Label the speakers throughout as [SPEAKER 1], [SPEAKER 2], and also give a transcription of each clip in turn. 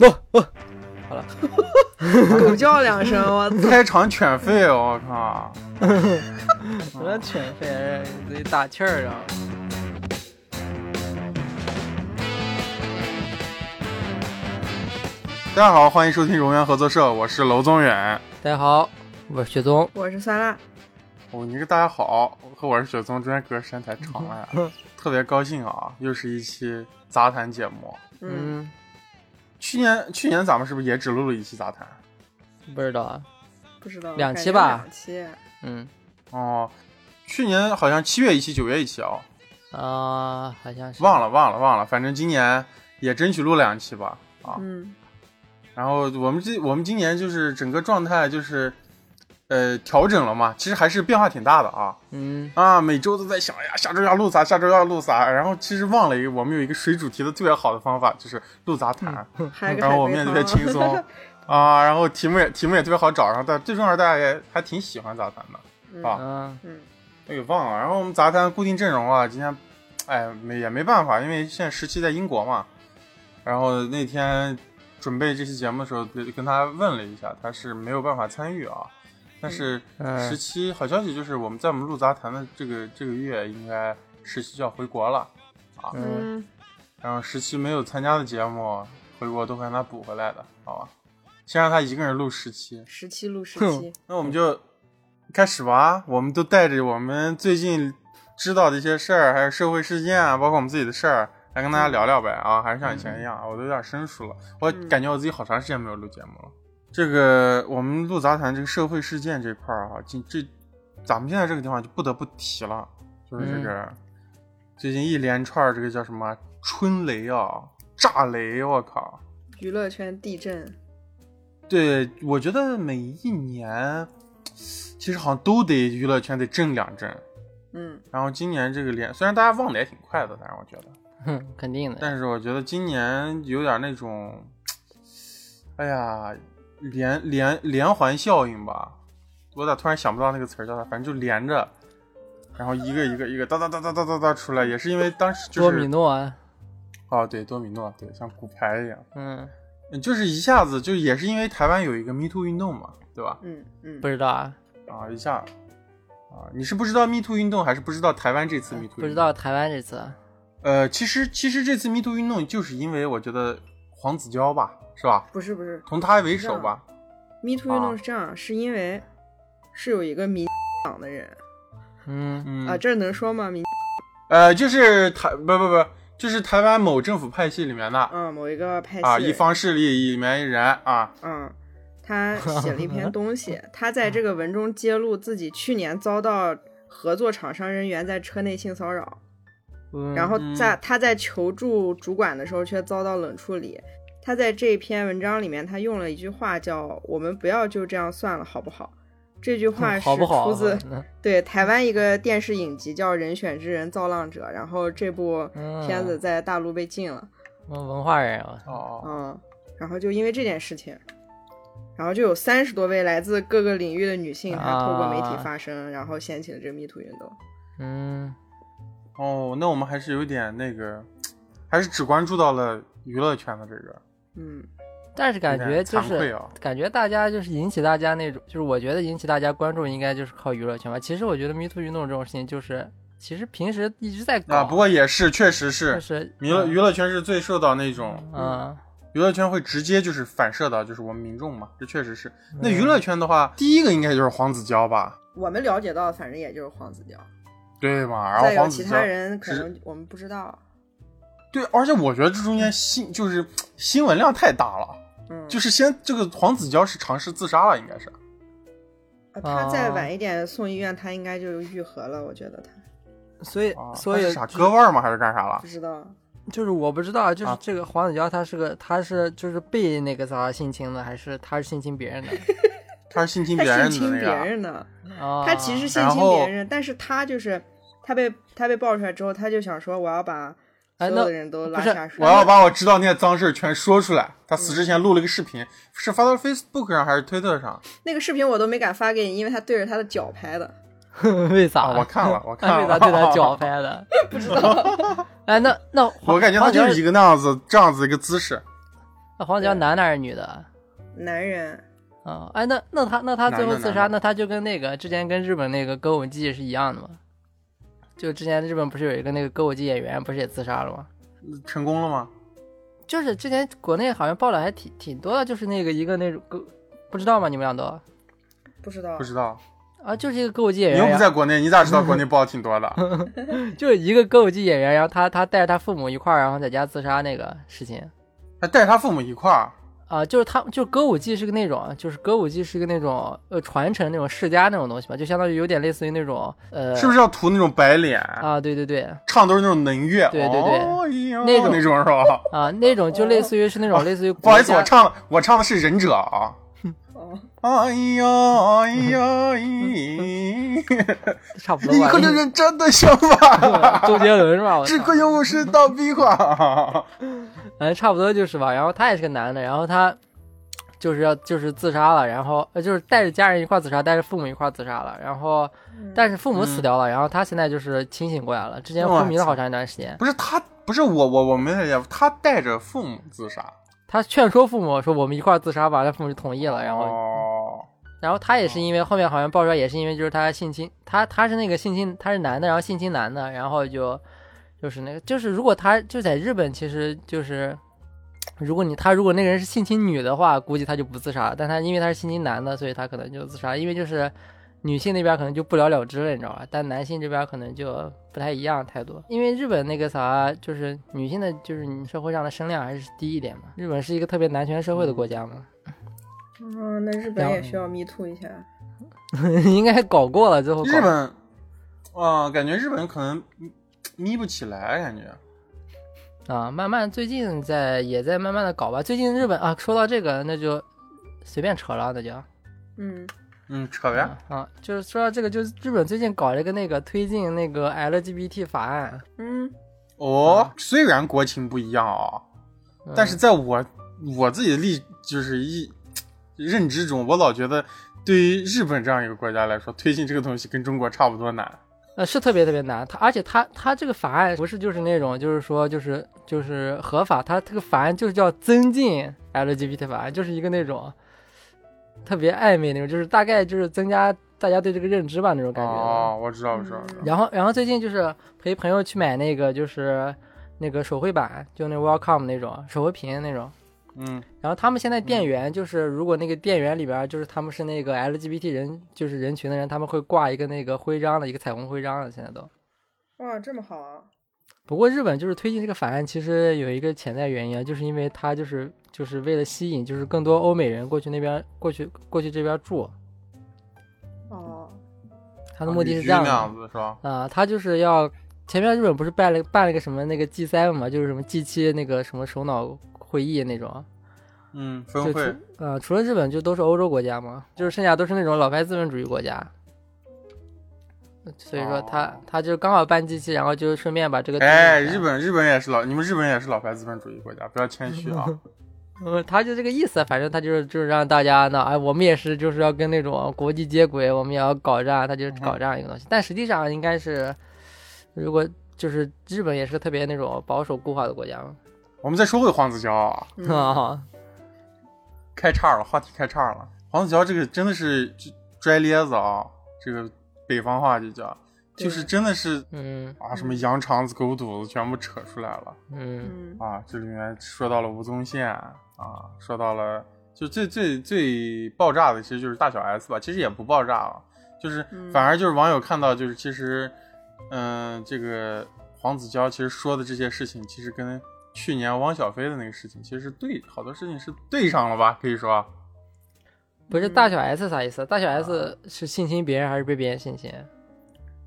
[SPEAKER 1] 哦哦，好了，
[SPEAKER 2] 狗叫
[SPEAKER 1] 嗯
[SPEAKER 2] 两声， 我操！
[SPEAKER 3] 开场犬吠，哦我靠！
[SPEAKER 1] 什么犬吠，得打气儿啊！
[SPEAKER 3] 大家好，欢迎收听荣源合作社，我是娄宗远。
[SPEAKER 1] 大家好，我是雪宗。
[SPEAKER 2] 我是酸辣，
[SPEAKER 3] 哦，你个大家好，和我是雪松，中间隔时间太长了呀，特别高兴啊，又是一期杂谈节目。
[SPEAKER 2] 嗯，，
[SPEAKER 3] 去年去年咱们是不是也只录了一期杂谈？
[SPEAKER 1] 不知道啊。
[SPEAKER 2] 不知道
[SPEAKER 1] 两期吧
[SPEAKER 2] 感觉两期，
[SPEAKER 1] 嗯
[SPEAKER 3] 哦，去年好像七月一期，九月一期啊、
[SPEAKER 1] 啊、好像是
[SPEAKER 3] 忘了忘了忘了，反正今年也争取录两期吧。啊，
[SPEAKER 2] 嗯，
[SPEAKER 3] 然后我们这我们今年就是整个状态就是，呃，调整了嘛，其实还是变化挺大的啊
[SPEAKER 1] 嗯，
[SPEAKER 3] 啊，每周都在想，哎呀，下周要录啥，下周要录啥，然后其实忘了一个，我们有一个水主题的特别好的方法，就是录杂谈，
[SPEAKER 1] 嗯
[SPEAKER 2] 还有一个
[SPEAKER 3] 然后
[SPEAKER 2] 海
[SPEAKER 3] 我
[SPEAKER 2] 龟
[SPEAKER 3] 们也特
[SPEAKER 2] 汤
[SPEAKER 3] 别轻松啊，然后题目也题目也特别好找，然后但最重要是大家也还挺喜欢杂谈的，
[SPEAKER 1] 嗯、
[SPEAKER 3] 啊
[SPEAKER 2] 嗯，
[SPEAKER 3] 我给忘了，然后我们杂谈固定阵容啊，今天，哎，没也没办法，因为现在十七在英国嘛。然后那天准备这期节目的时候，就跟他问了一下，他是没有办法参与啊。但是
[SPEAKER 1] 嗯
[SPEAKER 3] 十七、好消息就是，我们在我们录杂谈的这个这个月，应该十七就要回国了。
[SPEAKER 1] 嗯，
[SPEAKER 2] 嗯，
[SPEAKER 3] 然后十七没有参加的节目，回国都会让他补回来的，好吧？先让他一个人录十期，
[SPEAKER 2] 十期录十
[SPEAKER 1] 哼
[SPEAKER 2] 期，
[SPEAKER 3] 那我们就开始吧。啊我们都带着我们最近知道的一些事儿，还有社会事件啊，包括我们自己的事儿，来跟大家聊聊呗啊。还是像以前一样，啊，我都有点生疏了。我
[SPEAKER 2] 嗯
[SPEAKER 3] 感觉我自己好长时间没有录节目了。这个我们录杂谈这个社会事件这块儿啊，这这咱们现在这个地方就不得不提了，就是
[SPEAKER 2] 嗯
[SPEAKER 3] 这个、最近一连串儿这个叫什么春雷啊、炸雷，我靠！
[SPEAKER 2] 娱乐圈地震，
[SPEAKER 3] 对，我觉得每一年，其实好像都得娱乐圈得震两震。
[SPEAKER 2] 嗯，
[SPEAKER 3] 然后今年这个连，虽然大家忘的也挺快的，但是我觉得，
[SPEAKER 1] 哼，肯定的。
[SPEAKER 3] 但是我觉得今年有点那种，哎呀，连连连环效应吧，我咋突然想不到那个词儿叫啥？反正就连着，然后一个一个一个哒哒哒哒哒哒哒出来，也是因为当时就
[SPEAKER 1] 多米
[SPEAKER 3] 是
[SPEAKER 1] 诺啊，
[SPEAKER 3] 哦，对，多米诺，对，像骨牌一样，
[SPEAKER 1] 嗯，
[SPEAKER 3] 嗯就是一下子就也是因为台湾有一个 Me Too 运动嘛，对吧？
[SPEAKER 2] 嗯嗯，
[SPEAKER 1] 不知道啊，
[SPEAKER 3] 啊，一下啊，你是不知道 Me Too 运动，还是不知道台湾这次 Me Too？
[SPEAKER 1] 哎不知。道台湾这次啊，
[SPEAKER 3] 呃，其实其实这次 Me Too 运动，就是因为我觉得黄子佼吧，是吧？
[SPEAKER 2] 不是不是
[SPEAKER 3] 从他为首吧。
[SPEAKER 2] ，Me Too 运
[SPEAKER 1] 啊
[SPEAKER 2] 动是这样，是因为是有一个民党的人
[SPEAKER 1] 嗯
[SPEAKER 3] 嗯
[SPEAKER 2] 啊，这能说吗？民
[SPEAKER 3] 呃，就是台不不不，就是台湾某政府派系里面的
[SPEAKER 2] 啊，某一个派系
[SPEAKER 3] 啊，
[SPEAKER 2] 的
[SPEAKER 3] 一
[SPEAKER 2] 人
[SPEAKER 3] 方势力里面一人啊。
[SPEAKER 2] 嗯，他写了一篇东 西，他在这个文中揭露自己去年遭到合作厂商人员在车内性骚扰，
[SPEAKER 1] 嗯，
[SPEAKER 2] 然后在他在求助主管的时候却遭到冷处理。他在这篇文章里面，他用了一句话叫“我们不要就这样算了，好不好？”这句话
[SPEAKER 1] 嗯
[SPEAKER 2] 是
[SPEAKER 1] 好不好啊？
[SPEAKER 2] 出自
[SPEAKER 1] 嗯
[SPEAKER 2] 对台湾一个电视影集叫《人选之人造浪者》，然后这部
[SPEAKER 1] 嗯
[SPEAKER 2] 片子在大陆被禁了。
[SPEAKER 1] 文化人啊，
[SPEAKER 3] 哦，
[SPEAKER 2] 嗯，然后就因为这件事情，然后就有三十多位来自各个领域的女性，她透过媒体
[SPEAKER 1] 啊
[SPEAKER 2] 发声，然后掀起了这个 Me Too 运动。
[SPEAKER 1] 嗯，
[SPEAKER 3] 哦，那我们还是有点那个，还是只关注到了娱乐圈的这个，
[SPEAKER 2] 嗯
[SPEAKER 1] 但是感
[SPEAKER 3] 有
[SPEAKER 1] 觉
[SPEAKER 3] 点
[SPEAKER 1] 就
[SPEAKER 3] 惭愧
[SPEAKER 1] 是
[SPEAKER 3] 啊。
[SPEAKER 1] 感觉大家就是引起大家那种，就是我觉得引起大家关注应该就是靠娱乐圈吧。其实我觉得 Me Too 运动这种事情，就是其实平时一直在搞，
[SPEAKER 3] 啊，不过也是，确实
[SPEAKER 1] 就是是嗯
[SPEAKER 3] 娱乐娱乐圈是最受到那种
[SPEAKER 1] 啊，
[SPEAKER 3] 娱乐圈会直接就是反射到就是我们民众嘛，这确实是。那
[SPEAKER 1] 嗯
[SPEAKER 3] 娱乐圈的话，第一个应该就是黄子佼吧，
[SPEAKER 2] 我们了解到的，反正也就是黄子佼，
[SPEAKER 3] 对吧？然
[SPEAKER 2] 再
[SPEAKER 3] 后
[SPEAKER 2] 有
[SPEAKER 3] 黄
[SPEAKER 2] 其
[SPEAKER 3] 子佼
[SPEAKER 2] 他，人可
[SPEAKER 3] 是
[SPEAKER 2] 能我们不知道。
[SPEAKER 3] 对，而且我觉得这中间新就是新闻量太大了，
[SPEAKER 2] 嗯，
[SPEAKER 3] 就是先这个黄子佼是尝试自杀了，应该是。
[SPEAKER 2] 呃他再
[SPEAKER 1] 啊
[SPEAKER 2] 晚一点送医院，他应该就愈合了。我觉得他
[SPEAKER 1] 所以
[SPEAKER 3] 啊，
[SPEAKER 1] 所
[SPEAKER 3] 他
[SPEAKER 1] 以
[SPEAKER 3] 是啥割腕儿吗？还是干啥了
[SPEAKER 2] 不？知道，
[SPEAKER 1] 就是我不知道，就是
[SPEAKER 3] 啊
[SPEAKER 1] 这个黄子佼他是个他是就是被那个啥性侵的，还是他是性侵别人的？
[SPEAKER 3] 他是性侵
[SPEAKER 2] 他
[SPEAKER 3] 别人
[SPEAKER 2] 性
[SPEAKER 3] 的
[SPEAKER 2] 侵
[SPEAKER 3] 那
[SPEAKER 2] 别
[SPEAKER 3] 个。
[SPEAKER 2] 人呢，
[SPEAKER 1] 啊，
[SPEAKER 2] 他其实性
[SPEAKER 3] 然
[SPEAKER 2] 侵
[SPEAKER 3] 后
[SPEAKER 2] 别人，但是他就是他被他被爆出来之后，他就想说我要把
[SPEAKER 1] 哎
[SPEAKER 2] 所有
[SPEAKER 1] 那
[SPEAKER 2] 的人都拉
[SPEAKER 1] 不是
[SPEAKER 2] 下水。
[SPEAKER 3] 我要把我知道那些脏事儿全说出来。他死之前录了一个视频，是发到 Facebook 上还是推特上？
[SPEAKER 2] 那个视频我都没敢发给你，因为他对着他的脚拍的。
[SPEAKER 1] 为啥？
[SPEAKER 3] 啊我看了 我看
[SPEAKER 1] 他
[SPEAKER 3] 了
[SPEAKER 1] 为啥对他 脚拍 的？ 不知道。哎，那那黄
[SPEAKER 3] 我感觉他
[SPEAKER 1] 黄子
[SPEAKER 3] 就
[SPEAKER 1] 佼
[SPEAKER 3] 是一个那样子这样子一个姿势。
[SPEAKER 1] 啊，黄子佼男的还是女的？
[SPEAKER 2] 男人，
[SPEAKER 1] 啊，哎，那那他那他最后自杀，
[SPEAKER 3] 男的男的
[SPEAKER 1] 那他就跟那个之前跟日本那个歌舞伎是一样的吗？就之前日本不是有一个那个歌舞伎演员，不是也自杀了吗？
[SPEAKER 3] 成功了吗？
[SPEAKER 1] 就是之前国内好像报道还挺挺多的，就是那个一个那种歌，不知道吗？你们俩都
[SPEAKER 2] 不知道
[SPEAKER 3] 不，知道，
[SPEAKER 1] 啊，就是一个歌舞伎演
[SPEAKER 3] 你
[SPEAKER 1] 员，
[SPEAKER 3] 又不
[SPEAKER 1] 然
[SPEAKER 3] 在国内，你咋知道国内报挺多的？
[SPEAKER 1] 就是一个歌舞伎演员，然后他他带着他父母一块儿，然后在家自杀那个事情
[SPEAKER 3] 还带他父母一块儿，
[SPEAKER 1] 啊，就是他就是歌舞伎是个那种，就是歌舞伎是个那种呃传承那种世家那种东西吧，就相当于有点类似于那种呃
[SPEAKER 3] 是不是要涂那种白脸？
[SPEAKER 1] 啊，对对对
[SPEAKER 3] 唱都是那种能乐，
[SPEAKER 1] 对对对
[SPEAKER 3] 哦哎呦
[SPEAKER 1] 那种
[SPEAKER 3] 那种是吧？
[SPEAKER 1] 啊，那种就类似于是那种类似于
[SPEAKER 3] 哦不好意思，
[SPEAKER 1] 国
[SPEAKER 3] 我
[SPEAKER 1] 家
[SPEAKER 3] 唱我唱的是忍者啊。
[SPEAKER 2] 哦，
[SPEAKER 3] 哎呀哎呀！咦
[SPEAKER 1] 差不多
[SPEAKER 3] 你
[SPEAKER 1] 吧
[SPEAKER 3] 和，这人真的相反，
[SPEAKER 1] 周杰伦是吧？我
[SPEAKER 3] 只
[SPEAKER 1] 操
[SPEAKER 3] 可有我是大壁画。
[SPEAKER 1] 反正嗯差不多就是吧。然后他也是个男的，然后他就是要就是自杀了，然后呃就是带着家人一块儿自杀，带着父母一块儿自杀了。然后但是父母死
[SPEAKER 3] 嗯
[SPEAKER 1] 掉了，然后他现在就是清醒过来了，之前昏迷了好长一段时间。
[SPEAKER 3] 不是他，不是我，我我没太解，他带着父母自杀。
[SPEAKER 1] 他劝说父母说我们一块儿自杀吧，他父母就同意了。然后
[SPEAKER 3] 哦，
[SPEAKER 1] 然后他也是因为后面好像爆出来也是因为就是他性侵，他他是那个性侵他是男的，然后性侵男的，然后就就是那个就是如果他就在日本其实就是。如果你他如果那个人是性侵女的话，估计他就不自杀了。但他因为他是性侵男的，所以他可能就自杀。因为就是女性那边可能就不了了之了，你知道吧？但男性这边可能就不太一样太多。因为日本那个啥，就是女性的，就是你社会上的声量还是低一点嘛。日本是一个特别男权社会的国家嘛，
[SPEAKER 2] 嗯，那日本也需要 me too 一下，
[SPEAKER 1] 应该搞过了最后搞。
[SPEAKER 3] 日本，啊、感觉日本可能眯不起来，感觉。
[SPEAKER 1] 啊，慢慢最近在也在慢慢的搞吧。最近日本啊，说到这个，那就随便扯了，那就
[SPEAKER 2] 嗯，
[SPEAKER 3] 嗯，扯呗。
[SPEAKER 1] 啊，就是说到这个，就是日本最近搞了一个那个推进那个 LGBT 法案，
[SPEAKER 2] 嗯，
[SPEAKER 3] 哦，虽然国情不一样啊、
[SPEAKER 1] 嗯
[SPEAKER 3] 但是在我我自己的立就是一认知中，我老觉得对于日本这样一个国家来说，推进这个东西跟中国差不多难。
[SPEAKER 1] 呃是特别特别难。它而且它它这个法案不是就是那种就是说就是就是合法，它这个法案就是叫增进 LGBT 法案，就是一个那种特别暧昧那种，就是大概就是增加大家对这个认知吧那种感觉。
[SPEAKER 3] 哦，我知道，我知道，我知道
[SPEAKER 1] 然后，然后最近就是陪朋友去买那个，就是那个手绘板，就那 Welcome 那种手绘屏那种。
[SPEAKER 3] 嗯，
[SPEAKER 1] 然后他们现在店员就是，如果那个店员里边儿就是他们是那个 LGBT 人，就是人群的人，他们会挂一个那个徽章的一个彩虹徽章的，现在都。
[SPEAKER 2] 哇，这么好啊，
[SPEAKER 1] 不过日本就是推进这个法案，其实有一个潜在原因啊，就是因为它就是就是为了吸引就是更多欧美人过去那边过去过去这边住，
[SPEAKER 2] 哦，
[SPEAKER 1] 他的目的
[SPEAKER 3] 啊旅
[SPEAKER 1] 是
[SPEAKER 3] 居
[SPEAKER 1] 这样
[SPEAKER 3] 那
[SPEAKER 1] 的。
[SPEAKER 3] 样子是吧？
[SPEAKER 1] 啊，他就是要前面日本不是办了办了个什么那个 G 三嘛，就是什么 G 七那个什么首脑会议那种，
[SPEAKER 3] 嗯，
[SPEAKER 1] 就
[SPEAKER 3] 分
[SPEAKER 1] 除
[SPEAKER 3] 会，
[SPEAKER 1] 呃除了日本就都是欧洲国家嘛，就是剩下都是那种老牌资本主义国家。所以说他、
[SPEAKER 3] 哦
[SPEAKER 1] 他就刚好办 G 七，然后就顺便把这个
[SPEAKER 3] 哎，
[SPEAKER 1] 推进一下
[SPEAKER 3] 日本日本也是老，你们日本也是老牌资本主义国家，不要谦虚啊。
[SPEAKER 1] 嗯，他就这个意思，反正他就是就是让大家呢，哎，我们也是就是要跟那种国际接轨，我们也要搞这样，他
[SPEAKER 3] 嗯
[SPEAKER 1] 就是搞这样一个东西。但实际上应该是，如果就是日本也是个特别那种保守固化的国家嘛，
[SPEAKER 3] 我们再说回黄子佼啊，
[SPEAKER 2] 嗯
[SPEAKER 1] 啊、
[SPEAKER 3] 开岔了，话题开岔了。黄子佼这个真的是拽咧子啊，这个北方话就叫，
[SPEAKER 2] 对
[SPEAKER 3] 就是真的是
[SPEAKER 1] 嗯
[SPEAKER 3] 啊，什么羊肠子、狗肚子全部扯出来了。
[SPEAKER 1] 嗯
[SPEAKER 2] 嗯
[SPEAKER 3] 啊，这里面说到了吴宗宪啊，说到了就最最最爆炸的，其实就是大小 S 吧，其实也不爆炸了，就是
[SPEAKER 2] 嗯
[SPEAKER 3] 反而就是网友看到就是其实，嗯、这个黄子佼其实说的这些事情，其实跟去年汪小菲的那个事情，其实是对好多事情是对上了吧，可以说啊
[SPEAKER 1] 不是大小 S 啥意思？大小 S 是性侵别人还是被别人性侵？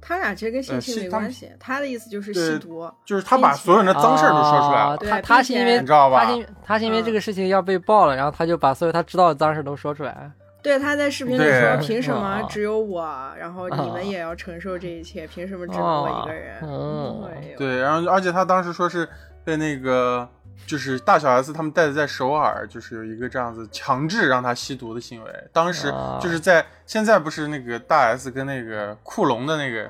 [SPEAKER 2] 他俩其实跟性
[SPEAKER 3] 呃
[SPEAKER 2] 侵
[SPEAKER 3] 是
[SPEAKER 2] 没
[SPEAKER 3] 他们
[SPEAKER 2] 关系，他的意思就是
[SPEAKER 3] 对
[SPEAKER 2] 吸毒，
[SPEAKER 3] 就是他把所有人的脏事儿都说出来了，啊
[SPEAKER 1] 哦
[SPEAKER 2] 对
[SPEAKER 1] 他
[SPEAKER 2] 并
[SPEAKER 1] 他是因为
[SPEAKER 2] 且
[SPEAKER 3] 你知道吧
[SPEAKER 1] 他是因他是因为
[SPEAKER 2] 嗯
[SPEAKER 1] 这个事情要被爆了，然后他就把所有他知道的脏事都说出 来。
[SPEAKER 2] 对，他在视频里
[SPEAKER 3] 对啊
[SPEAKER 2] 说：“凭什么
[SPEAKER 1] 嗯
[SPEAKER 2] 只有我？然后你
[SPEAKER 1] 啊
[SPEAKER 2] 们也要承受这一切？凭什么只能我一个人？”
[SPEAKER 1] 哦
[SPEAKER 2] 哎呦，
[SPEAKER 3] 啊嗯对，然后而且他当时说是被那个就是大小 S 他们带的在首尔，就是有一个这样子强制让他吸毒的行为。当时
[SPEAKER 1] 啊
[SPEAKER 3] 就是在、现在不是那个大 S 跟那个库龙的那个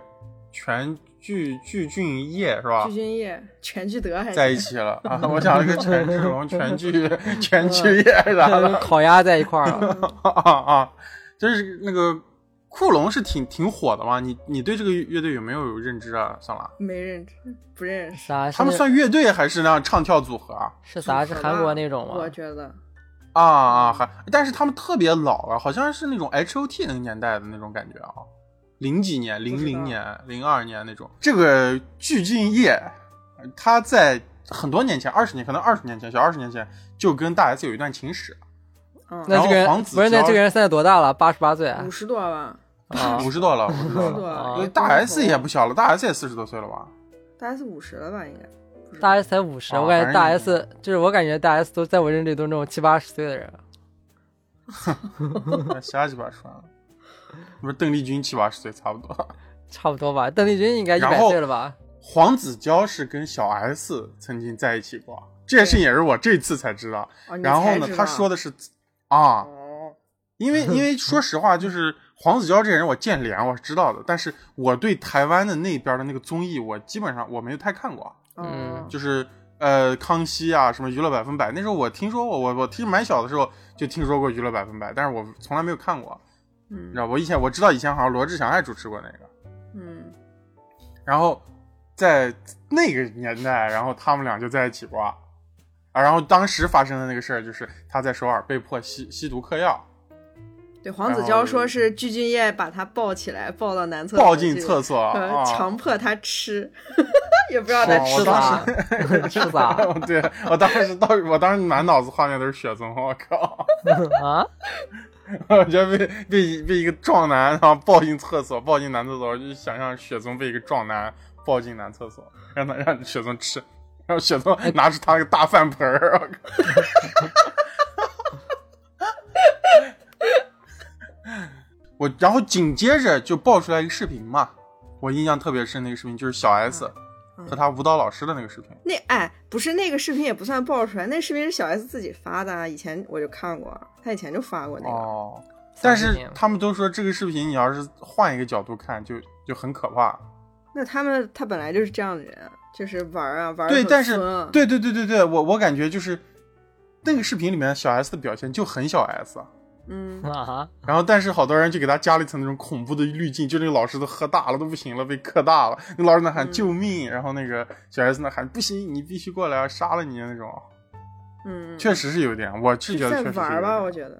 [SPEAKER 3] 拳具具俊晔是吧
[SPEAKER 2] 具？俊晔、全聚德还
[SPEAKER 3] 在一
[SPEAKER 2] 是
[SPEAKER 3] 起了啊！我想了个权志龙、全聚、全聚业啥
[SPEAKER 1] 跟
[SPEAKER 3] 的
[SPEAKER 1] 烤鸭在一块
[SPEAKER 2] 哦
[SPEAKER 1] 儿了。
[SPEAKER 3] 啊啊啊！就是那个库龙是挺挺火的嘛？你你对这个乐队有没有认知啊？算了，
[SPEAKER 2] 没认知，不认 识。
[SPEAKER 1] 啥？是
[SPEAKER 3] 他们
[SPEAKER 1] 那
[SPEAKER 3] 算乐队还是那样唱跳组合啊？
[SPEAKER 1] 是啥？是
[SPEAKER 2] 组合
[SPEAKER 1] 韩
[SPEAKER 2] 吧
[SPEAKER 1] 国那种吗
[SPEAKER 2] 我？觉得
[SPEAKER 3] 啊啊，还但是他们特别老了，好像是那种 H O T 那个年代的那种感觉啊，零几年、
[SPEAKER 2] 知道
[SPEAKER 3] 零零年、零二年那种。这个具俊晔，他在很多年前，二十年，可能二十年前，小二十年前就跟大 S 有一段情史
[SPEAKER 1] 那
[SPEAKER 2] 嗯，
[SPEAKER 3] 然
[SPEAKER 1] 这
[SPEAKER 3] 后
[SPEAKER 1] 个人
[SPEAKER 3] 黄子
[SPEAKER 1] 不是那
[SPEAKER 3] 佼
[SPEAKER 1] 这个人现在多大了？八十八岁啊
[SPEAKER 2] 五！十多吧，
[SPEAKER 3] 啊，五十多了，五十
[SPEAKER 2] 五
[SPEAKER 3] 多
[SPEAKER 2] 十
[SPEAKER 3] 了。
[SPEAKER 1] 啊
[SPEAKER 2] 多，
[SPEAKER 3] 呃
[SPEAKER 2] 也
[SPEAKER 3] 大
[SPEAKER 2] 不是
[SPEAKER 3] S 也不小了，大 S 也四十多岁了吧？
[SPEAKER 2] 大 S 五十了吧，应该。不是
[SPEAKER 1] 大 S 才五十，
[SPEAKER 3] 啊
[SPEAKER 1] 我感觉大
[SPEAKER 3] 反正
[SPEAKER 1] S 就是我感觉大 S 都在我认知里都是那种七八十岁的人。
[SPEAKER 3] 瞎鸡巴说，不是邓丽君七八十岁差不多。
[SPEAKER 1] 差不多吧，邓丽君应该一
[SPEAKER 3] 然
[SPEAKER 1] 百
[SPEAKER 3] 后
[SPEAKER 1] 岁了吧？
[SPEAKER 3] 黄子佼是跟小 S 曾经在一起过，这件事情也是我这次才知道。
[SPEAKER 2] 哦，
[SPEAKER 3] 然后呢，他说
[SPEAKER 2] 的
[SPEAKER 3] 的是啊，
[SPEAKER 2] 哦，
[SPEAKER 3] 因 为因为说实话，就是黄子佼这个人我见脸我是知道的，但是我对台湾的那边的那个综艺，我基本上我没有太看过，
[SPEAKER 2] 哦
[SPEAKER 3] 嗯就是呃康熙啊，什么娱乐百分百，那时候我听说过，我我听蛮小的时候就听说过娱乐百分百，但是我从来没有看过，你
[SPEAKER 2] 嗯
[SPEAKER 3] 知道我以前我知道以前好像罗志祥还主持过那个。
[SPEAKER 2] 嗯，
[SPEAKER 3] 然后在那个年代，然后他们俩就在一起过，啊，然后当时发生的那个事儿就是他在首尔被迫吸吸毒嗑药，
[SPEAKER 2] 对，黄子
[SPEAKER 3] 然
[SPEAKER 2] 佼
[SPEAKER 3] 后
[SPEAKER 2] 说是具俊晔把他抱起来，抱到男厕所去，
[SPEAKER 3] 抱进厕所
[SPEAKER 2] 呃，
[SPEAKER 3] 啊。
[SPEAKER 2] 强迫他吃， 也不知道他
[SPEAKER 3] 哦
[SPEAKER 2] 吃
[SPEAKER 3] 我
[SPEAKER 1] 吃
[SPEAKER 2] 啥。
[SPEAKER 1] 啥？吃 啥
[SPEAKER 3] 对我当时到我当时满脑子画面都是雪松，我靠！
[SPEAKER 1] 啊？
[SPEAKER 3] 我觉得被被被一个壮男然后抱进厕所，抱进男厕所，我就想象雪松被一个壮男抱进男厕所，让他让雪松吃，然后雪松拿出他那个大饭盆儿，我靠！我然后紧接着就爆出来一个视频嘛，我印象特别深，那个视频就是小 S
[SPEAKER 2] 嗯
[SPEAKER 3] 和他舞蹈老师的那个视频。
[SPEAKER 2] 那哎，不是那个视频也不算爆出来，那视频是小 S 自己发的啊，以前我就看过，他以前就发过那个。
[SPEAKER 3] 哦，但
[SPEAKER 1] 三十
[SPEAKER 3] 是
[SPEAKER 1] 年
[SPEAKER 3] 他们都说这个视频你要是换一个角度看就就很可怕。
[SPEAKER 2] 那他们他本来就是这样的人，就是玩儿啊玩儿得
[SPEAKER 3] 对，
[SPEAKER 2] 很
[SPEAKER 3] 但是
[SPEAKER 2] 疯啊
[SPEAKER 3] 对对对对对，我我感觉就是那个视频里面小 S 的表现就很小 S，
[SPEAKER 2] 嗯，
[SPEAKER 1] 啊？
[SPEAKER 3] 然后但是好多人就给他加了一层那种恐怖的滤镜，就那个老师都喝大了都不行了，被磕大了，那老师那喊
[SPEAKER 2] 嗯
[SPEAKER 3] 救命，然后那个小 S 那喊不行，你必须过来啊，杀了你那种，
[SPEAKER 2] 嗯，
[SPEAKER 3] 确实是有点，我是觉得
[SPEAKER 2] 在
[SPEAKER 3] 确实是
[SPEAKER 2] 玩
[SPEAKER 3] 有
[SPEAKER 2] 儿吧，
[SPEAKER 3] 点
[SPEAKER 2] 我觉得。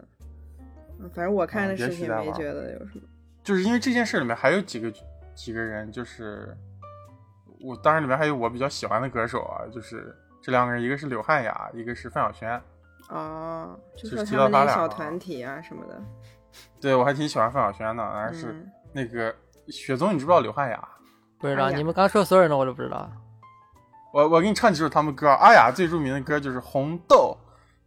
[SPEAKER 2] 嗯反正我看
[SPEAKER 3] 啊
[SPEAKER 2] 那
[SPEAKER 3] 也
[SPEAKER 2] 视
[SPEAKER 3] 许
[SPEAKER 2] 频
[SPEAKER 3] 在
[SPEAKER 2] 没
[SPEAKER 3] 玩儿
[SPEAKER 2] 觉得有什么。
[SPEAKER 3] 就是因为这件事里面还有几个几个人，就是我当然里面还有我比较喜欢的歌手啊，就是这两个人，一个是柳汉雅，一个是范晓萱。
[SPEAKER 2] 哦，就
[SPEAKER 3] 就
[SPEAKER 2] 说
[SPEAKER 3] 提
[SPEAKER 2] 他
[SPEAKER 3] 到
[SPEAKER 2] 们那
[SPEAKER 3] 他
[SPEAKER 2] 个
[SPEAKER 3] 俩
[SPEAKER 2] 小
[SPEAKER 3] 了
[SPEAKER 2] 团体啊什么的，
[SPEAKER 3] 对我还挺喜欢范晓萱的，但是
[SPEAKER 2] 嗯，
[SPEAKER 3] 那个、雪宗，你知不知道柳汉雅？
[SPEAKER 1] 不知道，
[SPEAKER 2] 哎呀
[SPEAKER 1] 你们刚说所有人的我都不知道。
[SPEAKER 3] 我我给你唱几首他们歌啊。阿雅最著名的歌就是《红豆》。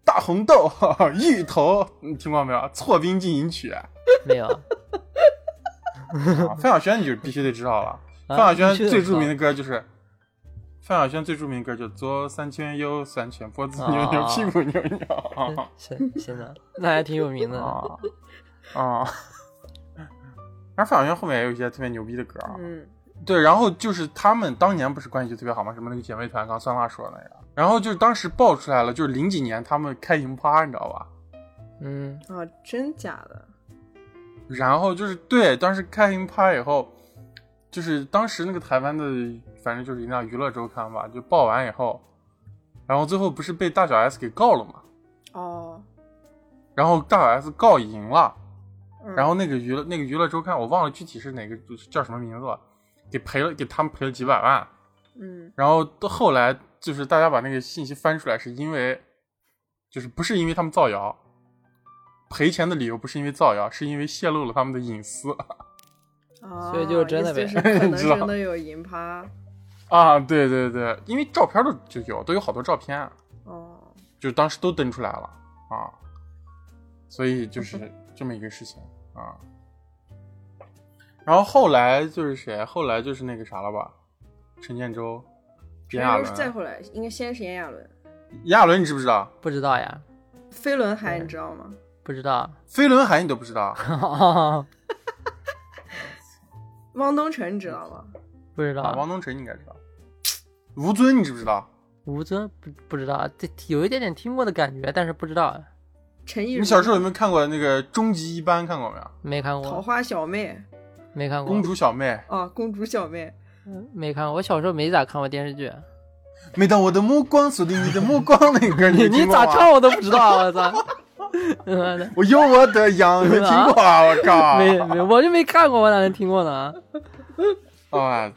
[SPEAKER 3] 大红豆， 芋头，你听过没有？错兵进行曲，啊、
[SPEAKER 1] 没有。
[SPEAKER 3] 范晓萱你就必须得知道了。
[SPEAKER 1] 啊
[SPEAKER 3] 范晓萱
[SPEAKER 1] 必须得
[SPEAKER 3] 最
[SPEAKER 1] 知
[SPEAKER 3] 著
[SPEAKER 1] 道
[SPEAKER 3] 名的歌就是，范晓萱最著名的歌就是左三圈，右三圈，脖子扭扭，
[SPEAKER 1] 啊嗯
[SPEAKER 3] 屁股扭扭。啊
[SPEAKER 1] 行行的，那还挺有名的。
[SPEAKER 3] 啊啊！然后范晓萱后面也有一些特别牛逼的歌啊。
[SPEAKER 2] 嗯，
[SPEAKER 3] 对，然后就是他们当年不是关系就特别好吗？什么那个姐妹团，刚刚酸辣说的那个。然后就是当时爆出来了，就是零几年他们开营趴，你知道吧？
[SPEAKER 1] 嗯，
[SPEAKER 2] 哦，真假的，
[SPEAKER 3] 然后就是对，当时开营趴以后，就是当时那个台湾的，反正就是一辆娱乐周刊吧，就报完以后，然后最后不是被大小 S 给告了嘛？
[SPEAKER 2] 哦，
[SPEAKER 3] 然后大小 S 告赢了，
[SPEAKER 2] 嗯
[SPEAKER 3] 然后那个娱乐那个娱乐周刊我忘了具体是哪个叫什么名字了，给赔了给他们赔了几百万。
[SPEAKER 2] 嗯，
[SPEAKER 3] 然后到后来就是大家把那个信息翻出来，是因为就是不是因为他们造谣，赔钱的理由不是因为造谣，是因为泄露了他们的隐私
[SPEAKER 2] 哦，
[SPEAKER 1] 所以就是真的呗
[SPEAKER 2] 意思就是可
[SPEAKER 3] 你
[SPEAKER 2] 能
[SPEAKER 3] 知道
[SPEAKER 2] 真的有银趴，
[SPEAKER 3] 啊！对对对，因为照片都就有，都有好多照片，
[SPEAKER 2] 哦，
[SPEAKER 3] 就当时都登出来了啊，所以
[SPEAKER 1] 嗯
[SPEAKER 3] 就是这么一个事情啊。然后后来就是谁？后来就是那个啥了吧？陈建州、炎亚
[SPEAKER 2] 那就是再
[SPEAKER 3] 纶、
[SPEAKER 2] 后来，应该先是炎亚纶，
[SPEAKER 3] 炎亚纶，你知不知道？
[SPEAKER 1] 不知道呀，
[SPEAKER 2] 飞轮海，你知道吗？
[SPEAKER 1] 不知道。
[SPEAKER 3] 飞轮海你都不知道？
[SPEAKER 1] 哦
[SPEAKER 2] 汪东城你知道吗？
[SPEAKER 1] 不知
[SPEAKER 3] 啊，
[SPEAKER 1] 道
[SPEAKER 3] 王东辰你应该知道，吴尊你知不知道？
[SPEAKER 1] 吴尊不不知道，这有一点点听过的感觉，但是不知道，
[SPEAKER 2] 陈意
[SPEAKER 3] 你
[SPEAKER 2] 如
[SPEAKER 3] 小时候有没有看过那个《终极一班》？看过没有？
[SPEAKER 1] 没看
[SPEAKER 2] 桃
[SPEAKER 1] 过，
[SPEAKER 2] 花小妹
[SPEAKER 1] 没看过，
[SPEAKER 3] 公主小妹，
[SPEAKER 2] 啊，公主小妹，
[SPEAKER 1] 嗯没看过。我小时候没咋看过电视 剧，
[SPEAKER 3] 每当我的目光锁定你的目光，那歌
[SPEAKER 1] 你
[SPEAKER 3] 有听
[SPEAKER 1] 你
[SPEAKER 3] 过吗
[SPEAKER 1] 咋唱我都不知道，我操！ 妈 的，
[SPEAKER 3] 我有我的羊，没听过啊！我 靠，
[SPEAKER 1] 没没，我就没看过，我哪能听过呢？
[SPEAKER 3] 我操，哎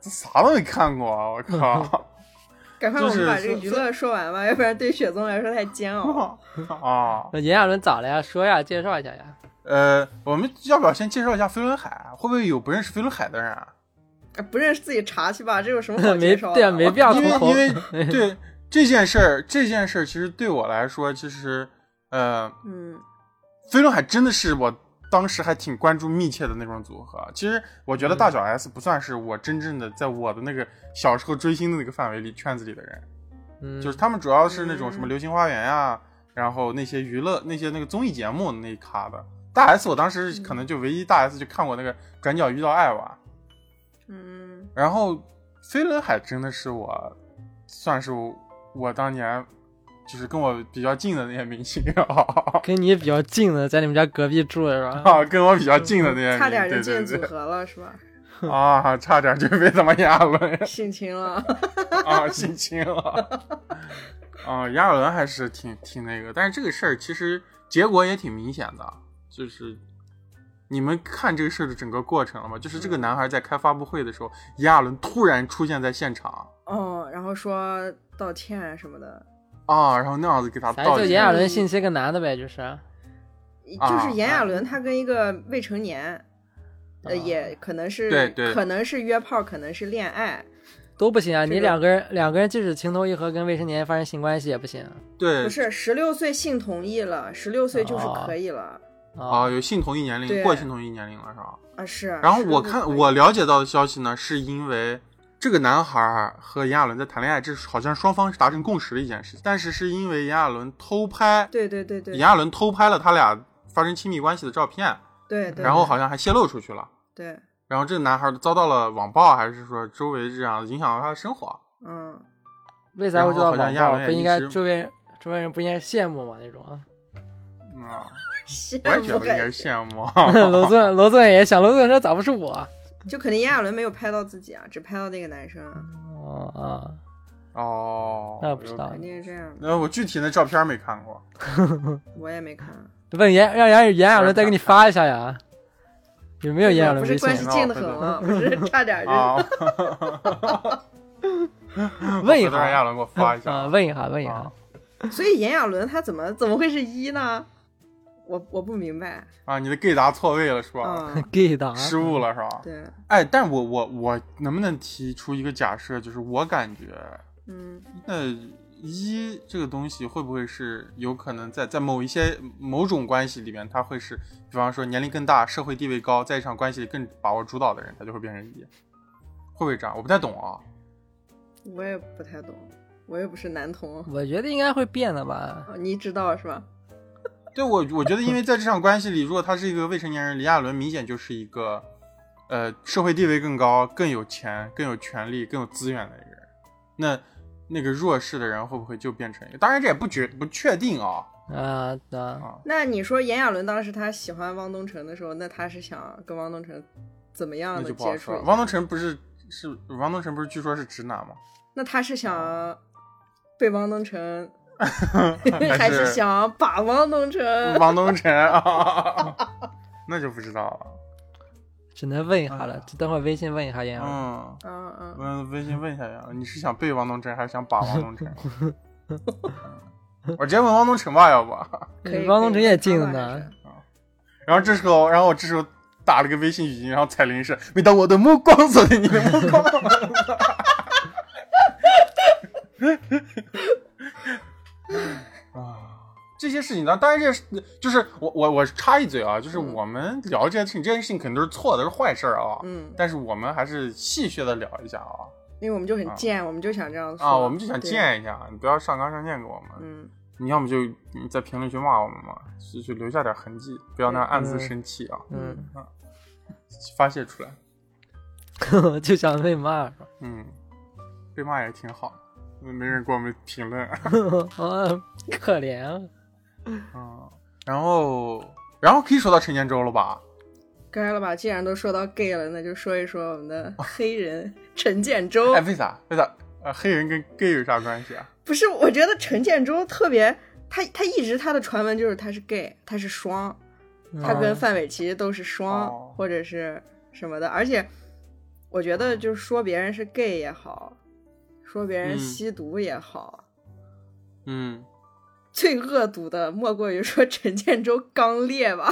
[SPEAKER 3] 这啥都没看过啊！我靠，
[SPEAKER 2] 赶快我
[SPEAKER 3] 就
[SPEAKER 2] 们
[SPEAKER 3] 是
[SPEAKER 2] 把这个娱乐说完吧，要不然对雪宗来说太煎
[SPEAKER 3] 哦
[SPEAKER 2] 熬。
[SPEAKER 3] 啊，
[SPEAKER 1] 那炎呃亚纶咋了呀？说呀，介绍一下呀。
[SPEAKER 3] 呃，我们要不要先介绍一下飞轮海？啊会不会有不认识飞轮海的人啊？
[SPEAKER 2] 啊不认识自己查去吧，这有什
[SPEAKER 3] 哦
[SPEAKER 2] 么好
[SPEAKER 1] 没
[SPEAKER 2] 介绍的？
[SPEAKER 1] 对啊，没必要
[SPEAKER 3] 因
[SPEAKER 1] 从
[SPEAKER 3] 为
[SPEAKER 1] 头
[SPEAKER 3] 因。为对这件事儿，这件事儿其实对我来说，其实呃，
[SPEAKER 2] 嗯，
[SPEAKER 3] 飞轮海真的是我当时还挺关注密切的那种组合。其实我觉得大小 S 不算是我真正的在我的那个小时候追星的那个范围里圈子里的人，
[SPEAKER 1] 嗯，
[SPEAKER 3] 就是他们主要是那种什么
[SPEAKER 2] 嗯
[SPEAKER 3] 流星花园呀、然后那些娱乐那些那个综艺节目那一咖的。大 S 我当时可能就唯一大 S 就看过那个《转角遇到爱娃》，
[SPEAKER 2] 嗯，
[SPEAKER 3] 然后飞轮海真的是我，算是我当年就是跟我比较近的那些明星啊，
[SPEAKER 1] 跟你比较近的，在你们家隔壁住的是吧？
[SPEAKER 3] 啊，跟我比较近的那些
[SPEAKER 2] 嗯
[SPEAKER 3] 明星，
[SPEAKER 2] 差点就
[SPEAKER 3] 哎对
[SPEAKER 2] 进
[SPEAKER 3] 对
[SPEAKER 2] 组
[SPEAKER 3] 对
[SPEAKER 2] 合了是吧？
[SPEAKER 3] 啊，差点就被怎么亚纶
[SPEAKER 2] 性侵了，
[SPEAKER 3] 啊性侵了，啊，亚纶还是挺挺那个，但是这个事儿其实结果也挺明显的，就是。你们看这个事儿的整个过程了吗？就是
[SPEAKER 1] 嗯
[SPEAKER 3] 这个男孩在开发布会的时候，亚纶突然出现在现场
[SPEAKER 2] 哦，然后说道歉什么的，
[SPEAKER 3] 啊，然后那样子给他
[SPEAKER 1] 反
[SPEAKER 3] 道
[SPEAKER 1] 正就
[SPEAKER 3] 歉。
[SPEAKER 1] 炎亚纶信息个男的呗，就是。
[SPEAKER 2] 就是
[SPEAKER 3] 啊
[SPEAKER 2] 炎
[SPEAKER 3] 啊
[SPEAKER 2] 亚纶他跟一个未成年，
[SPEAKER 1] 啊
[SPEAKER 2] 呃，也可能是
[SPEAKER 3] 对对
[SPEAKER 2] 可能是约炮，可能是恋爱，
[SPEAKER 1] 都不行啊！
[SPEAKER 2] 这
[SPEAKER 1] 你
[SPEAKER 2] 个
[SPEAKER 1] 两个人，两个人即使情投意合，跟未成年发生性关系也不行啊
[SPEAKER 3] 对，
[SPEAKER 2] 不是十六岁性同意了，十六岁就是可以了
[SPEAKER 1] 啊
[SPEAKER 3] 啊，！有性同意年龄，
[SPEAKER 2] 对
[SPEAKER 3] 过性同意年龄了是吧？
[SPEAKER 2] 啊，是。
[SPEAKER 3] 然后
[SPEAKER 2] 16
[SPEAKER 3] 我
[SPEAKER 2] 岁
[SPEAKER 3] 看
[SPEAKER 2] 可以
[SPEAKER 3] 我了解到的消息呢，是因为这个男孩儿和炎亚纶在谈恋爱，这是好像双方是达成共识的一件事情，但是是因为炎亚纶偷拍，
[SPEAKER 2] 对对对
[SPEAKER 3] 炎
[SPEAKER 2] 对
[SPEAKER 3] 亚纶偷拍了他俩发生亲密关系的照片，
[SPEAKER 2] 对对，
[SPEAKER 3] 然后好像还泄露出去了，
[SPEAKER 2] 对，
[SPEAKER 3] 然后这个男孩儿遭到了网暴，还是说周围这样影响到他的生活？
[SPEAKER 2] 嗯，
[SPEAKER 1] 为啥会知道网
[SPEAKER 3] 然后好
[SPEAKER 1] 暴？
[SPEAKER 3] 像
[SPEAKER 1] 不应该
[SPEAKER 3] 亚纶也一直
[SPEAKER 1] 周围人周围人不应该羡慕吗？那种啊。
[SPEAKER 3] 嗯啊，
[SPEAKER 2] 羡
[SPEAKER 3] 我也
[SPEAKER 2] 慕
[SPEAKER 3] 觉得应该
[SPEAKER 2] 感
[SPEAKER 3] 是羡慕。
[SPEAKER 1] 罗钻罗钻也想，罗钻说咋不是我？
[SPEAKER 2] 就肯定炎亚纶没有拍到自己啊，只拍到那个男生啊，
[SPEAKER 1] 哦啊，
[SPEAKER 3] 哦，
[SPEAKER 1] 那不知道
[SPEAKER 2] 肯定是这样的。
[SPEAKER 3] 那我具体那照片没看过，
[SPEAKER 2] 我也没看，
[SPEAKER 1] 问炎让炎炎亚纶再给你发一下呀？有没有炎亚纶
[SPEAKER 2] 不
[SPEAKER 1] 微
[SPEAKER 2] 是
[SPEAKER 1] 信啊
[SPEAKER 2] 关？系近的很 吗？不是差点就
[SPEAKER 3] 啊，
[SPEAKER 1] 问一
[SPEAKER 3] 回头让亚
[SPEAKER 1] 下，
[SPEAKER 3] 纶给我发一下。
[SPEAKER 1] 啊，问一下，问一下
[SPEAKER 3] 啊。
[SPEAKER 2] 所以炎亚纶他怎么怎么会是一呢？我我不明白
[SPEAKER 3] 啊，你的 gay 答错位了是吧？
[SPEAKER 2] 啊、
[SPEAKER 1] gay 党
[SPEAKER 3] 失误了是吧？
[SPEAKER 2] 对，
[SPEAKER 3] 哎，但我我我能不能提出一个假设，就是我感觉
[SPEAKER 2] 嗯，
[SPEAKER 3] 那一这个东西会不会是有可能在在某一些某种关系里面，它会是，比方说年龄更大、社会地位高，在一场关系里更把握主导的人，他就会变成一，会不会这样？我不太懂啊。
[SPEAKER 2] 我也不太懂，我也不是男同，
[SPEAKER 1] 我觉得应该会变的吧。
[SPEAKER 2] 啊你知道是吧？
[SPEAKER 3] 对我，我觉得因为在这场关系里，如果他是一个未成年人，李亚伦明显就是一个，呃，社会地位更高、更有钱、更有权利、更有资源的一个人。那那个弱势的人会不会就变成一个？当然这也不绝不确定啊、
[SPEAKER 1] 啊啊，
[SPEAKER 3] 啊，
[SPEAKER 2] 那你说炎亚纶当时他喜欢汪东城的时候，那他是想跟汪东城怎么样
[SPEAKER 3] 那
[SPEAKER 2] 的
[SPEAKER 3] 就不好
[SPEAKER 2] 接触
[SPEAKER 3] 说
[SPEAKER 2] 一
[SPEAKER 3] 了。
[SPEAKER 2] 下？
[SPEAKER 3] 汪东城不是是王东城不是据说是直男吗？
[SPEAKER 2] 那他是想被汪东 城，
[SPEAKER 3] 还
[SPEAKER 2] 还是想把汪东城？
[SPEAKER 3] 王东城啊？ 那就不知道了。
[SPEAKER 1] 只能问一下了。等会儿微信问一下炎亚纶。
[SPEAKER 3] 嗯，
[SPEAKER 2] 嗯嗯，
[SPEAKER 3] 问微信问一下呀，你是想被王东城还是想把王东城？我直接问王东城吧，要不？
[SPEAKER 2] 可以。
[SPEAKER 1] 汪东城也进了
[SPEAKER 2] 了
[SPEAKER 3] 啊
[SPEAKER 1] 呢。
[SPEAKER 3] 然后这时候，然后我这时候打了个微信语音，然后彩铃是每当我的目光锁定你的目光，啊， 这些事情呢，当然这是就是我我我插一嘴啊，就是我们聊这件事情，这件事情肯定都是错的，是坏事儿啊，
[SPEAKER 2] 嗯，
[SPEAKER 3] 但是我们还是戏谑的聊一下啊
[SPEAKER 2] 因为我们就很贱，我们就想这样说
[SPEAKER 3] 啊，我们就想
[SPEAKER 2] 对。
[SPEAKER 3] 见一下，啊你不要上纲上线给我们，
[SPEAKER 2] 嗯，
[SPEAKER 3] 你要么就你在评论区骂我们嘛，就就留下点痕迹，不要那样暗自生气啊。
[SPEAKER 1] 嗯，
[SPEAKER 3] 发泄出来。
[SPEAKER 1] 就想被骂是吧？
[SPEAKER 3] 嗯，被骂也挺好，没人给我们评论。
[SPEAKER 1] 啊，可怜啊！
[SPEAKER 3] 嗯，然后然后可以说到陈建州了吧？
[SPEAKER 2] 该了吧？既然都说到 gay 了，那就说一说我们
[SPEAKER 3] 啊
[SPEAKER 2] 的黑人陈建 州
[SPEAKER 3] 哎，。为啥？为啥？呃，黑人跟 gay 有啥关系啊？
[SPEAKER 2] 不是，我觉得陈建州特别，他他一直他的传闻就是他是 gay，他是双，他
[SPEAKER 1] 嗯
[SPEAKER 2] 跟范玮琪都是双、
[SPEAKER 3] 哦
[SPEAKER 2] 或者是什么的，而且我觉得就是说别人是 gay 也好，说别人
[SPEAKER 3] 嗯
[SPEAKER 2] 吸毒也好，
[SPEAKER 3] 嗯，
[SPEAKER 2] 最恶毒的莫过于说陈建州刚烈吧。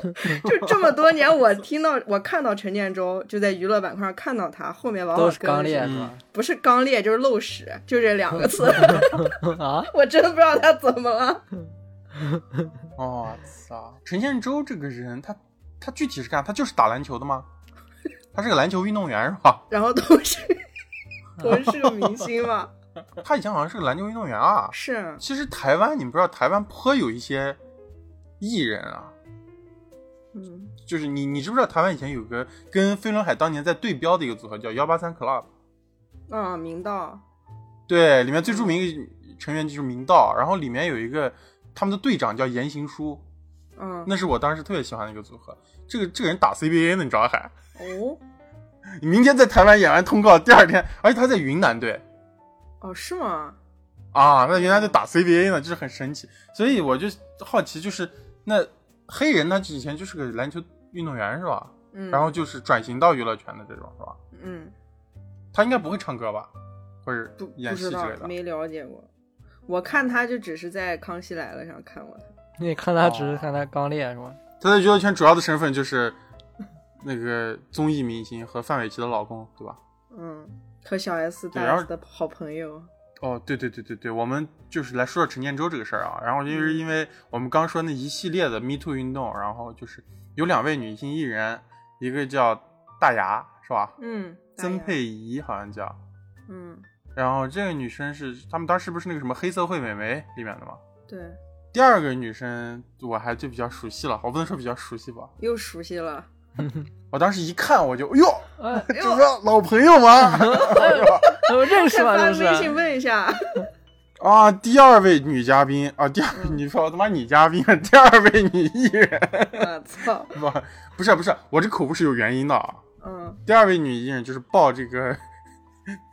[SPEAKER 2] 就这么多 年，我听到我看到陈建州就在娱乐板块上看到他，后面往往
[SPEAKER 1] 都是
[SPEAKER 2] 跟的
[SPEAKER 1] 刚烈
[SPEAKER 3] 嗯
[SPEAKER 1] 是吧？
[SPEAKER 2] 不是刚烈就是漏屎，就 这两个词，
[SPEAKER 1] 啊，
[SPEAKER 2] 我真不知道他怎么了。
[SPEAKER 3] 哦，操！陈建州这个人，他他具体是干？他就是打篮球的吗？他是个篮球运动员是吧？
[SPEAKER 2] 然后都 是都是个明星嘛，
[SPEAKER 3] 他以前好像是个篮球运动员啊。
[SPEAKER 2] 是
[SPEAKER 3] 其实台湾，你们不知道，台湾颇有一些艺人啊，
[SPEAKER 2] 嗯，
[SPEAKER 3] 就是你你知不知道台湾以前有个跟飞轮海当年在对标的一个组合叫幺八三 club，
[SPEAKER 2] 啊，明道，
[SPEAKER 3] 对，里面最著名一个成员就是明道，然后里面有一个他们的队长叫严行书，
[SPEAKER 2] 嗯，
[SPEAKER 3] 那是我当时特别喜欢的一个组合。这个这个人打 CBA 呢，你知道还？
[SPEAKER 2] 哦，
[SPEAKER 3] 你明天在台湾演完通告，第二天，而且他在云南队
[SPEAKER 2] 哦，是吗？
[SPEAKER 3] 啊，那云南队打 CBA 呢，就是很神奇。所以我就好奇，就是那黑人呢，以前就是个篮球运动员是吧？
[SPEAKER 2] 嗯，
[SPEAKER 3] 然后就是转型到娱乐圈的这种，是吧？
[SPEAKER 2] 嗯，
[SPEAKER 3] 他应该不会唱歌吧，或者
[SPEAKER 2] 不
[SPEAKER 3] 演
[SPEAKER 2] 不
[SPEAKER 3] 戏
[SPEAKER 2] 知
[SPEAKER 3] 之
[SPEAKER 2] 道
[SPEAKER 3] 类，的。
[SPEAKER 2] 没了解过。我看他就只是在《康熙来了》上看过他，
[SPEAKER 1] 你看他只是看
[SPEAKER 3] 哦
[SPEAKER 1] 他刚烈是吧？
[SPEAKER 3] 他在娱乐圈主要的身份就是那个综艺明星和范玮琪的老公， 对吧？
[SPEAKER 2] 嗯，和小 S 大
[SPEAKER 3] 对然后
[SPEAKER 2] S 的好朋友，
[SPEAKER 3] 哦，对对对对对，我们就是来说说陈建州这个事儿啊。然后就是
[SPEAKER 2] 嗯
[SPEAKER 3] 因为我们刚说那一系列的 Me Too 运动，然后就是有两位女性艺人，一个叫大牙是吧？
[SPEAKER 2] 嗯，大
[SPEAKER 3] 曾
[SPEAKER 2] 牙，
[SPEAKER 3] 沛怡好像叫。
[SPEAKER 2] 嗯，
[SPEAKER 3] 然后这个女生是他们当时不是那个什么黑社会美眉里面的吗？
[SPEAKER 2] 对，
[SPEAKER 3] 第二个女生我还就比较熟悉了，我不能说比较熟悉吧，
[SPEAKER 2] 又熟悉了，
[SPEAKER 3] 我当时一看我就，哎呦，
[SPEAKER 1] 哎，
[SPEAKER 3] 这不是老朋友吗？
[SPEAKER 1] 我认识
[SPEAKER 2] 看
[SPEAKER 1] 吗？
[SPEAKER 2] 翻
[SPEAKER 1] 这
[SPEAKER 2] 微信
[SPEAKER 1] 是
[SPEAKER 2] 问一 下，
[SPEAKER 3] 啊，第二位女嘉宾啊，第二你说他妈女嘉宾， 第二位女艺人
[SPEAKER 2] 我操，
[SPEAKER 3] 不，不是不是，我这口误是有原因的啊。
[SPEAKER 2] 嗯，
[SPEAKER 3] 第二位女艺人就是报这个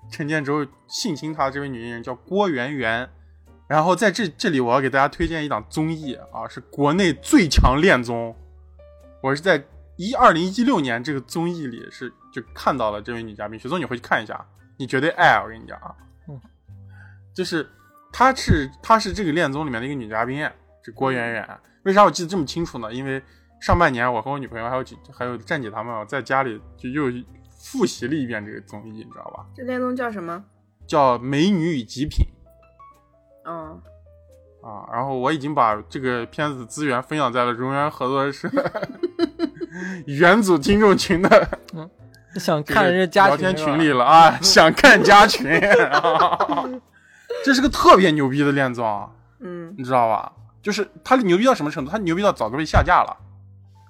[SPEAKER 3] 陈建州性侵她的这位女艺人叫郭媛媛，然后在这这里我要给大家推荐一档综艺啊，是国内最强恋综，我是在一二零一六年这个综艺里是就看到了这位女嘉宾，雪松你回去看一下，你绝对爱，我跟你讲啊，
[SPEAKER 1] 嗯，
[SPEAKER 3] 就是她是她是这个恋综里面的一个女嘉宾，这郭媛媛，为啥我记得这么清楚呢？因为上半年我和我女朋友还有姐还有站姐他们，我在家里就又复习了一遍这个综艺，你知道吧？
[SPEAKER 2] 这恋综叫什么？
[SPEAKER 3] 叫《美女与极品》
[SPEAKER 2] 哦，
[SPEAKER 3] 啊。然后我已经把这个片子资源分享在了荣源合 作社原组听众群的
[SPEAKER 1] 想
[SPEAKER 3] 这个
[SPEAKER 1] 看人家家
[SPEAKER 3] 聊
[SPEAKER 1] 群
[SPEAKER 3] 天
[SPEAKER 1] 是
[SPEAKER 3] 群
[SPEAKER 1] 吧
[SPEAKER 3] 里了啊，想看家群。这是个特别牛逼的恋综啊，
[SPEAKER 2] 嗯，
[SPEAKER 3] 你知道吧？就是它牛逼到什么程度？它牛逼到早都被下架了，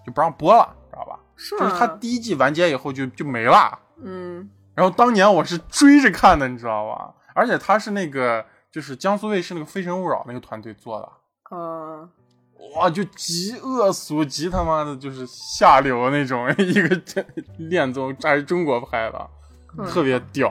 [SPEAKER 3] 就不让播了，知道吧？
[SPEAKER 2] 是
[SPEAKER 3] 就是它
[SPEAKER 2] 吗？
[SPEAKER 3] 第一季完结以后就就没了。
[SPEAKER 2] 嗯，
[SPEAKER 3] 然后当年我是追着看的，你知道吧？而且它是那个就是江苏卫视那个《非诚勿扰》那个团队做的，
[SPEAKER 2] 哦，
[SPEAKER 3] 哇，就极恶俗、极他妈的就是下流那种 一个这恋综，还是中国拍的，
[SPEAKER 2] 嗯
[SPEAKER 3] 特别屌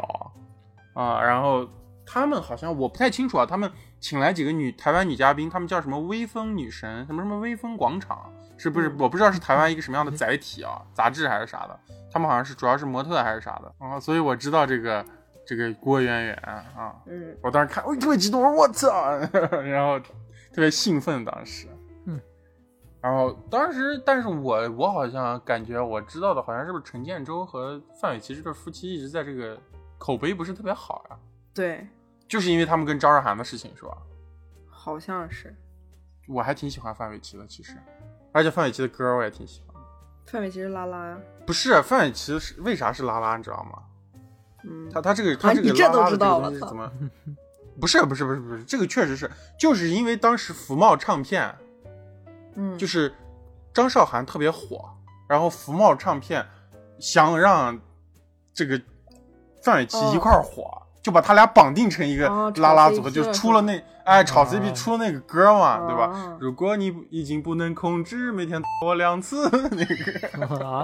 [SPEAKER 3] 啊！然后他们好像我不太清楚啊，他们请来几个女台湾女嘉宾，他们叫什么微风女神，什么什么微风广场，是不是？
[SPEAKER 2] 嗯
[SPEAKER 3] 我不知道是台湾一个什么样的载体啊，杂志还是啥的。他们好像是主要是模特还是啥的啊，所以我知道这个这个郭媛媛啊，
[SPEAKER 2] 嗯，
[SPEAKER 3] 我当时看，我特别激动，我说我操， 然后特别兴奋，当时，
[SPEAKER 1] 嗯，
[SPEAKER 3] 然后当时，但是我我好像感觉我知道的，好像是不是陈建州和范玮琪这对夫妻一直在这个口碑不是特别好呀、
[SPEAKER 2] 对，
[SPEAKER 3] 就是因为他们跟张韶涵的事情是吧？
[SPEAKER 2] 好像是
[SPEAKER 3] 我还挺喜欢范玮琪的，其实，而且范玮琪的歌我也挺喜欢的。
[SPEAKER 2] 范玮琪是拉拉，
[SPEAKER 3] 不是范玮琪是为啥是拉拉，你知道吗？
[SPEAKER 2] 嗯，
[SPEAKER 3] 他他这个他这
[SPEAKER 2] 你
[SPEAKER 3] 个
[SPEAKER 2] 这
[SPEAKER 3] 拉
[SPEAKER 2] 都
[SPEAKER 3] 拉
[SPEAKER 2] 知
[SPEAKER 3] 的这
[SPEAKER 2] 道
[SPEAKER 3] 个东
[SPEAKER 2] 我
[SPEAKER 3] 西
[SPEAKER 2] 操
[SPEAKER 3] 怎么？不是不是不是不是，这个确实是，就是因为当时福茂唱片
[SPEAKER 2] 嗯，
[SPEAKER 3] 就是是张韶涵特别火，然后福茂唱片想让这个范玮琪一块儿火，就把他俩绑定成一个
[SPEAKER 2] 哦炒
[SPEAKER 3] 拉拉组
[SPEAKER 2] CP
[SPEAKER 3] 合，哦就出了那哎炒 CP
[SPEAKER 1] 啊
[SPEAKER 3] 出了那个歌嘛，对吧？
[SPEAKER 2] 吧？
[SPEAKER 3] 如果你已经不能控制，每天我两次 那 个，
[SPEAKER 1] 啊，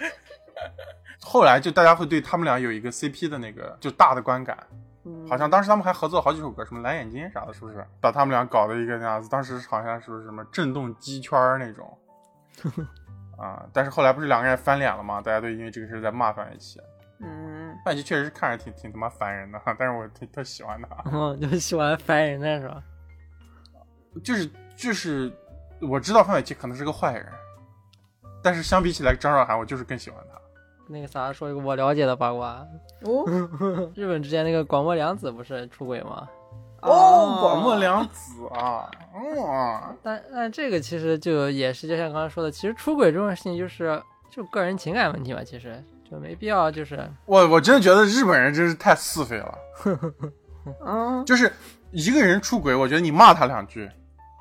[SPEAKER 3] 后来就大家会对他们俩有一个 CP 的那个就大的观感，
[SPEAKER 2] 嗯
[SPEAKER 3] 好像当时他们还合作好几首歌，什么蓝眼睛啥的，是不是？把他们俩搞的一个那样子，当时好像是什么震动鸡圈儿那种，啊、但是后来不是两个人翻脸了吗？大家都因为这个事儿在骂范玮琪，
[SPEAKER 2] 嗯，
[SPEAKER 3] 范玮琪确实看着挺挺他妈烦人的，哈，但是我挺特喜欢他，
[SPEAKER 1] 嗯，就喜欢烦人的是吧？
[SPEAKER 3] 就是就是我知道范玮琪可能是个坏人，但是相比起来张韶涵，我就是更喜欢他。
[SPEAKER 1] 那个啥，说一个我了解的八卦，
[SPEAKER 3] 嗯
[SPEAKER 2] 哦
[SPEAKER 1] 日本之前那个广末凉子不是出轨吗？
[SPEAKER 3] 哦，广末凉子啊，嗯，
[SPEAKER 1] 但但这个其实就也是就像刚刚说的，其实出轨这种事情就是就个人情感问题嘛，其实就没必要就是
[SPEAKER 3] 我我真的觉得日本人真是太是非了，
[SPEAKER 2] 啊，
[SPEAKER 3] 就是一个人出轨，我觉得你骂他两句，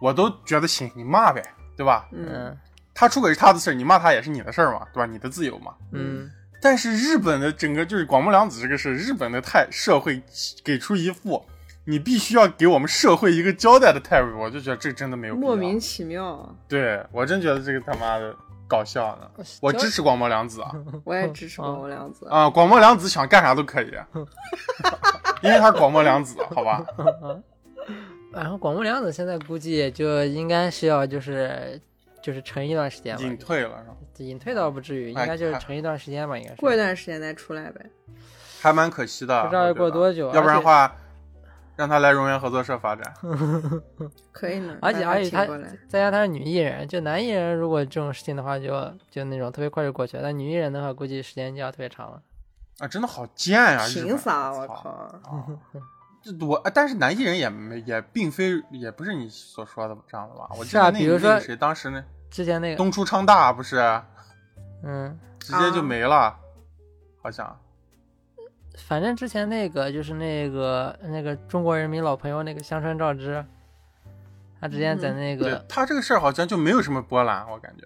[SPEAKER 3] 我都觉得行，你骂呗，对吧？
[SPEAKER 2] 嗯，
[SPEAKER 1] 嗯
[SPEAKER 3] 他出轨是他的事儿，你骂他也是你的事儿嘛，对吧？你的自由嘛。
[SPEAKER 1] 嗯
[SPEAKER 3] 但是日本的整个就是广末凉子这个事，日本的态社会给出一副你必须要给我们社会一个交代的态度，我就觉得这真的没有必要
[SPEAKER 2] 莫名其妙，
[SPEAKER 3] 对我真觉得这个他妈的搞笑呢。
[SPEAKER 1] 呃
[SPEAKER 3] 我支持广末凉 子啊
[SPEAKER 2] 我也支持广播凉子。
[SPEAKER 3] 啊！广末凉子想干啥都可以，啊 因为他是广末凉子，好吧？
[SPEAKER 1] 然后广木凉子现在估计也就应该是要就是就是沉一段时间吧，
[SPEAKER 3] 隐
[SPEAKER 1] 隐
[SPEAKER 3] 退了是吧？
[SPEAKER 1] 退倒不至于，应
[SPEAKER 3] 哎
[SPEAKER 1] 该就是
[SPEAKER 3] 看
[SPEAKER 1] 沉一段时间吧，应该是。
[SPEAKER 2] 过一段时间再出来呗。
[SPEAKER 3] 还蛮可惜的，
[SPEAKER 1] 不知道要
[SPEAKER 3] 我觉
[SPEAKER 1] 过
[SPEAKER 3] 得
[SPEAKER 1] 多久
[SPEAKER 3] 要不
[SPEAKER 1] 而
[SPEAKER 3] 然的
[SPEAKER 1] 且
[SPEAKER 3] 话，让他来荣源合作社发展。
[SPEAKER 2] 可以呢，
[SPEAKER 1] 而且
[SPEAKER 2] 把
[SPEAKER 1] 而且
[SPEAKER 2] 他
[SPEAKER 1] 她
[SPEAKER 2] 请过来，
[SPEAKER 1] 再加上她是女艺人，就男艺人如果这种事情的话就，就那种特别快就过去了。但女艺人的话，估计时间就要特别长了。
[SPEAKER 3] 啊，真的好贱呀、日本
[SPEAKER 2] 凭啥？我
[SPEAKER 3] 操！
[SPEAKER 2] 靠！
[SPEAKER 3] 啊 这我但是男艺人也没也并非也不是你所说的这样的吧？我记
[SPEAKER 1] 是啊
[SPEAKER 3] 得那
[SPEAKER 1] 比如
[SPEAKER 3] 那
[SPEAKER 1] 说
[SPEAKER 3] 个谁当时那
[SPEAKER 1] 之前那个，
[SPEAKER 3] 东出昌大不是
[SPEAKER 1] 嗯，
[SPEAKER 3] 直接就
[SPEAKER 2] 啊
[SPEAKER 3] 没了，好像
[SPEAKER 1] 反正之前那个就是那个那个中国人民老朋友那个香川照之，他之前在那
[SPEAKER 3] 嗯对
[SPEAKER 1] 个、
[SPEAKER 3] 他这个事儿好像就没有什么波澜，我感觉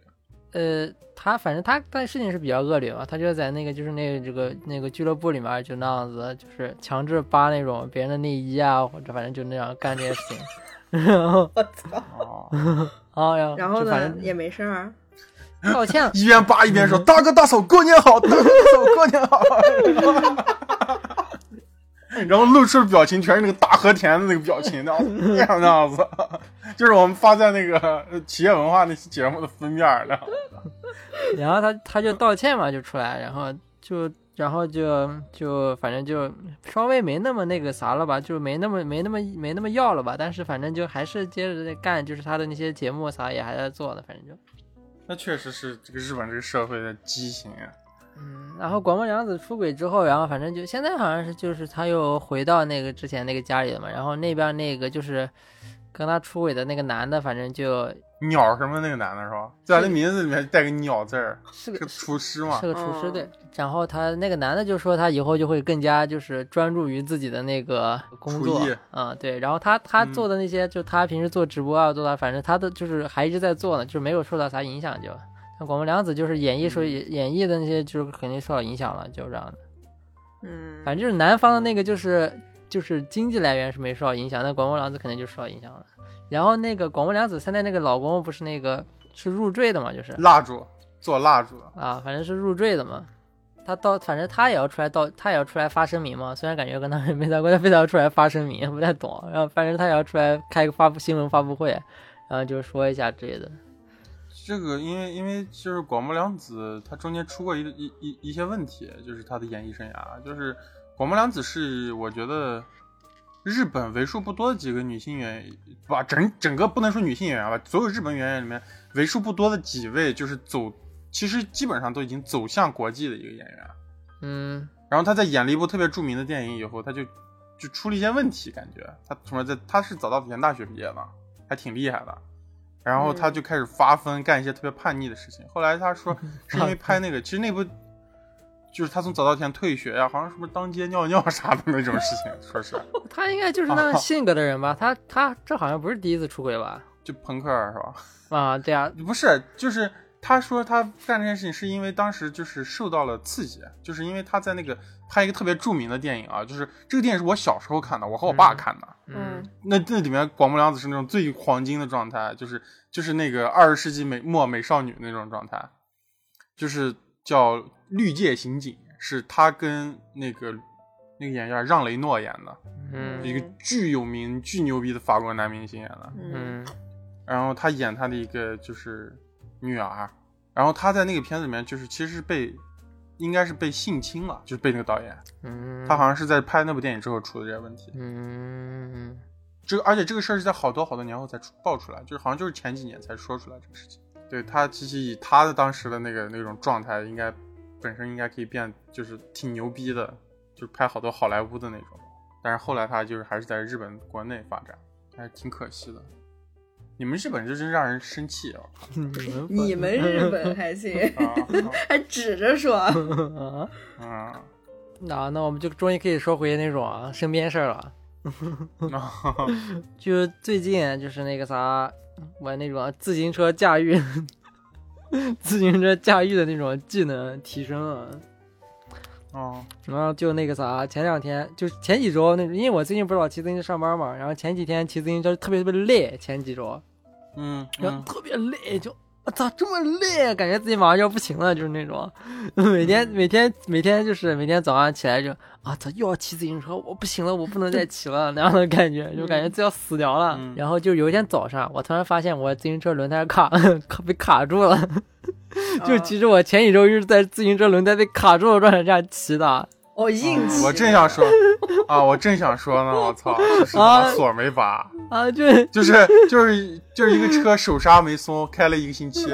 [SPEAKER 1] 呃，他反正他干事情是比较恶劣嘛，他就在那个就是那个这个那个俱乐部里面就那样子，就是强制扒那种别人的内衣啊，或者反正就那样干这些事 情。然后
[SPEAKER 2] 我操！
[SPEAKER 3] 哦，
[SPEAKER 1] 啊，然后
[SPEAKER 2] 然后
[SPEAKER 1] 就反
[SPEAKER 2] 呢，
[SPEAKER 1] 正
[SPEAKER 2] 也没事儿。
[SPEAKER 1] 道歉了，
[SPEAKER 3] 一边扒一边说：“大哥大嫂，过年好！大哥大嫂，过年好！” 然后露出的表情全是那个大和田的那个表情，那样子那 样那样子，就是我们发在那个呃企业文化那期节目的封面儿了。
[SPEAKER 1] 然后他他就道歉嘛，就出来，然后就然后就就反正就稍微没那么那个啥了吧，就没那么没那么没那么要了吧，但是反正就还是接着在干，就是他的那些节目啥也还在做的，反正就
[SPEAKER 3] 那确实是这个日本这个社会的畸形啊！
[SPEAKER 1] 嗯。然后广末凉子出轨之后，然后反正就现在好像是就是他又回到那个之前那个家里了嘛，然后那边那个就是跟他出轨的那个男的，反正就
[SPEAKER 3] 鸟什么那个男的是吧？在他的名字里面带个鸟字儿，
[SPEAKER 1] 是
[SPEAKER 3] 是
[SPEAKER 1] 个
[SPEAKER 3] 个厨师嘛
[SPEAKER 1] 是？个厨师
[SPEAKER 2] 嗯
[SPEAKER 1] 对。然后他那个男的就说他以后就会更加就是专注于自己的那个工
[SPEAKER 3] 厨
[SPEAKER 1] 作
[SPEAKER 3] 艺，
[SPEAKER 1] 嗯，对。然后他他
[SPEAKER 3] 嗯
[SPEAKER 1] 做的那些，就他平时做直播啊，做的反正他的就是还一直在做呢，就是没有受到啥影响就。那广播凉子就是演绎
[SPEAKER 3] 嗯
[SPEAKER 1] 说演绎的那些，就是肯定受到影响了，就这样的。
[SPEAKER 2] 嗯，
[SPEAKER 1] 反正就是南方的那个就是就是经济来源是没受到影响，那广播凉子肯定就受到影响了。然后那个广播凉子现在那个老公不是那个是入赘的嘛，就是
[SPEAKER 3] 蜡烛做蜡烛的，
[SPEAKER 1] 啊，反正是入赘的嘛。他到，反正他也要出来道，他也要出来发声明嘛。虽然感觉跟他们没啥关系，非得要出来发声明，不太懂。然后反正他也要出来开个发布新闻发布会，然后就说一下之类的。
[SPEAKER 3] 这个因为因为就是广末凉子，她中间出过一一一一些问题，就是她的演艺生涯，就是广末凉子是我觉得日本为数不多的几个女性演员，把整整个不能说女性演员吧，所有日本演员里面为数不多的几位，就是走，其实基本上都已经走向国际的一个演员。
[SPEAKER 1] 嗯
[SPEAKER 3] 然后她在演了一部特别著名的电影以后，她就就出了一些问题，感觉她什么在她是早稻田大学毕业的，还挺厉害的。然后她就开始发疯，干一些特别叛逆的事情。后来她说是因为拍那个，其实那部就是她从早稻田退学啊呀、好像什么当街尿尿啥的那种事情，说是
[SPEAKER 1] 他应该就是那种性格的人吧？他他这好像不是第一次出轨吧？
[SPEAKER 3] 就朋克是吧？
[SPEAKER 1] 啊，对啊，
[SPEAKER 3] 不是，就是他说他干这件事情是因为当时就是受到了刺激，就是因为他在那个拍一个特别著名的电影啊，就是这个电影是我小时候看的，我和我爸看的。
[SPEAKER 1] 嗯，
[SPEAKER 3] 那那里面广木凉子是那种最黄金的状态，就是就是那个二十世纪美末美少女那种状态，就是叫《绿界刑警》，是她跟那个那个演员让雷诺演的，
[SPEAKER 1] 嗯
[SPEAKER 3] 一个巨有名、巨牛逼的法国男明星演的。
[SPEAKER 2] 嗯
[SPEAKER 1] 嗯
[SPEAKER 3] 然后他演他的一个就是女儿，然后他在那个片子里面就是其实是被应该是被性侵了，就是被那个导演，
[SPEAKER 1] 嗯，
[SPEAKER 3] 他好像是在拍那部电影之后出的这些问题。
[SPEAKER 1] 嗯
[SPEAKER 3] 这个而且这个事儿是在好多好多年后才出爆出来，就是好像就是前几年才说出来这个事情。对他其实以他的当时的那个那种状态，应该本身应该可以变，就是挺牛逼的，就是拍好多好莱坞的那种。但是后来他就是还是在日本国内发展，还是挺可惜的。你们日本真是让人生气啊！
[SPEAKER 2] 你们日 本还行，
[SPEAKER 3] 啊，
[SPEAKER 2] 还指着 说，
[SPEAKER 1] 啊，
[SPEAKER 3] 啊
[SPEAKER 1] 那那我们就终于可以说回那种啊身边事儿了。
[SPEAKER 3] 嗯， 啊
[SPEAKER 1] 就最近啊就是那个啥，玩那种啊自行车驾驭， 自行车驾驭的那种技能提升啊。
[SPEAKER 3] 啊
[SPEAKER 1] 然后就那个啥，前两天就前几周那，因为我最近不是老骑自行车上班嘛，然后前几天骑自行车特别特别累，前几周，
[SPEAKER 3] 嗯
[SPEAKER 1] 然后
[SPEAKER 3] 嗯，
[SPEAKER 1] 特别累，就我操这么累，感觉自己马上就要不行了，就是那种， 每天
[SPEAKER 3] 嗯
[SPEAKER 1] 每天每天就是每天早上起来就啊操又要骑自行车，我不行了，我不能再骑了那样的感觉，就感觉自己要死掉了。
[SPEAKER 3] 嗯
[SPEAKER 1] 然后就有一天早上，我突然发现我自行车轮胎卡卡被卡住了，就
[SPEAKER 2] 啊
[SPEAKER 1] 其实我前几周就是在自行车轮胎被卡住的状态下骑的。
[SPEAKER 2] 哦硬气，
[SPEAKER 3] 嗯我正想说啊，我正想说呢，我操，是他妈锁没拔。
[SPEAKER 1] 啊，就是
[SPEAKER 3] 就是就是就是一个车手刹没松，开了一个星期。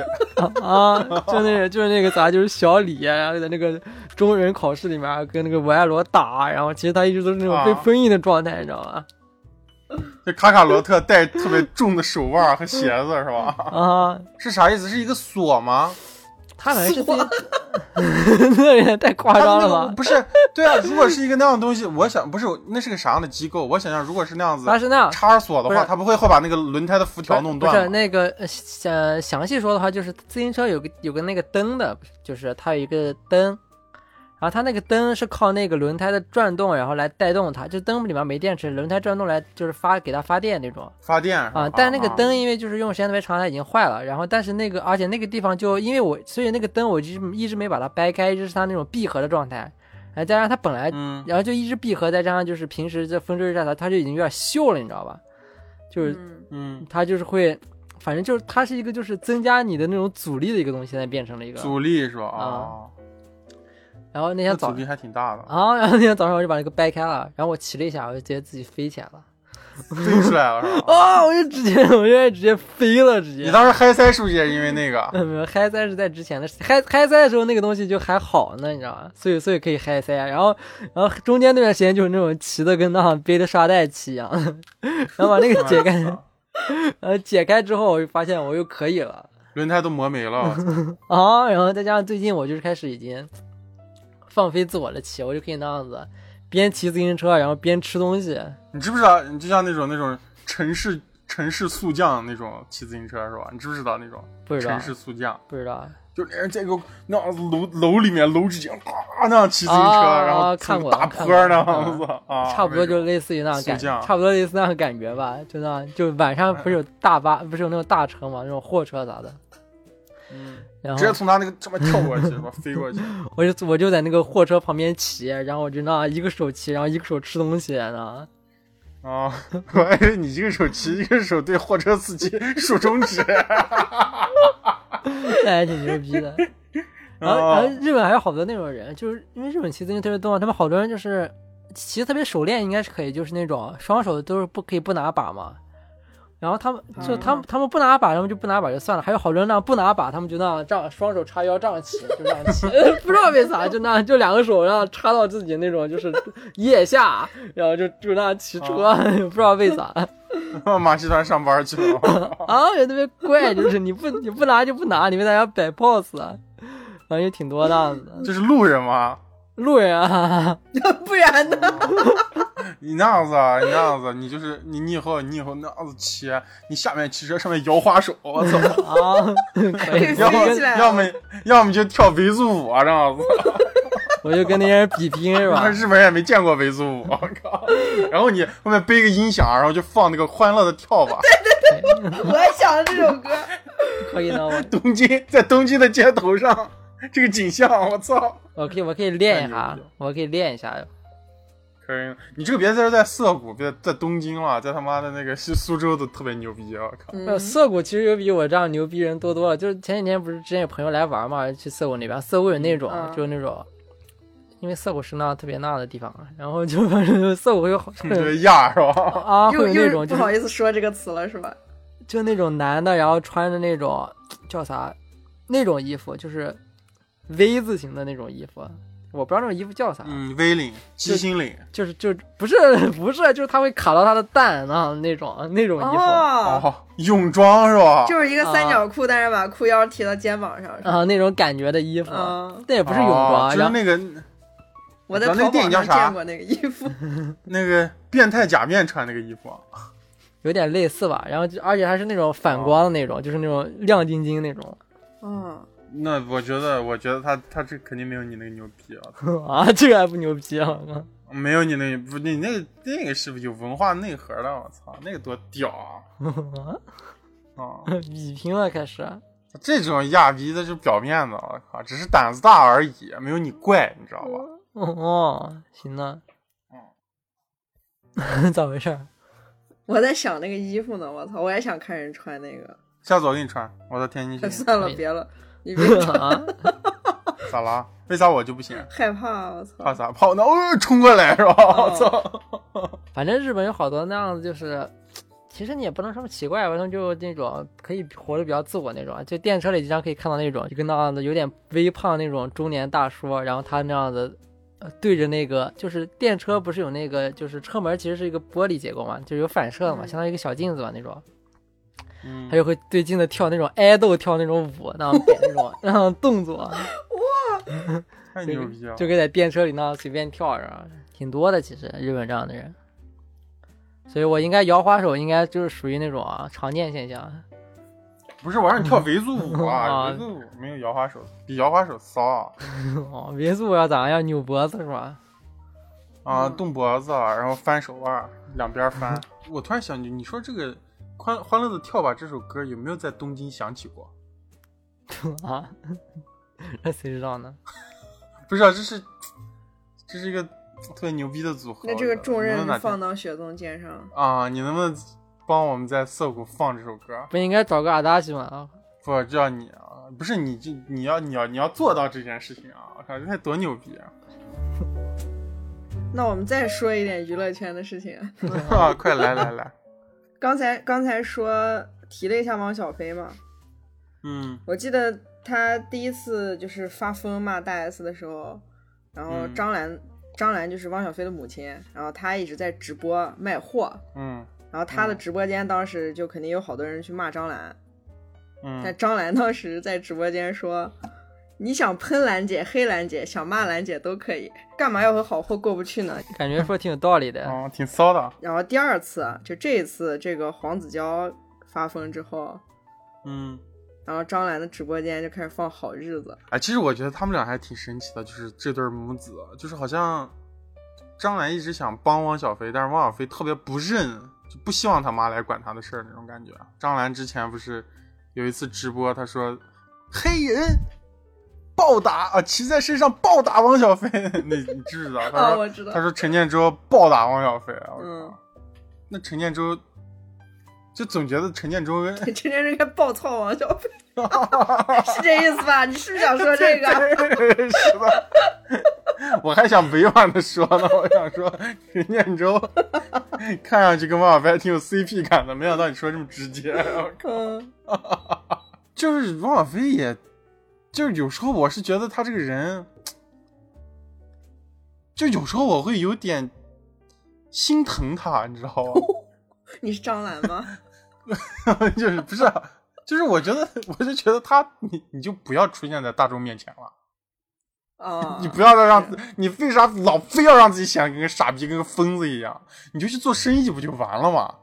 [SPEAKER 1] 啊，就那个就是那个啥，就是小李，啊然后在那个中人考试里面啊跟那个维埃罗打，然后其实他一直都是那种被
[SPEAKER 3] 啊
[SPEAKER 1] 封印的状态，你知道吗？
[SPEAKER 3] 这卡卡罗特戴特别重的手腕和鞋子是吧？
[SPEAKER 1] 啊，
[SPEAKER 3] 是啥意思？是一个锁吗？
[SPEAKER 1] 他好像是自己， 那也太夸
[SPEAKER 3] 他
[SPEAKER 1] 张
[SPEAKER 3] 那
[SPEAKER 1] 了
[SPEAKER 3] 个
[SPEAKER 1] 吧？
[SPEAKER 3] 不是，对啊，如果是一个那样的东西，我想不是那是个啥样的机构？我想象如果是那样子
[SPEAKER 1] 他是那样，
[SPEAKER 3] 插锁的
[SPEAKER 1] 不
[SPEAKER 3] 话，
[SPEAKER 1] 是
[SPEAKER 3] 他不会会把那个轮胎的辐条弄
[SPEAKER 1] 不是
[SPEAKER 3] 断吗？
[SPEAKER 1] 那个呃详呃详细说的话，就是自行车有个有个那个灯的，就是它有一个灯。然后它那个灯是靠那个轮胎的转动，然后来带动它，就灯里面没电池，轮胎转动来就是发给它发电那种。
[SPEAKER 3] 发电是吧
[SPEAKER 1] 啊，但那个灯因为就是用时间特别长，它已经坏了。然后，但是那个，而且那个地方就因为我，所以那个灯我就一直没把它掰开，一直是它那种闭合的状态。然后加上它本来，
[SPEAKER 3] 嗯
[SPEAKER 1] 然后就一直闭合，再加上就是平时这风吹日晒它，它就已经有点锈了，你知道吧？就是
[SPEAKER 2] 嗯
[SPEAKER 3] 嗯，
[SPEAKER 1] 它就是会，反正就是它是一个就是增加你的那种阻力的一个东西，现在变成了一个。
[SPEAKER 3] 阻力是吧？
[SPEAKER 1] 啊
[SPEAKER 3] 啊，
[SPEAKER 1] 然后那
[SPEAKER 3] 那
[SPEAKER 1] 天早
[SPEAKER 3] 阻力还挺大的，
[SPEAKER 1] 啊，然后那天早上我就把那个掰开了，然后我骑了一下，我就直接自己飞起来了。
[SPEAKER 3] 飞出来了 是吧？
[SPEAKER 1] 啊，我就直接，我就直接飞了，直接。
[SPEAKER 3] 哦你当时嗨塞是不是也是因为那个？
[SPEAKER 1] 没有没有，嗨塞是在之前的事，嗨嗨塞的时候那个东西就还好呢，你知道吧？所以所以可以嗨塞，啊然后然后中间那段时间就是那种骑的跟那样背着沙袋骑一样， 然后把那个 解开，然后解开之后我就发现我又可以了
[SPEAKER 3] 轮胎都磨没 了，
[SPEAKER 1] 啊，然后再加上最近我就是开始已经放飞自我的骑，我就可以那样子边骑自行车然后边吃东西，
[SPEAKER 3] 你知不知道？你就像那种那种城市城市速降那种骑自行车是吧？你知不知道那种
[SPEAKER 1] 不知道
[SPEAKER 3] 城市速降？
[SPEAKER 1] 不知道
[SPEAKER 3] 就连人在个那样楼楼里面楼之间啊那样骑自行车，
[SPEAKER 1] 啊
[SPEAKER 3] 然后
[SPEAKER 1] 看过
[SPEAKER 3] 打
[SPEAKER 1] 看
[SPEAKER 3] 坡
[SPEAKER 1] 过
[SPEAKER 3] 那
[SPEAKER 1] 看
[SPEAKER 3] 样子
[SPEAKER 1] 过
[SPEAKER 3] 啊，
[SPEAKER 1] 差不多
[SPEAKER 3] 那
[SPEAKER 1] 就
[SPEAKER 3] 种
[SPEAKER 1] 类似于那样感，
[SPEAKER 3] 速降
[SPEAKER 1] 差不多类似那样感觉吧，就那样，就晚上不是有大巴，不是有那种大车嘛，那种货车啥的，
[SPEAKER 3] 嗯
[SPEAKER 1] 然后
[SPEAKER 3] 直接从他那个这么跳过去，是吧？飞过去，
[SPEAKER 1] 我就我就在那个货车旁边骑，然后我就那样一个手骑，然后一个手吃东西呢，
[SPEAKER 3] 啊！我还以为你一个手骑，一个手对货车司机竖中指。
[SPEAKER 1] 啊 那还挺牛逼的。然后
[SPEAKER 3] 哦
[SPEAKER 1] 然后日本还有好多那种人，就是因为日本骑自行车特别多嘛，他们好多人就是骑得特别熟练，应该是可以，就是那种双手都是不可以不拿把嘛。然后他们就他们他们不拿把，他们就不拿把就算了，还有好多人那样不拿把，他们就那样这样双手叉腰这样骑，就这样骑，不知道为啥就那样就两个手然后插到自己那种就是腋下，然后就就那样骑车， 不知道为啥。
[SPEAKER 3] 马戏团上班去了，
[SPEAKER 1] 啊，也特别怪，就是你不你不拿就不拿，你们在那摆 pose，啊，反正也挺多那样子的。
[SPEAKER 3] 这是路人吗？
[SPEAKER 1] 路人啊，
[SPEAKER 2] 不然呢？
[SPEAKER 3] 你那样子，啊，你那样子，你就是你，你以后你以后那样子骑，你下面骑车，上面摇花手，我操！
[SPEAKER 1] 啊，可以，
[SPEAKER 3] 要
[SPEAKER 2] 飞
[SPEAKER 3] 么
[SPEAKER 2] 起来了
[SPEAKER 3] 要么要么就跳维族舞啊，这样子。
[SPEAKER 1] 我就跟那些人比拼是 吧？
[SPEAKER 3] 日本人也没见过维族舞，我靠！然后你后面背个音响，然后就放那个欢乐的跳吧。
[SPEAKER 2] 我也想了这首歌，
[SPEAKER 1] 可以呢，我
[SPEAKER 3] 东京在东京的街头上，这个景象，我操！
[SPEAKER 1] 我可以我可以练一
[SPEAKER 3] 太牛
[SPEAKER 1] 下
[SPEAKER 3] 逼了，
[SPEAKER 1] 我可以练一下。
[SPEAKER 3] 可以，你这个别在这在涩谷，别在东京了，在他妈的那个西苏州都特别牛逼，啊我靠！
[SPEAKER 1] 呃，涩谷其实有比我这样牛逼人多多了。就是前几天不是之前有朋友来玩嘛，去涩谷那边，涩谷有那种、
[SPEAKER 2] 嗯
[SPEAKER 1] 就是那种，因为涩谷是那特别那的地方，然后就反正涩 谷会有好
[SPEAKER 2] 嗯
[SPEAKER 3] 你这亚是吧？
[SPEAKER 1] 啊，会
[SPEAKER 2] 又
[SPEAKER 1] 有那
[SPEAKER 2] 又
[SPEAKER 1] 种
[SPEAKER 2] 不
[SPEAKER 1] 就
[SPEAKER 2] 好
[SPEAKER 1] 是
[SPEAKER 2] 意思说这个词了是吧？
[SPEAKER 1] 就那种男的，然后穿着那种叫啥那种衣服，就是 V 字形的那种衣服，我不知道那种衣服叫啥，
[SPEAKER 3] 嗯，V 领、鸡心领，
[SPEAKER 1] 就是就不是 不是，就是他会卡到他的蛋啊那种那种衣服。
[SPEAKER 2] 哦，
[SPEAKER 3] 哦，泳装是吧？
[SPEAKER 2] 就是一个三角裤，但是把裤腰提到肩膀上。
[SPEAKER 1] 啊，那种感觉的衣服，
[SPEAKER 2] 嗯，
[SPEAKER 1] 那也不是泳装，啊
[SPEAKER 3] 哦就
[SPEAKER 1] 然
[SPEAKER 3] 是
[SPEAKER 1] 后
[SPEAKER 3] 那个
[SPEAKER 2] 我在
[SPEAKER 3] 咱那
[SPEAKER 2] 淘
[SPEAKER 3] 个电
[SPEAKER 2] 宝
[SPEAKER 3] 影叫
[SPEAKER 2] 上
[SPEAKER 3] 啥
[SPEAKER 2] 见过那个衣服。
[SPEAKER 3] 那个变态假面穿那个衣服啊，
[SPEAKER 1] 有点类似吧，然后就而且还是那种
[SPEAKER 3] 哦
[SPEAKER 1] 反光的那种，就是那种亮晶晶那种
[SPEAKER 2] 嗯，
[SPEAKER 3] 那我觉得，我觉得他他这肯定没有你那个牛逼啊，
[SPEAKER 1] 啊，这个还不牛逼啊！
[SPEAKER 3] 没有你那个不，你那那个是有文化内核的，我操，那个多屌啊！ 啊，
[SPEAKER 1] 比拼了开始，
[SPEAKER 3] 这种亚逼的是表面的，我靠，只是胆子大而已，没有你怪，你知道吧？
[SPEAKER 1] 哦，行呢，
[SPEAKER 3] 嗯
[SPEAKER 1] 咋回事儿？
[SPEAKER 2] 我在想那个衣服呢，我操，我也想看人穿那个。
[SPEAKER 3] 下次我给你穿，我到天
[SPEAKER 1] 嗯
[SPEAKER 3] 津 去，
[SPEAKER 2] 算了，
[SPEAKER 1] 可以
[SPEAKER 2] 别 了，你别穿
[SPEAKER 1] 啊，
[SPEAKER 3] 咋啦？为啥我就不行？
[SPEAKER 2] 害怕，啊我操
[SPEAKER 3] 怕。啥？怕我那哦冲过来是吧？我
[SPEAKER 1] 哦
[SPEAKER 3] 操！
[SPEAKER 1] 反正日本有好多那样子，就是其实你也不能说奇怪吧，他们就那种可以活得比较自我那种，啊就电车里经常可以看到那种，就跟那样子有点微胖那种中年大叔，然后他那样子。呃对着那个，就是电车不是有那个，就是车门其实是一个玻璃结构嘛，就是有反射的嘛，
[SPEAKER 2] 嗯
[SPEAKER 1] 相当于一个小镜子嘛那种。
[SPEAKER 3] 嗯
[SPEAKER 1] 他，就会对劲的跳那种爱豆跳那种舞，那样摆那种那样动作，啊
[SPEAKER 3] 太
[SPEAKER 1] 就
[SPEAKER 3] 牛逼了！
[SPEAKER 1] 就跟在电车里那样随便跳着，挺多的。其实日本这样的人，所以我应该摇花手，应该就是属于那种啊常见现象。
[SPEAKER 3] 不是我让你跳维族舞
[SPEAKER 1] 啊
[SPEAKER 3] 啊，维族舞没有摇花手，比摇花手骚啊！
[SPEAKER 1] 哦，民宿要咋样？要扭脖子是吧？
[SPEAKER 3] 啊，
[SPEAKER 2] 嗯
[SPEAKER 3] 动脖子，啊然后翻手腕，两边翻。我突然想起，你说这个《欢欢乐的跳吧》这首歌有没有在东京响起过？
[SPEAKER 1] 啊，那谁知道呢？
[SPEAKER 3] 不知道，这是这是一个特别牛逼的组合。
[SPEAKER 2] 那这个重
[SPEAKER 3] 你
[SPEAKER 2] 任
[SPEAKER 3] 能不能哪天
[SPEAKER 2] 放到雪宗肩上，
[SPEAKER 3] 啊，你能不能帮我们在涩谷放这首歌？
[SPEAKER 1] 不应该找个阿达西吗？
[SPEAKER 3] 不，这要你啊，不是你这你要你要你要做到这件事情啊！我靠，这才多牛逼啊！
[SPEAKER 2] 那我们再说一点娱乐圈的事情。
[SPEAKER 3] 啊快来来来，
[SPEAKER 2] 刚才刚才说提了一下汪小菲嘛，
[SPEAKER 3] 嗯
[SPEAKER 2] 我记得他第一次就是发疯骂大 S 的时候，然后
[SPEAKER 3] 嗯
[SPEAKER 2] 张兰、张兰就是汪小菲的母亲，然后她一直在直播卖货，
[SPEAKER 3] 嗯
[SPEAKER 2] 然后她的
[SPEAKER 3] 嗯
[SPEAKER 2] 直播间当时就肯定有好多人去骂张兰，但
[SPEAKER 3] 嗯，
[SPEAKER 2] 张兰当时在直播间说：“你想喷兰姐、黑兰姐，想骂兰姐都可以，干嘛要和好货过不去呢
[SPEAKER 1] 感觉说挺有道理的。嗯
[SPEAKER 3] 哦，挺骚的，？”
[SPEAKER 2] 然后第二次，啊就这一次，这个黄子佼发疯之后，
[SPEAKER 3] 嗯。
[SPEAKER 2] 然后张兰的直播间就开始放《好日子
[SPEAKER 3] 哎，其实我觉得他们俩还挺神奇的，就是这对母子，就是好像张兰一直想帮汪小菲，但是汪小菲特别不认，就不希望他妈来管他的事儿那种感觉。张兰之前不是有一次直播，她说黑人暴打啊，骑在身上暴打汪小菲， 那你知不知道？》她
[SPEAKER 2] 啊，
[SPEAKER 3] 说、
[SPEAKER 2] 我知
[SPEAKER 3] 她
[SPEAKER 2] 道，
[SPEAKER 3] 说陈建州暴打汪小菲，我靠
[SPEAKER 2] 嗯，
[SPEAKER 3] 那陈建州就总觉得陈建州跟
[SPEAKER 2] 陈建州该暴躁王小飞， 是这意思吧？你是不是想说这
[SPEAKER 3] 嗯
[SPEAKER 2] 个？
[SPEAKER 3] 真是的，我还想委婉的说呢，我想说陈建州看上去跟王小菲还挺有 CP 感的，没想到你说这么直接。啊
[SPEAKER 2] 嗯，
[SPEAKER 3] 就是王小菲也，就是有时候我是觉得他这个人，就有时候我会有点心疼他，你知道吧？
[SPEAKER 2] 你是张兰吗？
[SPEAKER 3] 就是不是啊、就是我觉得，我就觉得他，你你就不要出现在大众面前了。
[SPEAKER 2] 啊，
[SPEAKER 3] 你不要再让自，你为啥老非要让自己显得跟个傻逼、跟个疯子一样？你就去做生意不就完了吗？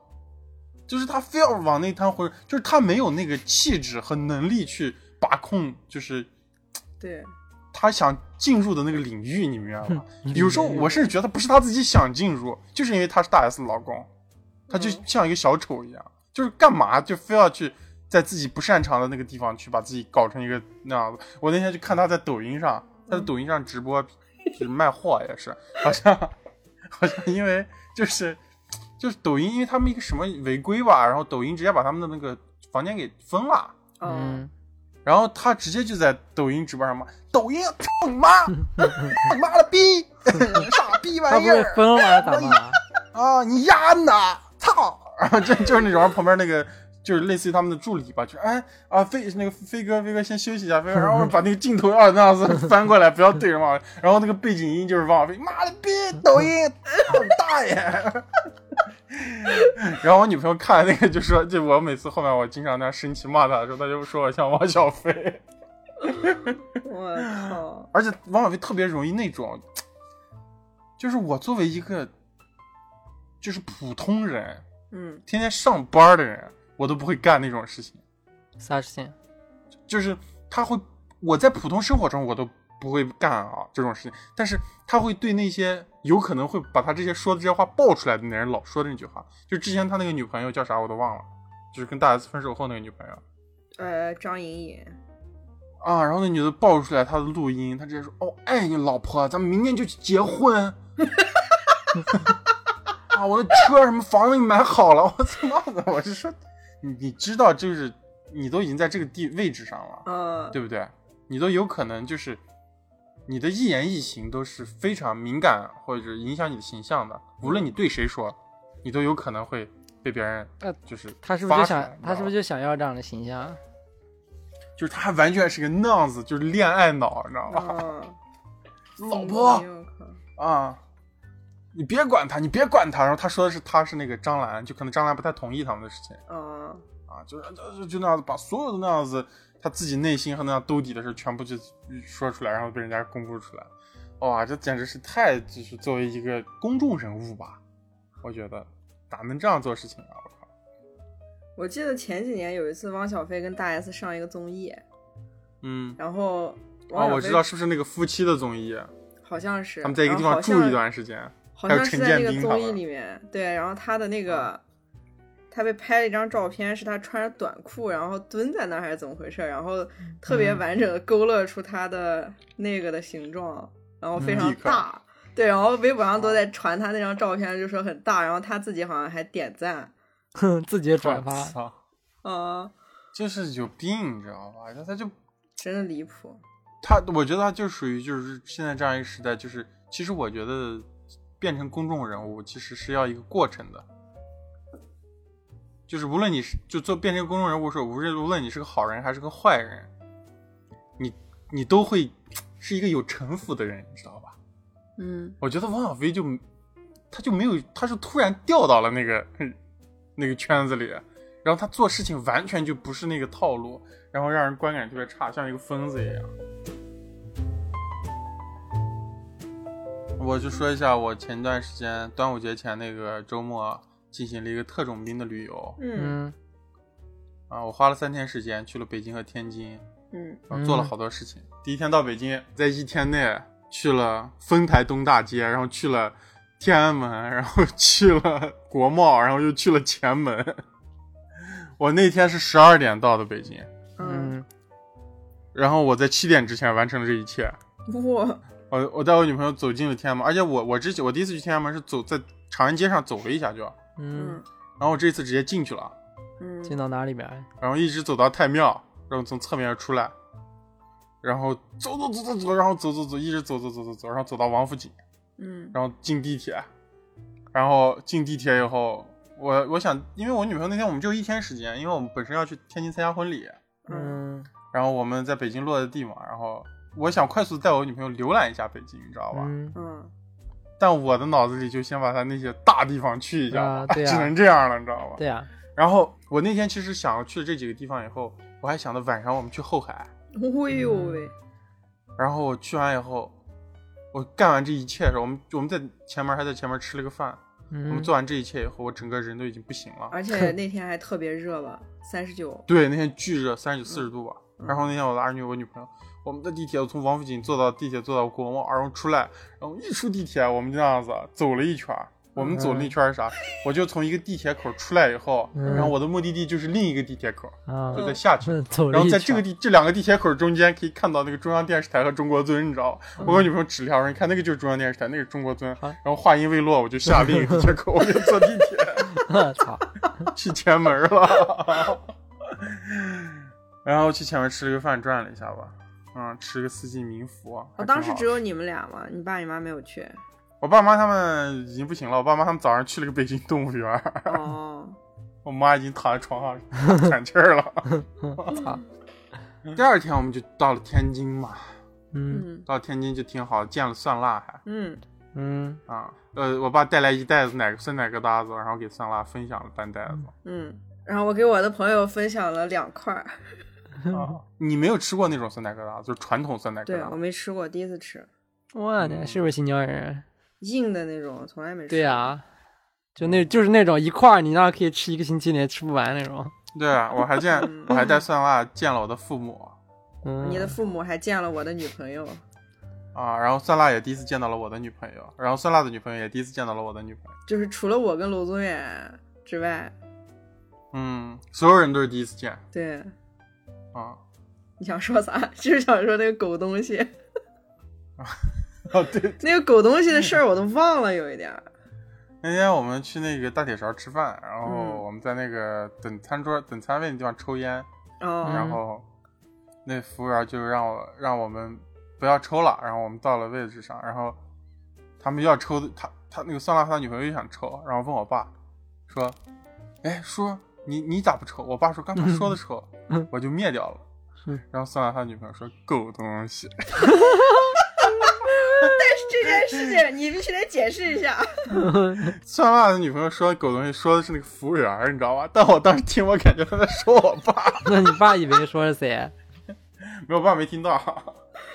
[SPEAKER 3] 就是他非要往那摊混，就是他没有那个气质和能力去把控，就是
[SPEAKER 2] 对，
[SPEAKER 3] 他想进入的那个领域，你明 白吗？
[SPEAKER 1] 嗯
[SPEAKER 3] 有时候我甚至觉得不是他自己想进入，就是因为他是大 S 老公，他就
[SPEAKER 2] 嗯
[SPEAKER 3] 像一个小丑一样，就是干嘛就非要去在自己不擅长的那个地方去把自己搞成一个那样子。我那天就看他在抖音上，他在抖音上直播，就是卖货也 是，好像好像因为就是就是抖音，因为他们一个什么违规吧，然后抖音直接把他们的那个房间给封了。
[SPEAKER 2] 嗯，
[SPEAKER 1] 嗯，
[SPEAKER 3] 然后他直接就在抖音直播上骂抖音， 操你妈，他妈了逼， 傻逼
[SPEAKER 1] 他
[SPEAKER 3] 玩
[SPEAKER 1] 不
[SPEAKER 3] 意
[SPEAKER 1] 会
[SPEAKER 3] 儿
[SPEAKER 1] 疯了咋办？
[SPEAKER 3] 啊，你丫的，操！ 然后就就是那种，然后旁边那个就是类似于他们的助理吧，就是哎啊飞那个飞哥飞哥先休息一 下，飞哥，然后把那个镜头啊那样子翻过来，不要对着嘛， 然后那个背景音就是王菲，妈的逼，抖音，操你大爷！ 然后我女朋友看那个就说，就我每次后面我经常那样生气骂她的时候，她就说我像王小飞。
[SPEAKER 2] 我靠，
[SPEAKER 3] 而且王小飞特别容易那种，就是我作为一个就是普通人，
[SPEAKER 2] 嗯
[SPEAKER 3] 天天上班的人，我都不会干那种事情。
[SPEAKER 1] 啥事情？
[SPEAKER 3] 就是他会，我在普通生活中我都不会干啊这种事情，但是他会对那些有可能会把他这些说的这些话爆出来的那人老说的那句话，就之前他那个女朋友叫啥我都忘了，就是跟大 S 分手后那个女朋友。
[SPEAKER 2] 呃，张莹莹，
[SPEAKER 3] 啊，然后那女的爆出来她的录音，她直接说：“哦，爱你老婆，咱们明天就去结婚。” 啊，我的车什么房子你买好了，我操妈的！我是说，你你知道，就是你都已经在这个地位置上了，
[SPEAKER 2] 嗯，
[SPEAKER 3] 对不对？你都有可能就是你的一言一行都是非常敏感或者影响你的形象的，无论你对谁说，你都有可能会被别人
[SPEAKER 1] 呃
[SPEAKER 3] 就是
[SPEAKER 1] 他是不是就
[SPEAKER 3] 发出来
[SPEAKER 1] 想
[SPEAKER 3] 你知
[SPEAKER 1] 他是不
[SPEAKER 3] 道
[SPEAKER 1] 是就想要这样的形象？
[SPEAKER 3] 就是他完全是个那样子，就是恋爱脑，你知道吗？
[SPEAKER 2] 嗯，
[SPEAKER 3] 老婆
[SPEAKER 2] 哎呦我靠
[SPEAKER 3] 啊，你别管他，你别管他。然后他说的是他是那个张兰，就可能张兰不太同意他们的事情
[SPEAKER 2] 嗯，
[SPEAKER 3] 啊，就是就就就那样子把所有的那样子他自己内心和那样兜底的事全部就说出来，然后被人家公布出来。哇，这简直是太就是作为一个公众人物吧，我觉得咋能这样做事情啊！我靠，
[SPEAKER 2] 我记得前几年有一次汪小菲跟大 S 上一个综艺，
[SPEAKER 3] 嗯，
[SPEAKER 2] 然后
[SPEAKER 3] 啊，
[SPEAKER 2] 汪小
[SPEAKER 3] 我知
[SPEAKER 2] 菲
[SPEAKER 3] 道是不是那个夫妻的综艺，
[SPEAKER 2] 好像是
[SPEAKER 3] 他们在一个地
[SPEAKER 2] 然后好
[SPEAKER 3] 方住
[SPEAKER 2] 像
[SPEAKER 3] 一段时间，
[SPEAKER 2] 好
[SPEAKER 3] 还有
[SPEAKER 2] 像是
[SPEAKER 3] 陈
[SPEAKER 2] 在
[SPEAKER 3] 建
[SPEAKER 2] 那个
[SPEAKER 3] 斌嗯
[SPEAKER 2] 综
[SPEAKER 3] 他
[SPEAKER 2] 艺
[SPEAKER 3] 们
[SPEAKER 2] 里面，对，然后他的那个，他被拍了一张照片，是他穿着短裤，然后蹲在那儿还是怎么回事儿？然后特别
[SPEAKER 1] 嗯
[SPEAKER 2] 完整的勾勒出他的那个的形状，然后非
[SPEAKER 3] 嗯
[SPEAKER 2] 常
[SPEAKER 3] 立刻
[SPEAKER 2] 大，对，然后微博上都在传他那张照片，就说很大，然后他自己好像还点赞，
[SPEAKER 1] 哼，自己转发
[SPEAKER 3] 我，操，
[SPEAKER 2] 啊，
[SPEAKER 3] 就是有病，你知道吧？他他就
[SPEAKER 2] 真的离谱，
[SPEAKER 3] 他，我觉得他就属于就是现在这样一个时代，就是其实我觉得变成公众人物其实是要一个过程的，就是无论你是就做变成公众人物的时候，无论无论你是个好人还是个坏人，你你都会是一个有城府的人，你知道吧？
[SPEAKER 2] 嗯
[SPEAKER 3] 我觉得王小飞就他就没有，他是突然掉到了那个那个圈子里，然后他做事情完全就不是那个套路，然后让人观感特别差，像一个疯子一样。我就说一下，我前段时间端午节前那个周末进行了一个特种兵的旅游
[SPEAKER 2] 嗯
[SPEAKER 1] 嗯
[SPEAKER 3] 啊，我花了三天时间去了北京和天津，
[SPEAKER 2] 嗯
[SPEAKER 3] 然啊后做了好多事情。第一天到北京，在一天内去了丰台东大街，然后去了天安门， 然后去了国贸，然后又去了前门。 我那天是十二点到的北京，
[SPEAKER 2] 嗯，
[SPEAKER 1] 嗯，
[SPEAKER 3] 然后我在七点之前完成了这一切。
[SPEAKER 2] 嗯哇，
[SPEAKER 3] 我我带我女朋友走进了天安门，而且我我之前我第一次去天安门是走在长安街上走了一下就，然
[SPEAKER 1] 嗯
[SPEAKER 2] 嗯，
[SPEAKER 3] 后我这次直接进去了，
[SPEAKER 1] 进
[SPEAKER 2] 嗯，
[SPEAKER 1] 到哪里边？
[SPEAKER 3] 然后一直走到太庙，然后从侧面出来，然后走走走走走，然后走走走，一直走走走走走，然后走到王府井，
[SPEAKER 2] 嗯
[SPEAKER 3] 然后进地铁，然后进地铁以后，我我想，因为我女朋友那天我们就一天时间，因为我们本身要去天津参加婚礼，
[SPEAKER 2] 嗯
[SPEAKER 1] 嗯，
[SPEAKER 3] 然后我们在北京落的地嘛，然后我想快速带我女朋友浏览一下北京，你知道吧？
[SPEAKER 1] 嗯，
[SPEAKER 2] 嗯，
[SPEAKER 3] 但我的脑子里就先把她那些大地方去一下吧，
[SPEAKER 1] 啊对啊
[SPEAKER 3] 只能这样了，你知道吧？
[SPEAKER 1] 对啊呀，
[SPEAKER 3] 然后我那天其实想去这几个地方以后，我还想着晚上我们去后海。
[SPEAKER 2] 哎呦喂，
[SPEAKER 3] 然后我去完以后，我干完这一切的时候，我们我们在前面还在前面吃了个饭。我
[SPEAKER 1] 嗯
[SPEAKER 3] 们，做完这一切以后，我整个人都已经不行了。
[SPEAKER 2] 而 且那天还特别热吧，三十九，
[SPEAKER 3] 对，那天巨热，三十九、四十度吧。
[SPEAKER 2] 嗯
[SPEAKER 3] 然后那天我拉着女我女朋友，我们在地铁，我从王府井坐到地铁，坐到鼓楼贸，然后出来，然后一出地铁，我们就那样子走了一圈儿。我们走了一圈儿是啥？我就从一个地铁口出来以后，
[SPEAKER 1] 嗯
[SPEAKER 3] 然后我的目的地就是另一个地铁口，
[SPEAKER 1] 啊，
[SPEAKER 3] 就再下去。
[SPEAKER 1] 走了
[SPEAKER 3] 然后
[SPEAKER 1] 一
[SPEAKER 3] 在这
[SPEAKER 1] 圈
[SPEAKER 3] 个地这两个地铁口中间可以看到那个中央电视台和中国尊，你知道吧？我跟我女朋友指了一下，我说你看那个就是中央电视台，那个是中国尊。
[SPEAKER 1] 好
[SPEAKER 3] 然后话音未落，我就下另一个地铁口，我就坐地铁。
[SPEAKER 1] 操，
[SPEAKER 3] 去前门了，然后去前门吃了个饭，转了一下吧，嗯，吃个四季民福。啊还
[SPEAKER 2] 我
[SPEAKER 3] 挺
[SPEAKER 2] 哦当时
[SPEAKER 3] 好
[SPEAKER 2] 只有你们俩嘛，你爸你妈没有 去。
[SPEAKER 3] 我爸妈他们已经不行了，我爸妈他们早上去了个北京动物园儿，
[SPEAKER 2] 哦，
[SPEAKER 3] 我妈已经躺在床 上喘气儿了。
[SPEAKER 1] 操，
[SPEAKER 3] 第二天我们就到了天津嘛，
[SPEAKER 1] 嗯
[SPEAKER 2] 嗯
[SPEAKER 3] 到天津就挺好，见了蒜辣还
[SPEAKER 2] 嗯，
[SPEAKER 1] 嗯，
[SPEAKER 3] 啊、呃，我爸带来一袋子奶酸奶疙瘩子，然后给蒜辣分享了半袋子。
[SPEAKER 2] 嗯，然后我给我的朋友分享了两块 儿，
[SPEAKER 3] 啊， 你没有吃过那种酸奶疙瘩，就是传统酸奶疙
[SPEAKER 2] 嗯对
[SPEAKER 3] 瘩
[SPEAKER 2] 我。没吃过，第一次吃
[SPEAKER 1] 我的是不是新疆人？啊
[SPEAKER 2] 硬的那种，从来没吃过。
[SPEAKER 1] 对啊，就
[SPEAKER 3] 嗯
[SPEAKER 1] 那就是那种一块儿，你那儿可以吃一个星期，你也吃不完那种。
[SPEAKER 3] 对啊，我还见
[SPEAKER 2] 嗯
[SPEAKER 3] 我还带蒜辣见了我的父母
[SPEAKER 1] 嗯，
[SPEAKER 2] 你的父母还见了我的女朋友，
[SPEAKER 3] 啊，然后蒜辣也第一次见到了我的女朋友，然后蒜辣的女朋友也第一次见到了我的女朋友，
[SPEAKER 2] 就是除了我跟娄宗远之外，
[SPEAKER 3] 嗯，所有人都是第一次见
[SPEAKER 2] 对，
[SPEAKER 3] 啊。
[SPEAKER 2] 你想说啥？ 就是想说那个狗东西，
[SPEAKER 3] 哦，对，
[SPEAKER 2] 那个狗东西的事儿我都忘了，有一点儿。
[SPEAKER 3] 那天我们去那个大铁勺吃饭，然后
[SPEAKER 2] 嗯
[SPEAKER 3] 我们在那个等餐桌、等餐位的地方抽烟，
[SPEAKER 2] 哦，
[SPEAKER 3] 然后那服务员就让我让我们不要抽了，然后我们到了位置上，然后他们要抽的，他他那个酸辣他女朋友也想抽，然后问我爸说：“哎，叔，你你咋不抽？”我爸说：“刚才说的抽，
[SPEAKER 1] 嗯
[SPEAKER 3] 我就灭掉了。
[SPEAKER 1] 嗯
[SPEAKER 3] 然后酸辣他女朋友说：“狗东西，
[SPEAKER 2] 这件事情你必须得解释一下。
[SPEAKER 3] 酸辣的女朋友说狗东西说的是那个服务员儿，你知道吧？但我当时听，我感觉他在说我爸，
[SPEAKER 1] 那你爸以为说是 谁？啊
[SPEAKER 3] 没有，我爸 没听到。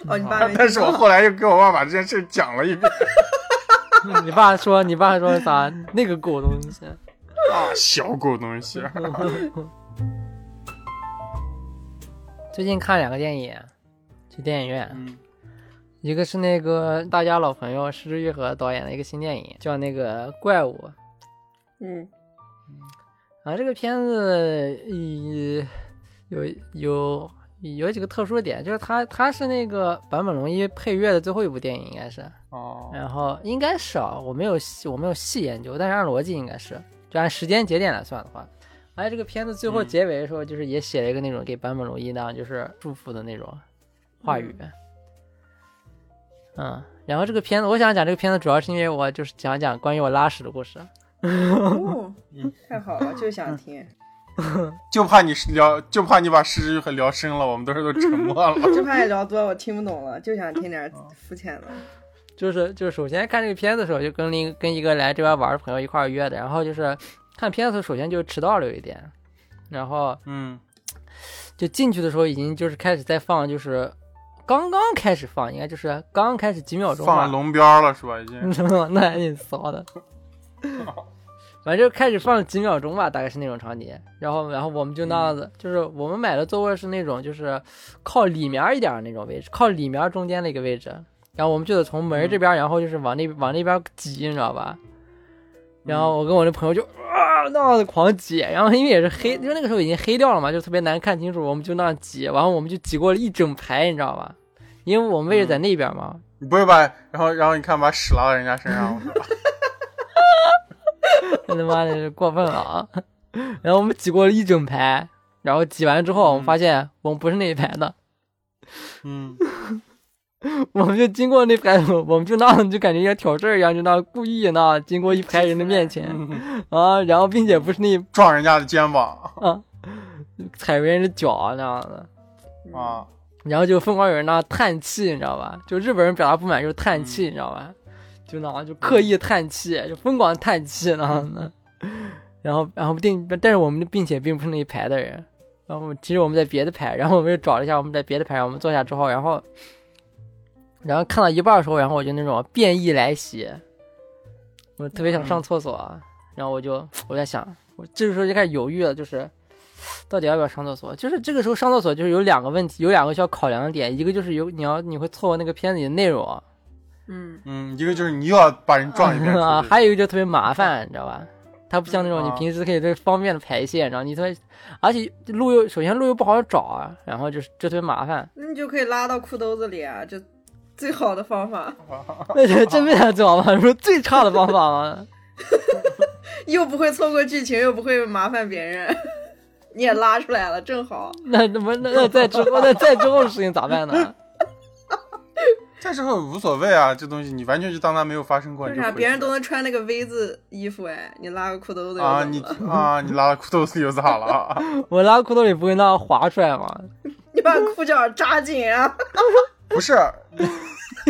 [SPEAKER 2] 哦，你爸没听
[SPEAKER 3] 但是我后来又跟我爸把这件事讲了一 遍。
[SPEAKER 1] 你爸说，你爸说啥？那个狗东西。
[SPEAKER 3] 啊，小狗东西。
[SPEAKER 1] 最近看两个电影，去电影院，
[SPEAKER 3] 嗯
[SPEAKER 1] 一个是那个大家老朋友石之愈合导演的一个新电影，叫那个怪物。
[SPEAKER 2] 嗯
[SPEAKER 1] 啊，这个片子一有有有几个特殊的点，就是它它是那个坂本龙一配乐的最后一部电影，应该是，
[SPEAKER 3] 哦，
[SPEAKER 1] 然后应该是啊，我没有细我没有细研究，但是按逻辑应该是，就按时间节点来算的话，而且这个片子最后
[SPEAKER 3] 嗯
[SPEAKER 1] 结尾的时候，就是也写了一个那种给坂本龙一那样就是祝福的那种话语，嗯然后这个片子我想讲这个片子主要是因为我就是讲讲关于我拉屎的故事，
[SPEAKER 2] 哦，太好了，就想听，
[SPEAKER 3] 就怕你是聊，就怕你把失之愈合聊深了，我们都是都沉默 了。
[SPEAKER 2] 这怕也聊多，我听不懂了，就想听点肤浅的。
[SPEAKER 1] 就是就是首先看这个片子的时候，就跟另一跟一个来这边玩的朋友一块儿约的，然后就是看片子的时候，首先就迟到了有一点，然后
[SPEAKER 3] 嗯
[SPEAKER 1] 就进去的时候已经就是开始在放，就是刚刚开始放，应该就是刚开始几秒钟吧嗯
[SPEAKER 3] 放，龙标了是吧？已经。
[SPEAKER 1] 那还挺骚的。反正就开始放了几秒钟吧，大概是那种场景。然后，然后我们就那样子，就是我们买的座位是那种就是靠里面一点儿那种位置，靠里面中间的一个位置。然后我们就得从门这边，然后就是往那往那边挤，你知道吧？然后我跟我那朋友就啊那样子狂挤，然后因为也是黑，因为那个时候已经黑掉了嘛，就特别难看清楚，我们就那样挤，然后我们就挤过了一整排，你知道吧？因为我们位置在那边嘛，
[SPEAKER 3] 你不会把，然后然后你看把屎拉到人家身上了是 吧？
[SPEAKER 1] 他妈的是过分了啊！然后我们挤过了一整排，然后挤完之后，我们发现我们不是那一排的，
[SPEAKER 3] 嗯，
[SPEAKER 1] 我们就经过那排，我们就那样就感觉像挑事儿一样，就那样故意那样经过一排人的面前啊，然后并且不是那
[SPEAKER 3] 撞人家的肩膀
[SPEAKER 1] 踩人的脚那样的，
[SPEAKER 2] 嗯
[SPEAKER 3] 啊，
[SPEAKER 1] 然后就疯狂有人那样叹气，你知道吧？就日本人表达不满就是叹气，你知道吧？就那样就刻意叹气，就疯狂叹气那样的。然后，然后并但是我们并且并不是那一排的人，然后我们其实我们在别的排，然后我们又找了一下我们在别的排，我们坐下之后，然后然后看到一半的时候，然后我就那种变异来袭，我特别想上厕所，啊然后我就我在想，我这个时候就开始犹豫了，就是到底要不要上厕所？就是这个时候上厕所就是有两个问题，有两个需要考量的点，一个就是有你要你会错过那个片子里的内容，
[SPEAKER 2] 嗯，
[SPEAKER 3] 嗯，一个就是你又要把人撞一遍出去，
[SPEAKER 1] 啊，还有一个就特别麻烦，你知道吧？它不像那种你
[SPEAKER 3] 啊
[SPEAKER 1] 平时可以特别方便的排泄，然后你特别，而且路又首先路又不好找啊，然后就是就特别麻烦，
[SPEAKER 2] 那你就可以拉到裤兜子里啊，就最好的方法，
[SPEAKER 1] 真没想最好方法，说最差的方法吗？
[SPEAKER 2] 又不会错过剧情，又不会麻烦别人， 你也拉出来了，正好。
[SPEAKER 1] 那那么那那在之后那在之后的事情咋办呢？
[SPEAKER 3] 但是会无所谓啊，这东西你完全就当它没有发生过。
[SPEAKER 2] 为
[SPEAKER 3] 你就
[SPEAKER 2] 啥
[SPEAKER 3] 回
[SPEAKER 2] 别
[SPEAKER 3] 去
[SPEAKER 2] 人都能穿那个 V 字衣服哎？你拉个裤兜子又
[SPEAKER 3] 啊
[SPEAKER 2] 怎么
[SPEAKER 3] 你
[SPEAKER 2] 了
[SPEAKER 3] 啊你拉到裤兜子又咋 了？啊
[SPEAKER 1] 我拉裤兜里不会那样滑出来吗？
[SPEAKER 2] 你把裤脚扎紧啊！
[SPEAKER 3] 不是，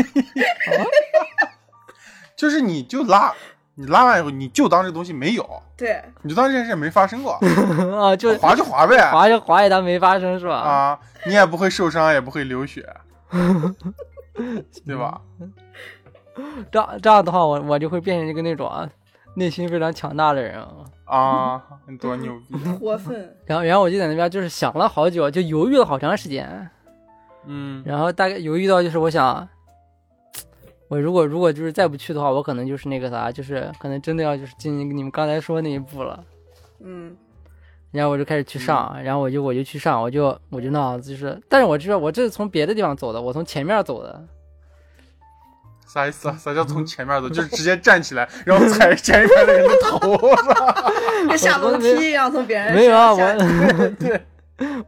[SPEAKER 3] 就是你就拉，你拉完以后你就当这东西没有，
[SPEAKER 2] 对，
[SPEAKER 3] 你就当这件事没发 生过，
[SPEAKER 1] 啊，就
[SPEAKER 3] 滑就滑呗。
[SPEAKER 1] 滑就滑也当没发生是吧？
[SPEAKER 3] 啊，你也不会受伤，也不会 流血，对吧？
[SPEAKER 1] 这样这样的话，我我就会变成一个那种啊内心非常强大的人啊。
[SPEAKER 3] 啊，你多牛逼！
[SPEAKER 2] 活分。
[SPEAKER 1] 然后然后我就在那边就是想了好久，就犹豫了好长时间，
[SPEAKER 3] 嗯
[SPEAKER 1] 然后大概犹豫到就是我想，我如果如果就是再不去的话，我可能就是那个啥，就是可能真的要就是进你们刚才说那一步了。
[SPEAKER 2] 嗯，
[SPEAKER 1] 然后我就开始去上，
[SPEAKER 3] 嗯
[SPEAKER 1] 然后我就我就去上，我就我就那样子就是，但是我知道我这是从别的地方走的，我从前面走的，
[SPEAKER 3] 啥意思啊？啥叫从前面走？就是直接站起来，然后踩前面的人的头。
[SPEAKER 2] 跟下楼
[SPEAKER 1] 我都
[SPEAKER 2] 梯一样从别
[SPEAKER 3] 哎
[SPEAKER 2] 人
[SPEAKER 1] 没有啊，
[SPEAKER 2] 身上下
[SPEAKER 1] 我
[SPEAKER 3] 对，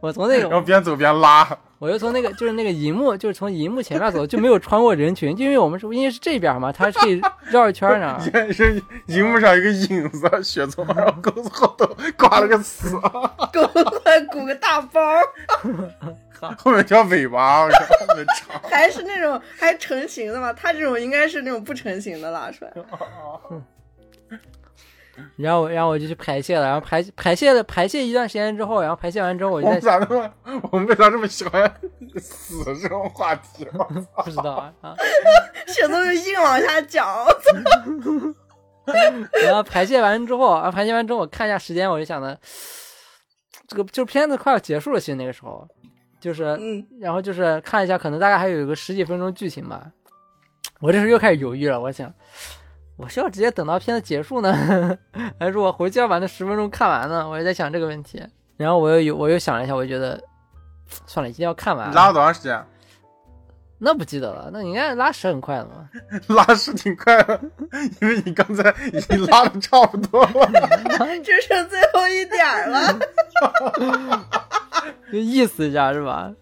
[SPEAKER 1] 我从那
[SPEAKER 3] 然后
[SPEAKER 1] 个，
[SPEAKER 3] 边走边拉。
[SPEAKER 1] 我就从那个 就是那个银幕，就是从银幕前面走，就没有穿过人群，就因为我们是因为是这边嘛，它是可以绕一圈儿呢。
[SPEAKER 3] 先是荧幕上一个影子，雪从然后钩子后头挂了个死，
[SPEAKER 2] 狗子鼓个大包，
[SPEAKER 3] 后面条尾巴，我靠后面长。
[SPEAKER 2] 还是那种还成型的嘛？他这种应该是那种不成型的拉出来。
[SPEAKER 1] 然后我然后我就去排泄了，然后排排泄了排泄一段时间之后，然后排泄完之后我
[SPEAKER 3] 我
[SPEAKER 1] 就在
[SPEAKER 3] 们咋那么，我们为啥这么喜欢死这种话题？ 我操
[SPEAKER 1] 不知道啊，啊
[SPEAKER 2] 雪松就硬往下讲，我操
[SPEAKER 1] 然后排泄完之后，啊排泄完之后我看一下时间，我就想着，这个就是片子快要结束了，其实那个时候就是
[SPEAKER 2] 嗯，
[SPEAKER 1] 然后就是看一下，可能大概还有个十几分钟剧情吧。我这时候又开始犹豫了，我想，我是要直接等到片子结束呢， 还是我回去要把那十分钟看完呢？我也在想这个问题。然后我又有我又想了一下，我觉得算了，一定要看完
[SPEAKER 3] 你。拉了多长时间？啊
[SPEAKER 1] 那不记得了，那你应该拉屎很快的嘛。
[SPEAKER 3] 拉屎挺快的，因为你刚才已经拉的差不多了。
[SPEAKER 2] 只剩最后一点儿了。
[SPEAKER 1] 就意思一下是吧？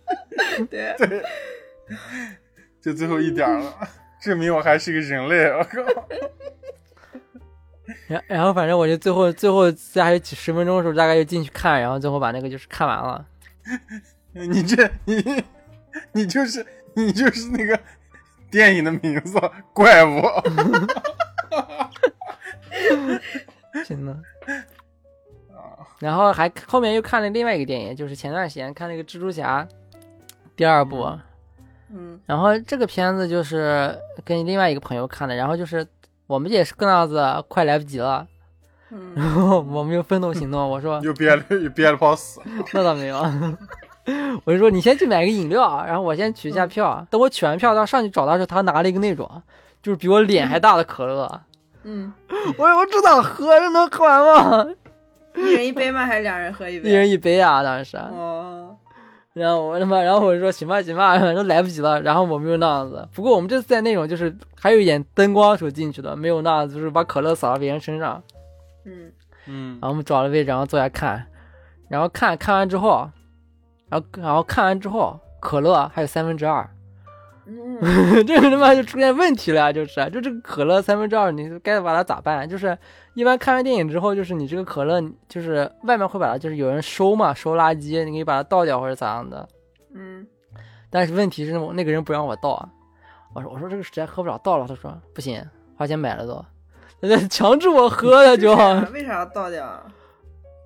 [SPEAKER 1] 嗯
[SPEAKER 2] 对，
[SPEAKER 3] 就最后一点儿了，证明我还是个人类。啊我靠！
[SPEAKER 1] 然然后反正我就最后最后在还有几十分钟的时候，大概就进去看，然后最后把那个就是看完了。
[SPEAKER 3] 你这你你就是你就是那个电影的名字《怪物》。
[SPEAKER 1] 真的。然后还后面又看了另外一个电影，就是前段时间看那个蜘蛛侠第二部，
[SPEAKER 2] 嗯
[SPEAKER 1] 然后这个片子就是跟另外一个朋友看的，然后就是我们也是跟那样子快来不及了，
[SPEAKER 2] 嗯，
[SPEAKER 1] 然后我们就分头 行动，我说
[SPEAKER 3] 又憋了又憋了泡屎。
[SPEAKER 1] 那倒没有， 我就说你先去买个饮料，然后我先取一下票，等我取完票到上去找他的时候，他拿了一个那种就是比我脸还大的可乐，
[SPEAKER 2] 嗯，
[SPEAKER 1] 我说我这咋喝，这能喝完吗？
[SPEAKER 2] 一人一杯吗？还是两人喝 一
[SPEAKER 1] 一
[SPEAKER 2] 杯？
[SPEAKER 1] 人一杯啊，当时。
[SPEAKER 2] 哦，
[SPEAKER 1] 然后我他妈，然后我就说行吧行吧，反正来不及了。然后我没有那样子，不过我们这次在那种就是还有一点灯光时候进去的，没有那样子就是把可乐洒到别人身上。
[SPEAKER 2] 嗯
[SPEAKER 3] 嗯
[SPEAKER 1] 然后我们找了位置，然后坐下看，然后看看完之后，然后然后看完之后，可乐还有三分之二，
[SPEAKER 2] 嗯，
[SPEAKER 1] 这个他妈就出现问题了呀！就是就这个可乐三分之二，你该把它咋办？就是一般看完电影之后，就是你这个可乐，就是外面会把它就是有人收嘛，收垃圾，你可以把它倒掉或者咋样的。
[SPEAKER 2] 嗯，
[SPEAKER 1] 但是问题是我那个人不让我倒啊，我说我说这个实在喝不了倒了，他说不行，花钱买了都，他就强制我喝了就，
[SPEAKER 2] 为啥为啥要倒掉啊？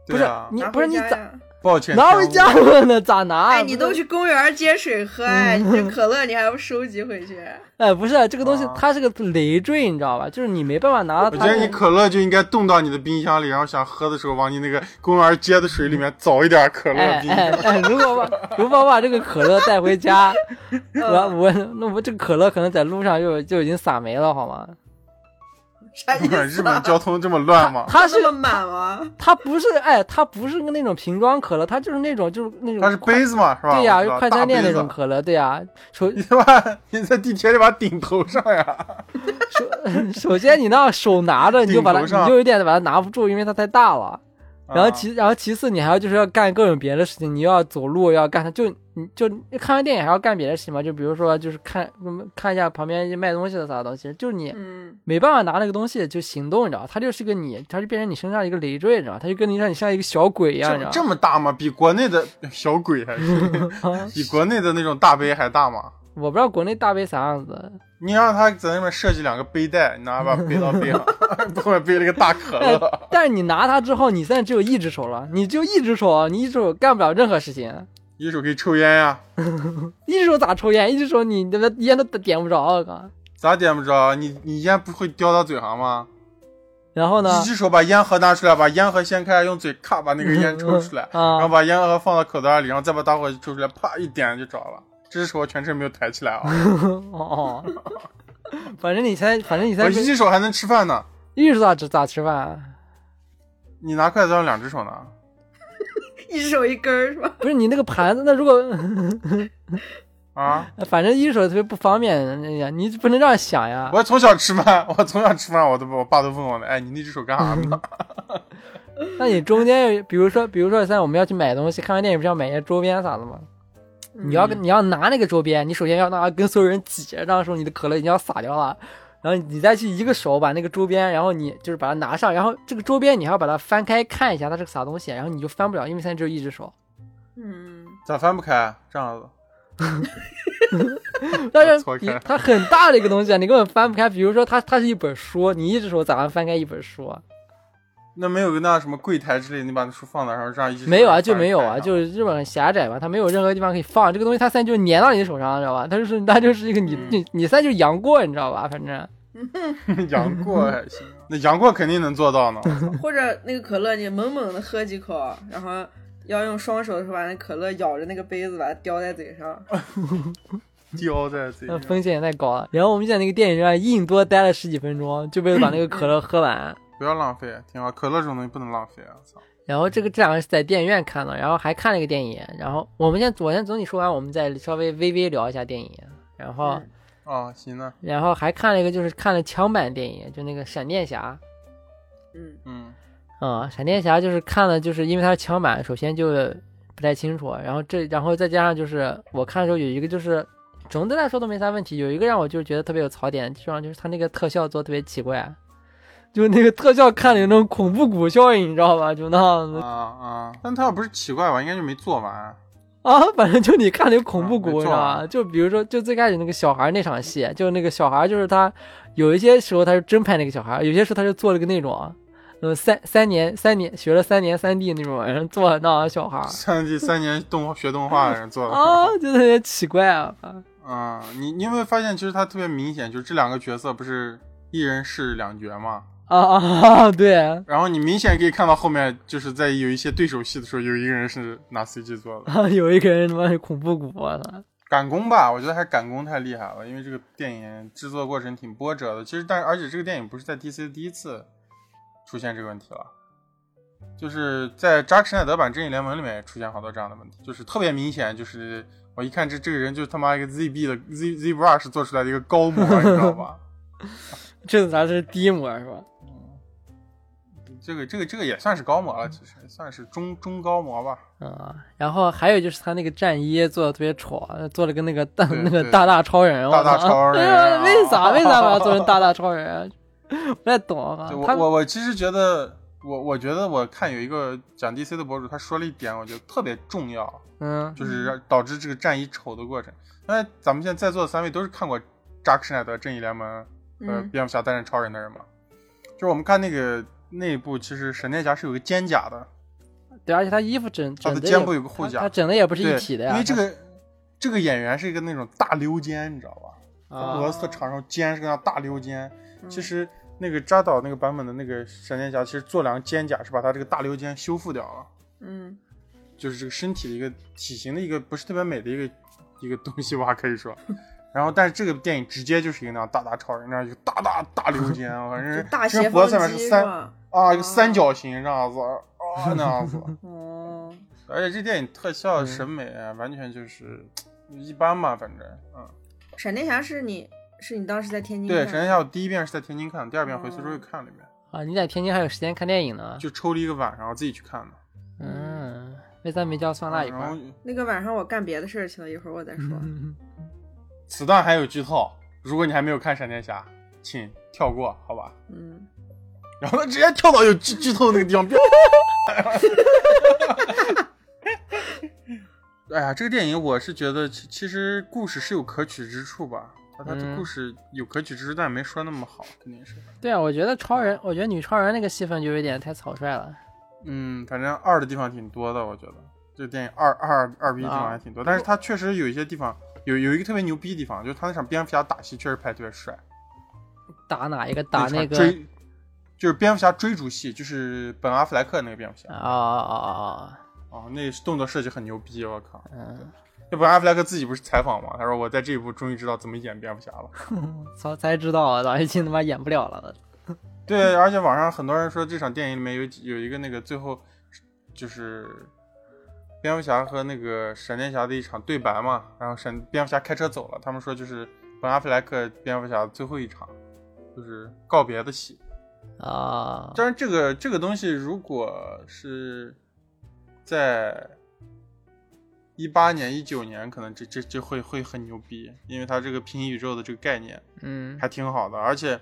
[SPEAKER 1] 不
[SPEAKER 3] 对
[SPEAKER 1] 是
[SPEAKER 3] 啊，
[SPEAKER 1] 你
[SPEAKER 2] 拿
[SPEAKER 1] 不是
[SPEAKER 2] 回
[SPEAKER 1] 你
[SPEAKER 2] 家
[SPEAKER 1] 咋啊
[SPEAKER 2] 呀
[SPEAKER 3] 抱歉，
[SPEAKER 1] 拿回家
[SPEAKER 3] 耽误了
[SPEAKER 1] 了呢，咋拿？
[SPEAKER 2] 哎，你都去公园接水喝，哎，
[SPEAKER 1] 嗯
[SPEAKER 2] 你这可乐你还要收集回去？
[SPEAKER 1] 哎，不是这个东西
[SPEAKER 3] 啊，
[SPEAKER 1] 它是个累赘，你知道吧？就是你没办法拿到
[SPEAKER 3] 我
[SPEAKER 1] 它
[SPEAKER 3] 觉
[SPEAKER 1] 那
[SPEAKER 3] 得
[SPEAKER 1] 个。
[SPEAKER 3] 你可乐就应该冻到你的冰箱里，然后想喝的时候往你那个公园接的水里面找一点可乐
[SPEAKER 1] 哎
[SPEAKER 3] 冰。
[SPEAKER 1] 哎哎！如果把如果把这个可乐带回 家，
[SPEAKER 2] 嗯
[SPEAKER 1] 我我那我这个可乐可能在路上就就已经撒没了，好吗？
[SPEAKER 2] 啥意
[SPEAKER 1] 哎
[SPEAKER 3] 日
[SPEAKER 2] 思
[SPEAKER 3] 本
[SPEAKER 2] 啊？
[SPEAKER 3] 交通这么乱吗？
[SPEAKER 1] 它是个
[SPEAKER 2] 这么满吗？
[SPEAKER 1] 它不是哎，它不是个那种瓶装可乐，它就是那种就是那种
[SPEAKER 3] 它是
[SPEAKER 1] 快
[SPEAKER 3] 杯子嘛，是吧？
[SPEAKER 1] 对呀、
[SPEAKER 3] 我知
[SPEAKER 1] 是
[SPEAKER 3] 道
[SPEAKER 1] 快餐店那种。
[SPEAKER 3] 大杯子
[SPEAKER 1] 可乐，对呀、首
[SPEAKER 3] 你他妈，你在地铁里把它顶头上呀！
[SPEAKER 1] 首首先你那手拿着，你就把它，
[SPEAKER 3] 顶头上
[SPEAKER 1] 你就有点把它拿不住，因为它太大了。 然后
[SPEAKER 3] 啊
[SPEAKER 1] 其然后其次你还要就是要干各种别的事情，你又要走路，又要干它，就你就看完电影还要干别的事情嘛，就比如说就是看嗯看一下旁边卖东西的啥东西，就是你
[SPEAKER 2] 嗯，
[SPEAKER 1] 没办法拿那个东西就行动，你知道吧，它就是个你，它就变成你身上一个累赘，你知道吧，它就跟你让你像一个小鬼一样，你知
[SPEAKER 3] 这
[SPEAKER 1] 道
[SPEAKER 3] 这
[SPEAKER 1] 吧。
[SPEAKER 3] 么大吗？比国内的小鬼还 是
[SPEAKER 1] 啊
[SPEAKER 3] 比国内的那种大杯还大吗？
[SPEAKER 1] 我不知道国内大杯啥样子，
[SPEAKER 3] 你让他在那边设计两个背带，你拿把背到背上， 后面背了个大可
[SPEAKER 1] 但
[SPEAKER 3] 乐。
[SPEAKER 1] 但是你拿它之后，你现在只有一只手了，你就一只手，你一只手干不了任何事情，
[SPEAKER 3] 一手可以抽烟呀、
[SPEAKER 1] 一只手咋抽烟？一只手你那个烟都点不着，我靠。
[SPEAKER 3] 咋点不着？你你烟不会叼到嘴上吗？
[SPEAKER 1] 然后呢？
[SPEAKER 3] 一只手把烟盒拿出来，把烟盒掀开，用嘴咔把那个烟抽出来，
[SPEAKER 1] 嗯啊
[SPEAKER 3] 然后把烟盒放到口袋里，然后再把打火机抽出来，啪一点就着了。这只手全程没有抬起来啊！
[SPEAKER 1] 哦，反正你现在，反正你
[SPEAKER 3] 我
[SPEAKER 1] 现
[SPEAKER 3] 一
[SPEAKER 1] 在
[SPEAKER 3] 只手还能吃饭呢，
[SPEAKER 1] 一直咋吃咋吃饭啊？
[SPEAKER 3] 你拿筷子让两只手拿。
[SPEAKER 2] 一手一根儿是吧？
[SPEAKER 1] 不是你那个盘子，那如果
[SPEAKER 3] 啊！
[SPEAKER 1] 反正一只手特别不方便，那样你不能这样想呀。
[SPEAKER 3] 我从小吃饭， 我从小吃饭，我都我爸都问我了，哎，你那只手干
[SPEAKER 1] 嗯
[SPEAKER 3] 啥呢？
[SPEAKER 1] 那你中间，比如说，比如说现在我们要去买东西，看完电影不是要买一些周边啥的吗？你要跟你要拿那个周边，你首先要拿跟所有人挤，这样的时候你的可乐已经要洒掉了，然后你再去一个手把那个周边，然后你就是把它拿上，然后这个周边你还要把它翻开看一下它是个啥东西，然后你就翻不了，因为现在只有一只手。
[SPEAKER 2] 嗯，
[SPEAKER 3] 咋翻不开？啊这样子，
[SPEAKER 1] 但是
[SPEAKER 3] 错
[SPEAKER 1] 你
[SPEAKER 3] 开
[SPEAKER 1] 它很大的一个东西啊，你根本翻不开。比如说它它是一本书，你一只手咋能翻开一本书啊？
[SPEAKER 3] 那没有个那什么柜台之类的，你把那书放那儿，然后让一只手
[SPEAKER 1] 没有啊，就
[SPEAKER 3] 翻
[SPEAKER 1] 没有
[SPEAKER 3] 开
[SPEAKER 1] 啊，
[SPEAKER 3] 呀
[SPEAKER 1] 就是日本很狭窄嘛，它没有任何地方可以放这个东西，它现在就粘到你的手上，知道吧？它就是它就是一个你
[SPEAKER 2] 嗯
[SPEAKER 1] 你你现在就是杨过，你知道吧？反正
[SPEAKER 3] 杨 过还行，那杨过肯定能做到呢。
[SPEAKER 2] 或者那个可乐你猛猛的喝几口，然后要用双手的时候把那可乐咬着那个杯子，把它叼在嘴上。
[SPEAKER 3] 叼在嘴
[SPEAKER 1] 那
[SPEAKER 3] 上，
[SPEAKER 1] 风险也太高了。然后我们在那个电影院硬多待了十几分钟，就为了把那个可乐喝完。
[SPEAKER 3] 不要浪费，挺好。可乐这种东西不能浪费啊！操，
[SPEAKER 1] 然后这个这两个是在电影院看的，然后还看了一个电影。然后我们先我先总体说完，我们再稍微微微聊一下电影。然后、
[SPEAKER 2] 嗯
[SPEAKER 3] 哦，行呢，
[SPEAKER 1] 然后还看了一个，就是看了枪版电影，就那个闪电侠。
[SPEAKER 2] 嗯，
[SPEAKER 3] 嗯，
[SPEAKER 1] 嗯，闪电侠就是看了，就是因为它是枪版，首先就不太清楚，然后这然后再加上就是我看的时候有一个就是总的来说都没啥问题，有一个让我就是觉得特别有槽点的地方就是它那个特效做得特别奇怪，就那个特效看着有那种恐怖谷效应，你知道吧？就那样子
[SPEAKER 3] 啊啊，但他要不是奇怪吧，应该就没 做完。
[SPEAKER 1] 啊，反正就你看着有恐怖
[SPEAKER 3] 啊
[SPEAKER 1] 谷，
[SPEAKER 3] 没
[SPEAKER 1] 你知
[SPEAKER 3] 错
[SPEAKER 1] 道
[SPEAKER 3] 啊
[SPEAKER 1] 吧？就比如说就最开始那个小孩那场戏，就那个小孩就是他有一些时候他是真拍那个小孩，有些时候他就做了个那种。嗯，三三年三年学了三年三 D 那种玩意儿做那样小孩儿，
[SPEAKER 3] 三这三年动画学动画的人做的，
[SPEAKER 1] 啊，就特别奇怪啊。
[SPEAKER 3] 啊，你你有没有发现，其实他特别明显，就是这两个角色不是一人饰两角嘛？
[SPEAKER 1] 啊啊！对，
[SPEAKER 3] 然后你明显可以看到后面，就是在有一些对手戏的时候，有一个人是拿 CG 做的，
[SPEAKER 1] 啊有一个人他妈是恐怖谷了。
[SPEAKER 3] 赶工吧，我觉得还赶工太厉害了，因为这个电影制作过程挺波折的。其实，但而且这个电影不是在 DC 第一次出现这个问题了，就是在扎克施奈德版《正义联盟》里面也出现好多这样的问题，就是特别明显，就是我一看这这个人就是他妈一个 ZB 的 Z ZBrush 做出来的一个高模，你知道吧？
[SPEAKER 1] 这咱是低模是吧？
[SPEAKER 3] 这个这个这个也算是高模了，其实算是中中高模吧。
[SPEAKER 1] 嗯，然后还有就是他那个战衣做的特别丑，啊做的跟那个大
[SPEAKER 3] 对
[SPEAKER 1] 那个
[SPEAKER 3] 对
[SPEAKER 1] 大大超人，
[SPEAKER 3] 大大
[SPEAKER 1] 我操
[SPEAKER 3] 超人
[SPEAKER 1] 哎呦为
[SPEAKER 3] 啊
[SPEAKER 1] 啥为啥把它做成 大大超人啊？不太懂啊
[SPEAKER 3] 对。
[SPEAKER 1] 他
[SPEAKER 3] 我我我其实觉得，我我觉得我看有一个讲 DC 的博主，他说了一点，我觉得特别重要。
[SPEAKER 1] 嗯
[SPEAKER 3] 就是让导致这个战役丑的过程。那咱们现在在座的三位都是看过扎克施奈德《正义联盟》呃
[SPEAKER 2] 嗯
[SPEAKER 3] 蝙蝠侠大战超人的人嘛？就是我们看那个那一部，其实闪电侠是有个肩甲的，
[SPEAKER 1] 对，而且他衣服整
[SPEAKER 3] 他
[SPEAKER 1] 整
[SPEAKER 3] 的
[SPEAKER 1] 的
[SPEAKER 3] 肩
[SPEAKER 1] 也
[SPEAKER 3] 部有个护
[SPEAKER 1] 他
[SPEAKER 3] 甲，
[SPEAKER 1] 他整的也不是
[SPEAKER 3] 对
[SPEAKER 1] 一体的呀，
[SPEAKER 3] 因为这
[SPEAKER 1] 他
[SPEAKER 3] 个这个演员是一个那种大溜肩，你知道吧？俄
[SPEAKER 1] 啊
[SPEAKER 3] 罗斯
[SPEAKER 2] 啊
[SPEAKER 3] 的场上肩是个那大溜肩。
[SPEAKER 2] 嗯
[SPEAKER 3] 其实那个扎导那个版本的那个闪电侠，其实做两个肩甲是把他这个大溜肩修复掉了，
[SPEAKER 2] 嗯，
[SPEAKER 3] 就是这个身体的一个体型的一个不是特别美的一个一个东西吧，可以 说。然后，但是这个电影直接就是一个那样大大超人，那样一个大大大溜肩，反
[SPEAKER 2] 就
[SPEAKER 3] 正
[SPEAKER 2] 大
[SPEAKER 3] 其实
[SPEAKER 2] 斜
[SPEAKER 3] 脖
[SPEAKER 2] 方
[SPEAKER 3] 子上面
[SPEAKER 2] 肌
[SPEAKER 3] 是
[SPEAKER 2] 是
[SPEAKER 3] 三
[SPEAKER 2] 吧？
[SPEAKER 3] 啊一个三角形这样子啊那样 子，
[SPEAKER 2] 哦，
[SPEAKER 3] 而且这电影特
[SPEAKER 2] 嗯
[SPEAKER 3] 效审美啊完全就是一般吧，反正嗯。
[SPEAKER 2] 闪电侠是你是你当时在天津
[SPEAKER 3] 对，
[SPEAKER 2] 看
[SPEAKER 3] 闪电侠我第一遍是在天津看，第二遍回苏州又看了一遍，
[SPEAKER 1] 啊，你在天津还有时间看电影呢？
[SPEAKER 3] 就抽了一个晚上我自己去看的。
[SPEAKER 1] 嗯，为啥没叫酸辣一块
[SPEAKER 3] 啊然后
[SPEAKER 1] 儿？
[SPEAKER 2] 那个晚上我干别的事儿去了，一会儿我再说。
[SPEAKER 3] 此段还有剧透，如果你还没有看闪电侠，请跳过，好吧？
[SPEAKER 2] 嗯，
[SPEAKER 3] 然后他直接跳到有剧剧透的那个地方，别 哎呀，这个电影我是觉得其其实故事是有可取之处吧，它的
[SPEAKER 1] 嗯
[SPEAKER 3] 故事有可取之处，但没说那么好，肯定是。
[SPEAKER 1] 对啊，我觉得超人，我觉得女超人那个戏份就有点太草率了。
[SPEAKER 3] 嗯，反正二的地方挺多的，我觉得这电影二二二逼地
[SPEAKER 1] 啊
[SPEAKER 3] 方还挺多，但是它确实有一些地方有有一个特别牛逼的地方，就是他那场蝙蝠侠打戏确实拍得特别帅，
[SPEAKER 1] 打哪一个？打
[SPEAKER 3] 那
[SPEAKER 1] 那
[SPEAKER 3] 场
[SPEAKER 1] 个？
[SPEAKER 3] 追就是蝙蝠侠追逐戏，就是本阿弗莱克那个蝙蝠侠
[SPEAKER 1] 啊啊啊啊！
[SPEAKER 3] 哦，那动作设计很牛逼，我靠！
[SPEAKER 1] 嗯，
[SPEAKER 3] 那本阿弗莱克自己不是采访吗？他说我在这一部终于知道怎么演蝙蝠侠了。
[SPEAKER 1] 才才知道老已经他妈演不了了。
[SPEAKER 3] 对，而且网上很多人说这场电影里面有有一个那个最后就是蝙蝠侠和那个闪电侠的一场对白嘛，然后闪蝙蝠侠开车走了，他们说就是本阿弗莱克蝙蝠侠最后一场就是告别的戏。
[SPEAKER 1] 啊，
[SPEAKER 3] 当然，这个这个东西如果是在一八年、一九年，可能这这这会会很牛逼，因为它这个平行宇宙的这个概念。
[SPEAKER 1] 嗯
[SPEAKER 3] 还挺好的。而且，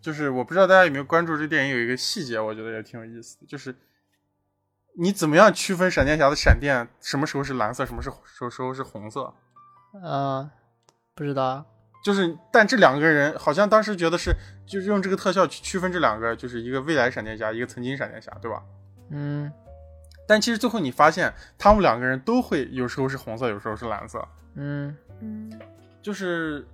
[SPEAKER 3] 就是我不知道大家有没有关注这电影有一个细节，我觉得也挺有意思的，就是你怎么样区分闪电侠的闪电什么时候是蓝色，什么时候什么时候是红色？
[SPEAKER 1] 啊，不知道。
[SPEAKER 3] 就是，但这两个人好像当时觉得是，就是用这个特效去区分这两个，就是一个未来闪电侠，一个曾经闪电侠，对吧？
[SPEAKER 1] 嗯
[SPEAKER 3] 但其实最后你发现，他们两个人都会有时候是红色，有时候是蓝色，
[SPEAKER 1] 嗯
[SPEAKER 2] 嗯
[SPEAKER 3] 就是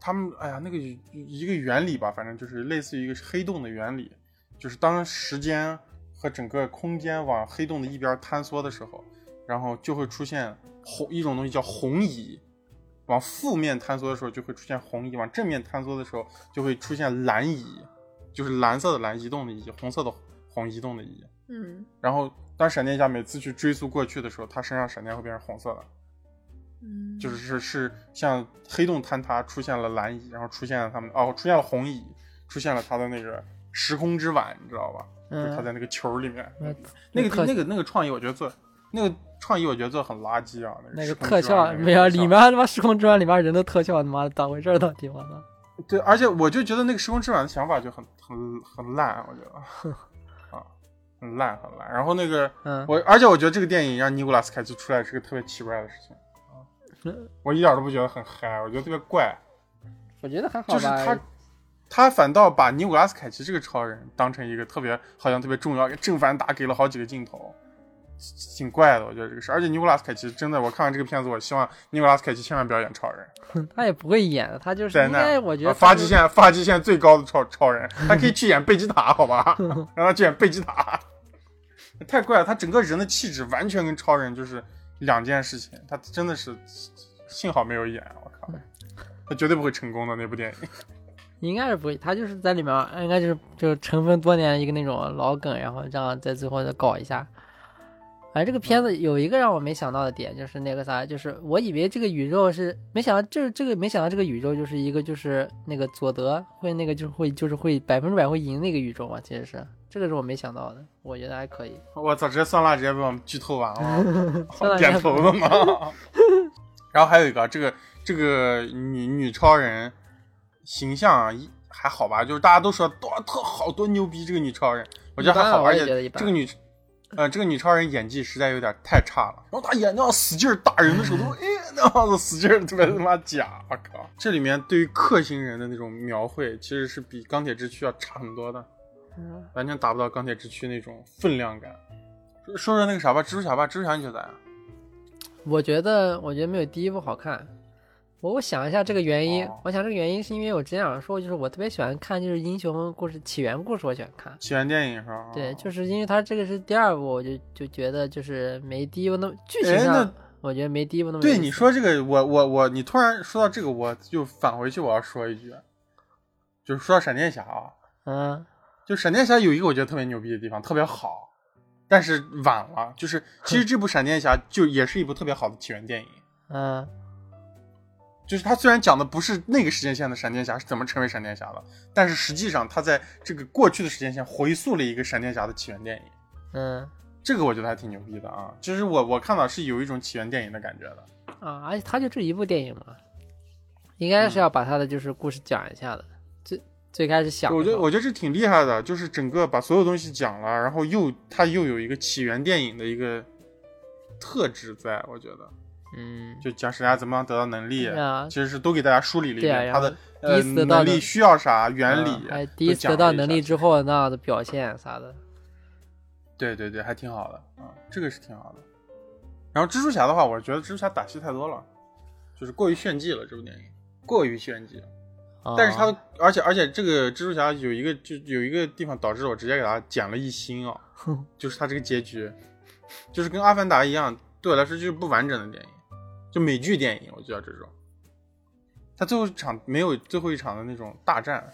[SPEAKER 3] 他们，哎呀，那个一个原理吧，反正就是类似于一个黑洞的原理，就是当时间和整个空间往黑洞的一边坍缩的时候，然后就会出现红一种东西叫红移，往负面坍缩的时候就会出现红移，往正面坍缩的时候就会出现蓝移，就是蓝色的蓝移动的移，红色的红移动的移。
[SPEAKER 2] 嗯
[SPEAKER 3] 然后当闪电侠每次去追溯过去的时候，他身上闪电会变成红色的。
[SPEAKER 2] 嗯，
[SPEAKER 3] 就是是是像黑洞坍塌出现了蓝蚁，然后出现了他们哦，出现了红蚁，出现了他的那个时空之碗，你知道吧？就是他
[SPEAKER 1] 嗯，
[SPEAKER 3] 在那个球里面，
[SPEAKER 1] 那
[SPEAKER 3] 那
[SPEAKER 1] 特
[SPEAKER 3] 个那个那个创意，我觉得做那个创意，我觉得做得很垃圾啊。那
[SPEAKER 1] 那个
[SPEAKER 3] 个时空
[SPEAKER 1] 特
[SPEAKER 3] 之碗
[SPEAKER 1] 效
[SPEAKER 3] 那个
[SPEAKER 1] 没有，
[SPEAKER 3] 特效
[SPEAKER 1] 里面他妈时空之王里面人的特效，他妈的当回事儿到底我操！
[SPEAKER 3] 对，而且我就觉得那个时空之碗的想法就很很很烂，我觉得 啊，很烂很烂。然后那个
[SPEAKER 1] 嗯，
[SPEAKER 3] 我，而且我觉得这个电影让尼古拉斯凯奇出来是个特别奇怪的事情，啊
[SPEAKER 1] 嗯
[SPEAKER 3] 我一点都不觉得很嗨，我觉得特别怪。
[SPEAKER 1] 我觉得还好吧。
[SPEAKER 3] 就是他， 他反倒把尼古拉斯凯奇这个超人当成一个特别好像特别重要，正反打给了好几个镜头，挺怪的，我觉得这个事。而且尼古拉斯凯奇真的，我看完这个片子，我希望尼古拉斯凯奇千万不要演超人，
[SPEAKER 1] 他也不会演，他就是
[SPEAKER 3] 在
[SPEAKER 1] 应
[SPEAKER 3] 那
[SPEAKER 1] 该，我觉得
[SPEAKER 3] 啊发
[SPEAKER 1] 他就
[SPEAKER 3] 际线发际线最高的超超人，他可以去演贝吉塔，好吧， 让他去演贝吉塔，太怪了，他整个人的气质完全跟超人就是两件事情，他真的是幸好没有演，我靠，
[SPEAKER 1] 嗯
[SPEAKER 3] 他绝对不会成功的那部电影。
[SPEAKER 1] 应该是不会，他就是在里面，呃应该就是就是尘封多年一个那种老梗，然后这样在最后再搞一下。反正这个片子有一个让我没想到的点，就是那个啥，就是我以为这个宇宙是没想到，就是这个没想到这个宇宙就是一个就是那个佐德会那个就是会就是会百分之百会赢那个宇宙嘛，其实是这个是我没想到的，我觉得还可以。
[SPEAKER 3] 我操！直接酸辣直接被我们剧透完了
[SPEAKER 1] 酸，辣
[SPEAKER 3] 点头了吗？ 然后还有一个，这个这个女女超人形象啊，一还好吧，就是大家都说多特好多牛逼，这个女超人，我觉得还好，
[SPEAKER 1] 一般啊我
[SPEAKER 3] 而
[SPEAKER 1] 也
[SPEAKER 3] 且
[SPEAKER 1] 觉得一般嗯
[SPEAKER 3] 这个女，呃，这个女超人演技实在有点太差了。然后她演那样使劲儿打人 的时候，都哎那样子使劲儿，特别他妈假，我靠！这里面对于克星人的那种描绘，其实是比钢铁之躯要差很多的。
[SPEAKER 1] 嗯
[SPEAKER 3] 完全达不到钢铁之躯那种分量感。说说那个啥吧，蜘蛛侠吧，蜘蛛侠你觉得咋样？
[SPEAKER 1] 我觉得，我觉得没有第一部好看。我我想一下这个原因，
[SPEAKER 3] 哦
[SPEAKER 1] 我想这个原因是因为我之前想说，就是我特别喜欢看就是英雄故事起源故事，我喜欢看。
[SPEAKER 3] 起源电影是吧？。
[SPEAKER 1] 对，就是是因为它这个是第二部，我就就觉得就是没第一部那么剧情
[SPEAKER 3] 哎
[SPEAKER 1] 上
[SPEAKER 3] 那，
[SPEAKER 1] 我觉得没第一部那么有
[SPEAKER 3] 哦对
[SPEAKER 1] 意
[SPEAKER 3] 你
[SPEAKER 1] 思
[SPEAKER 3] 说这个，我我我，你突然说到这个，我就返回去我要说一句，就是说到闪电侠啊，
[SPEAKER 1] 嗯
[SPEAKER 3] 就闪电侠有一个我觉得特别牛逼的地方，特别好，但是晚了。就是其实这部闪电侠就也是一部特别好的起源电影，
[SPEAKER 1] 嗯
[SPEAKER 3] 就是它虽然讲的不是那个时间线的闪电侠是怎么成为闪电侠的，但是实际上它在这个过去的时间线回溯了一个闪电侠的起源电影，
[SPEAKER 1] 嗯
[SPEAKER 3] 这个我觉得还挺牛逼的啊。就是我我看到是有一种起源电影的感觉的。
[SPEAKER 1] 啊，而且它就这一部电影嘛，应该
[SPEAKER 3] 嗯
[SPEAKER 1] 是要把它的就是故事讲一下的。最最开始想的
[SPEAKER 3] 我觉得
[SPEAKER 1] 话
[SPEAKER 3] 我觉得这挺厉害的，就是整个把所有东西讲了，然后又它又有一个起源电影的一个特质在，我觉得
[SPEAKER 1] 嗯
[SPEAKER 3] 就讲闪电侠怎么样得到能力，
[SPEAKER 1] 啊
[SPEAKER 3] 其实是都给大家梳理了一
[SPEAKER 1] 对啊，
[SPEAKER 3] 遍
[SPEAKER 1] 然
[SPEAKER 3] 他
[SPEAKER 1] 后
[SPEAKER 3] 的
[SPEAKER 1] 第
[SPEAKER 3] 呃
[SPEAKER 1] 一次得到
[SPEAKER 3] 能
[SPEAKER 1] 的
[SPEAKER 3] 力需要啥原
[SPEAKER 1] 嗯
[SPEAKER 3] 理，啊
[SPEAKER 1] 还有第一
[SPEAKER 3] 都
[SPEAKER 1] 次
[SPEAKER 3] 讲
[SPEAKER 1] 得到
[SPEAKER 3] 了一
[SPEAKER 1] 能
[SPEAKER 3] 下
[SPEAKER 1] 力之后那样的表现啥的，
[SPEAKER 3] 对对对，还挺好的啊、这个是挺好的。然后蜘蛛侠的话，我觉得蜘蛛侠打戏太多了，就是过于炫技了，这部电影过于炫技。但是它
[SPEAKER 1] 啊
[SPEAKER 3] 的，而且而且这个蜘蛛侠有一个就有一个地方导致我直接给他减了一星啊、
[SPEAKER 1] 哼
[SPEAKER 3] 就是它这个结局，就是跟《阿凡达》一样，对我来说就是不完整的电影，就美剧电影，我觉得这种。他最后一场没有最后一场的那种大战，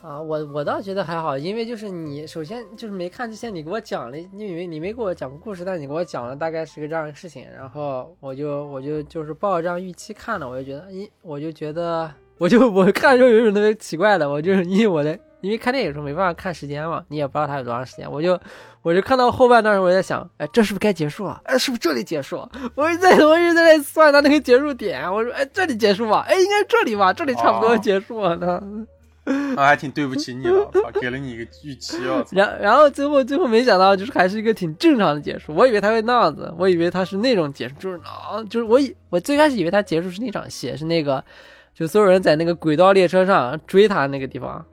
[SPEAKER 1] 啊，我我倒觉得还好，因为就是你首先就是没看之前，你给我讲了，你以为你没给我讲过故事，但你给我讲了大概是个这样的事情，然后我就我就就是抱着这样预期看了，我就觉得，咦，我就觉得，我就我看的时候有一种特别奇怪的，我就是因为我的，因为看电影的时候没办法看时间嘛，你也不知道它有多长时间，我就我就看到后半段时候我在想，哎，这是不是该结束了？哎，是不是这里结束了？我一直在我一直在算它那个结束点，我说，哎，这里结束吧，哎，应该这里吧，这里差不多
[SPEAKER 3] 哦
[SPEAKER 1] 结束了呢。
[SPEAKER 3] 啊，还挺对不起你了，我操，给了你一个预期，我 操，
[SPEAKER 1] 然然后最后最后没想到就是还是一个挺正常的结束，我以为他会那样子，我以为他是那种结束，就是啊，就是我以我最开始以为他结束是那场戏，是那个就所有人在那个轨道列车上追他那个地方，